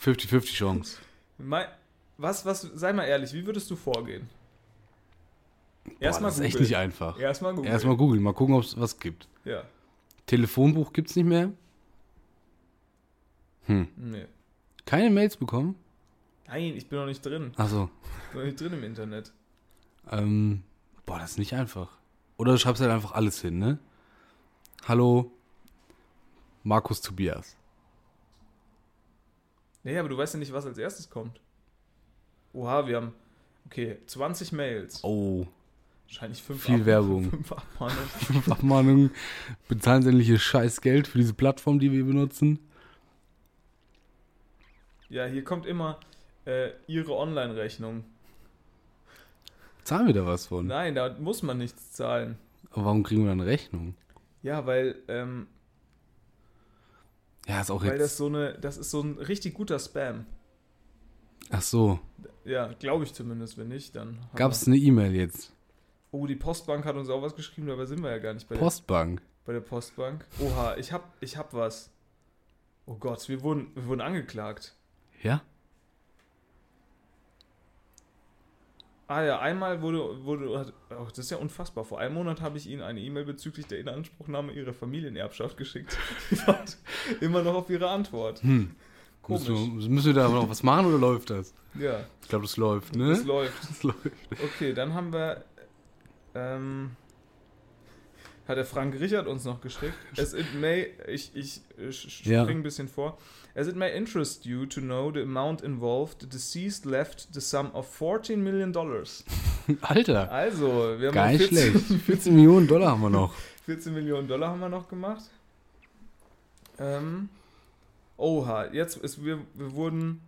Speaker 5: 50-50 Chance.
Speaker 3: Mei- was, was, sei mal ehrlich, wie würdest du vorgehen?
Speaker 5: Boah,
Speaker 3: Erstmal
Speaker 5: das ist echt
Speaker 3: googeln.
Speaker 5: nicht einfach.
Speaker 3: Erstmal googeln.
Speaker 5: Erstmal googeln, mal gucken, ob es was gibt.
Speaker 3: Ja,
Speaker 5: Telefonbuch gibt's nicht mehr.
Speaker 3: nee.
Speaker 5: Keine Mails bekommen.
Speaker 3: Nein, ich bin noch nicht drin.
Speaker 5: Achso.
Speaker 3: Ich bin noch nicht drin im Internet.
Speaker 5: Ähm, boah, das ist nicht einfach. Oder du schreibst halt einfach alles hin, ne? Hallo, Markus Tobias.
Speaker 3: Naja, aber du weißt ja nicht, was als erstes kommt. Oha, wir haben, okay, 20 Mails.
Speaker 5: Oh, [laughs]
Speaker 3: Wahrscheinlich fünf
Speaker 5: Viel
Speaker 3: Ab-
Speaker 5: Werbung.
Speaker 3: [laughs] Fünf Abmahnungen.
Speaker 5: fünf Abmahnungen. Bezahlen sie endlich ihr scheiß Geld für diese Plattform, die wir benutzen.
Speaker 3: ja, hier kommt immer äh, Ihre Online-Rechnung.
Speaker 5: Zahlen wir da was von?
Speaker 3: Nein, da muss man nichts zahlen.
Speaker 5: Aber warum kriegen wir dann Rechnung?
Speaker 3: Ja, weil, ähm,
Speaker 5: Ja, ist auch
Speaker 3: weil das
Speaker 5: jetzt.
Speaker 3: so eine, das ist so ein richtig guter Spam.
Speaker 5: Ach so,
Speaker 3: Ja, glaube ich zumindest, wenn nicht, dann. haben
Speaker 5: gab's eine E-Mail jetzt?
Speaker 3: wir- Oh, die Postbank hat uns auch was geschrieben, dabei sind wir ja gar nicht bei,
Speaker 5: Postbank.
Speaker 3: der, bei der Postbank. Oha, ich hab, ich hab was. Oh Gott, wir wurden, wir wurden angeklagt.
Speaker 5: Ja?
Speaker 3: Ah ja, einmal wurde, wurde hat- oh, das ist ja unfassbar. Vor einem Monat habe ich Ihnen eine E-Mail bezüglich der Inanspruchnahme Ihrer Familienerbschaft geschickt. [laughs] Ich warte immer noch auf Ihre Antwort.
Speaker 5: Hm.
Speaker 3: Komisch.
Speaker 5: Müssen wir, müssen wir da aber noch was machen oder läuft das?
Speaker 3: Ja,
Speaker 5: Ich glaube, das läuft,
Speaker 3: es
Speaker 5: ne?
Speaker 3: läuft.
Speaker 5: Das läuft.
Speaker 3: Okay, dann haben wir ähm, hat der Frank Richard uns noch geschickt. As it may, ich, ich, ich spring
Speaker 5: Ja.
Speaker 3: ein bisschen vor. As it may interest you to know the amount involved, the deceased left the sum of 14 million dollars.
Speaker 5: Alter,
Speaker 3: Also, wir haben
Speaker 5: gar
Speaker 3: noch
Speaker 5: nicht
Speaker 3: 14,
Speaker 5: schlecht. 14 Millionen Dollar haben wir noch.
Speaker 3: 14 Millionen Dollar haben wir noch gemacht. Ähm, oha, jetzt ist wir, wir wurden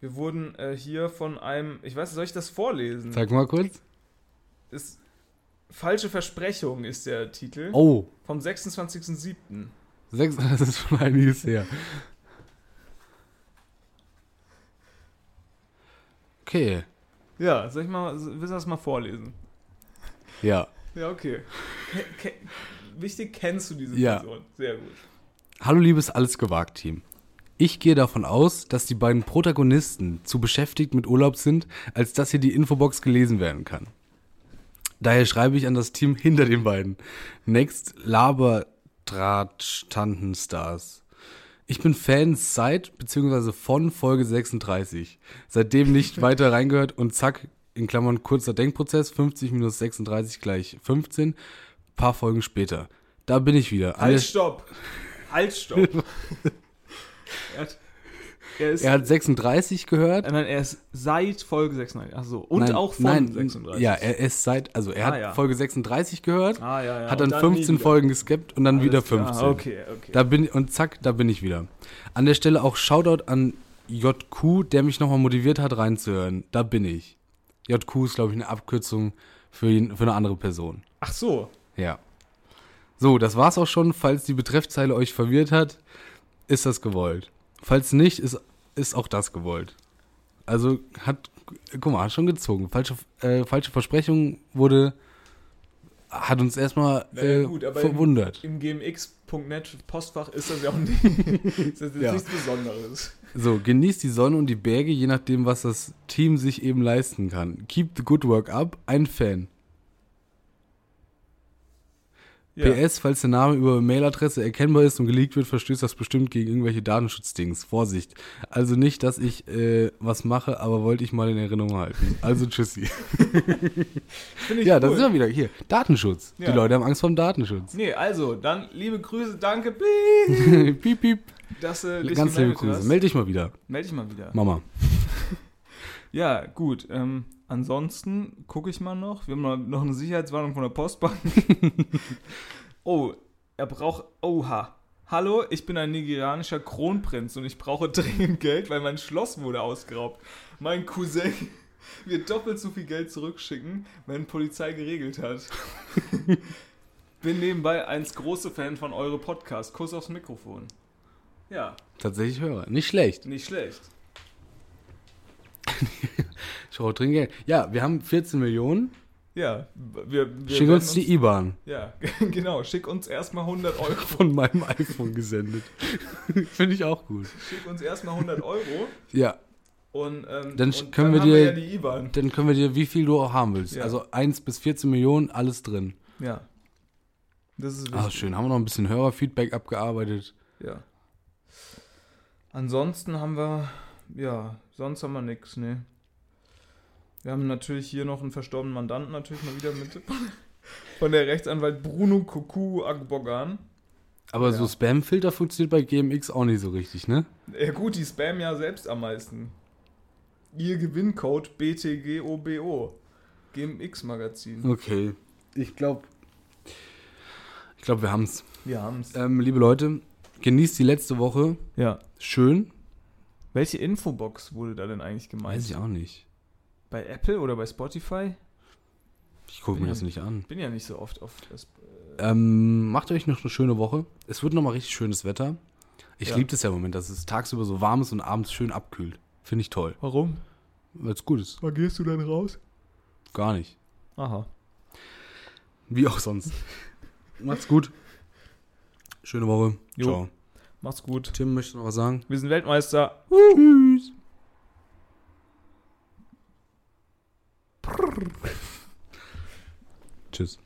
Speaker 3: wir wurden äh, hier von einem, ich weiß, soll ich das vorlesen?
Speaker 5: Sag mal kurz.
Speaker 3: Ist, falsche Versprechung ist der Titel
Speaker 5: Oh,
Speaker 3: vom 26.07.
Speaker 5: sechs, [laughs] das ist schon einiges her. Okay,
Speaker 3: Ja, soll ich mal, willst du das mal vorlesen?
Speaker 5: ja.
Speaker 3: Ja, okay. Ke ke wichtig, kennst du diese
Speaker 5: Ja.
Speaker 3: Person? Sehr gut.
Speaker 5: Hallo liebes Alles gewagt Team. Ich gehe davon aus, dass die beiden Protagonisten zu beschäftigt mit Urlaub sind, als dass hier die Infobox gelesen werden kann. Daher schreibe ich an das Team hinter den beiden. Next Laberdratsch Tantenstars. Ich bin Fan seit bzw. von Folge 36. Seitdem nicht weiter reingehört und zack, in Klammern kurzer Denkprozess, 50 minus 36 gleich 15, paar Folgen später. Da bin ich wieder. An der
Speaker 3: Halt, stopp! Halt,
Speaker 5: [laughs]
Speaker 3: stopp! er, hat, er ist
Speaker 5: Er hat 36 gehört.
Speaker 3: Ich meine, er ist seit Folge 36. Ach so. Äh, Und
Speaker 5: Nein,
Speaker 3: auch von
Speaker 5: nein,
Speaker 3: 36.
Speaker 5: Ja, er ist seit, also er
Speaker 3: Ah,
Speaker 5: hat
Speaker 3: ja.
Speaker 5: Folge 36 gehört,
Speaker 3: ah, ja, ja.
Speaker 5: hat dann,
Speaker 3: Und
Speaker 5: 15
Speaker 3: nie wieder.
Speaker 5: Folgen geskippt und dann wieder
Speaker 3: Alles klar.
Speaker 5: 15.
Speaker 3: okay, okay.
Speaker 5: Da bin und zack, da bin ich wieder. An der Stelle auch Shoutout an JQ, der mich nochmal motiviert hat reinzuhören. Da bin ich. JQ ist glaube ich eine Abkürzung für, ihn, für eine andere Person.
Speaker 3: Ach so.
Speaker 5: Ja. So, das war's auch schon. Falls die Betreffzeile euch verwirrt hat, ist das gewollt. Falls nicht, ist, ist auch das gewollt. Also hat, guck mal, hat schon gezogen. Falsche, äh, falsche Versprechung wurde, hat uns erstmal
Speaker 3: Na ja,
Speaker 5: äh,
Speaker 3: gut, aber-
Speaker 5: verwundert.
Speaker 3: Im gmx.net Postfach ist das ja auch
Speaker 5: [laughs]
Speaker 3: nicht, ist das jetzt
Speaker 5: Ja.
Speaker 3: nichts Besonderes.
Speaker 5: So, genießt die Sonne und die Berge, je nachdem, was das Team sich eben leisten kann. Keep the good work up, ein Fan.
Speaker 3: Ja.
Speaker 5: PS, falls der Name über Mailadresse erkennbar ist und geleakt wird, verstößt das bestimmt gegen irgendwelche Datenschutzdings. Vorsicht. Also nicht, dass ich äh, was mache, aber wollte ich mal in Erinnerung halten. Also tschüssi.
Speaker 3: Finde [laughs] ich
Speaker 5: ja,
Speaker 3: cool.
Speaker 5: das ist ja wieder hier. Datenschutz.
Speaker 3: Ja.
Speaker 5: Die Leute haben Angst vor dem Datenschutz.
Speaker 3: Nee, also, dann liebe Grüße, danke, blieb,
Speaker 5: [laughs] piep, piep.
Speaker 3: dass du dich
Speaker 5: Ganz liebe
Speaker 3: Hm. gemeldet
Speaker 5: Grüße.
Speaker 3: hast.
Speaker 5: Meld dich mal wieder.
Speaker 3: Meld dich mal wieder.
Speaker 5: Mama.
Speaker 3: Ja, gut. Ähm, ansonsten gucke ich mal noch. Wir haben noch- noch eine Sicherheitswarnung von der
Speaker 5: [laughs]
Speaker 3: Postbank. oh, er braucht. Oha. Hallo, ich bin ein nigerianischer Kronprinz und ich brauche dringend Geld, weil mein Schloss wurde ausgeraubt. Mein Cousin wird doppelt so viel Geld zurückschicken, wenn Polizei geregelt hat.
Speaker 5: [laughs]
Speaker 3: bin nebenbei eins große Fan von eure Podcast. Kuss aufs Mikrofon. Ja,
Speaker 5: Tatsächlich Hörer. Nicht schlecht.
Speaker 3: nicht schlecht.
Speaker 5: Ich brauche dringend Geld. Ja, wir haben 14 Millionen.
Speaker 3: Ja, wir, wir
Speaker 5: Schick
Speaker 3: werden
Speaker 5: uns die IBAN.
Speaker 3: Ja, [laughs] genau. Schick uns erstmal 100 Euro.
Speaker 5: [laughs] Von meinem iPhone gesendet.
Speaker 3: [laughs]
Speaker 5: Finde ich auch gut.
Speaker 3: Schick uns erstmal 100 Euro.
Speaker 5: Ja,
Speaker 3: Und, ähm,
Speaker 5: Dann
Speaker 3: und
Speaker 5: können wir
Speaker 3: haben
Speaker 5: dir-
Speaker 3: ja die IBAN.
Speaker 5: Dann können wir dir, wie viel du auch haben willst.
Speaker 3: Ja.
Speaker 5: Also 1 bis 14 Millionen, alles drin.
Speaker 3: Ja. Das ist
Speaker 5: Ah,
Speaker 3: wichtig.
Speaker 5: schön. Haben wir noch ein bisschen Hörerfeedback abgearbeitet.
Speaker 3: ja. Ansonsten haben wir. Ja, sonst haben wir nichts, ne. Wir haben natürlich hier noch einen verstorbenen Mandanten natürlich mal wieder mit. [laughs] Von der Rechtsanwalt Bruno Kuku Agbogan.
Speaker 5: Aber so Spam-Filter funktioniert bei GMX auch nicht so richtig, ne?
Speaker 3: Ja gut, die spammen ja selbst am meisten. Ihr Gewinncode BTGOBO. GMX Magazin.
Speaker 5: Okay. Ich glaube. Ich glaube, wir haben's.
Speaker 3: Wir haben's.
Speaker 5: Ähm, liebe Leute, genießt die letzte Woche.
Speaker 3: Ja.
Speaker 5: Schön.
Speaker 3: Welche Infobox wurde da denn eigentlich
Speaker 5: Weiß
Speaker 3: gemeint?
Speaker 5: ich auch nicht.
Speaker 3: Bei Apple oder bei Spotify?
Speaker 5: Ich gucke mir
Speaker 3: Ja.
Speaker 5: das nicht an.
Speaker 3: Bin ja nicht so oft auf das.
Speaker 5: Ähm, macht euch noch eine schöne Woche. Es wird nochmal richtig schönes Wetter. Ich
Speaker 3: Ja.
Speaker 5: liebe das ja im Moment, dass es tagsüber so warm ist und abends schön abkühlt. Finde ich toll.
Speaker 3: Warum?
Speaker 5: Weil's gut ist.
Speaker 3: Wann gehst du dann raus?
Speaker 5: Gar nicht.
Speaker 3: Aha.
Speaker 5: Wie auch sonst. Macht's gut. Schöne Woche.
Speaker 3: Jo.
Speaker 5: Ciao.
Speaker 3: Macht's gut.
Speaker 5: Tim möchte noch was sagen.
Speaker 3: Wir sind Weltmeister.
Speaker 5: Tschüss. Tschüss.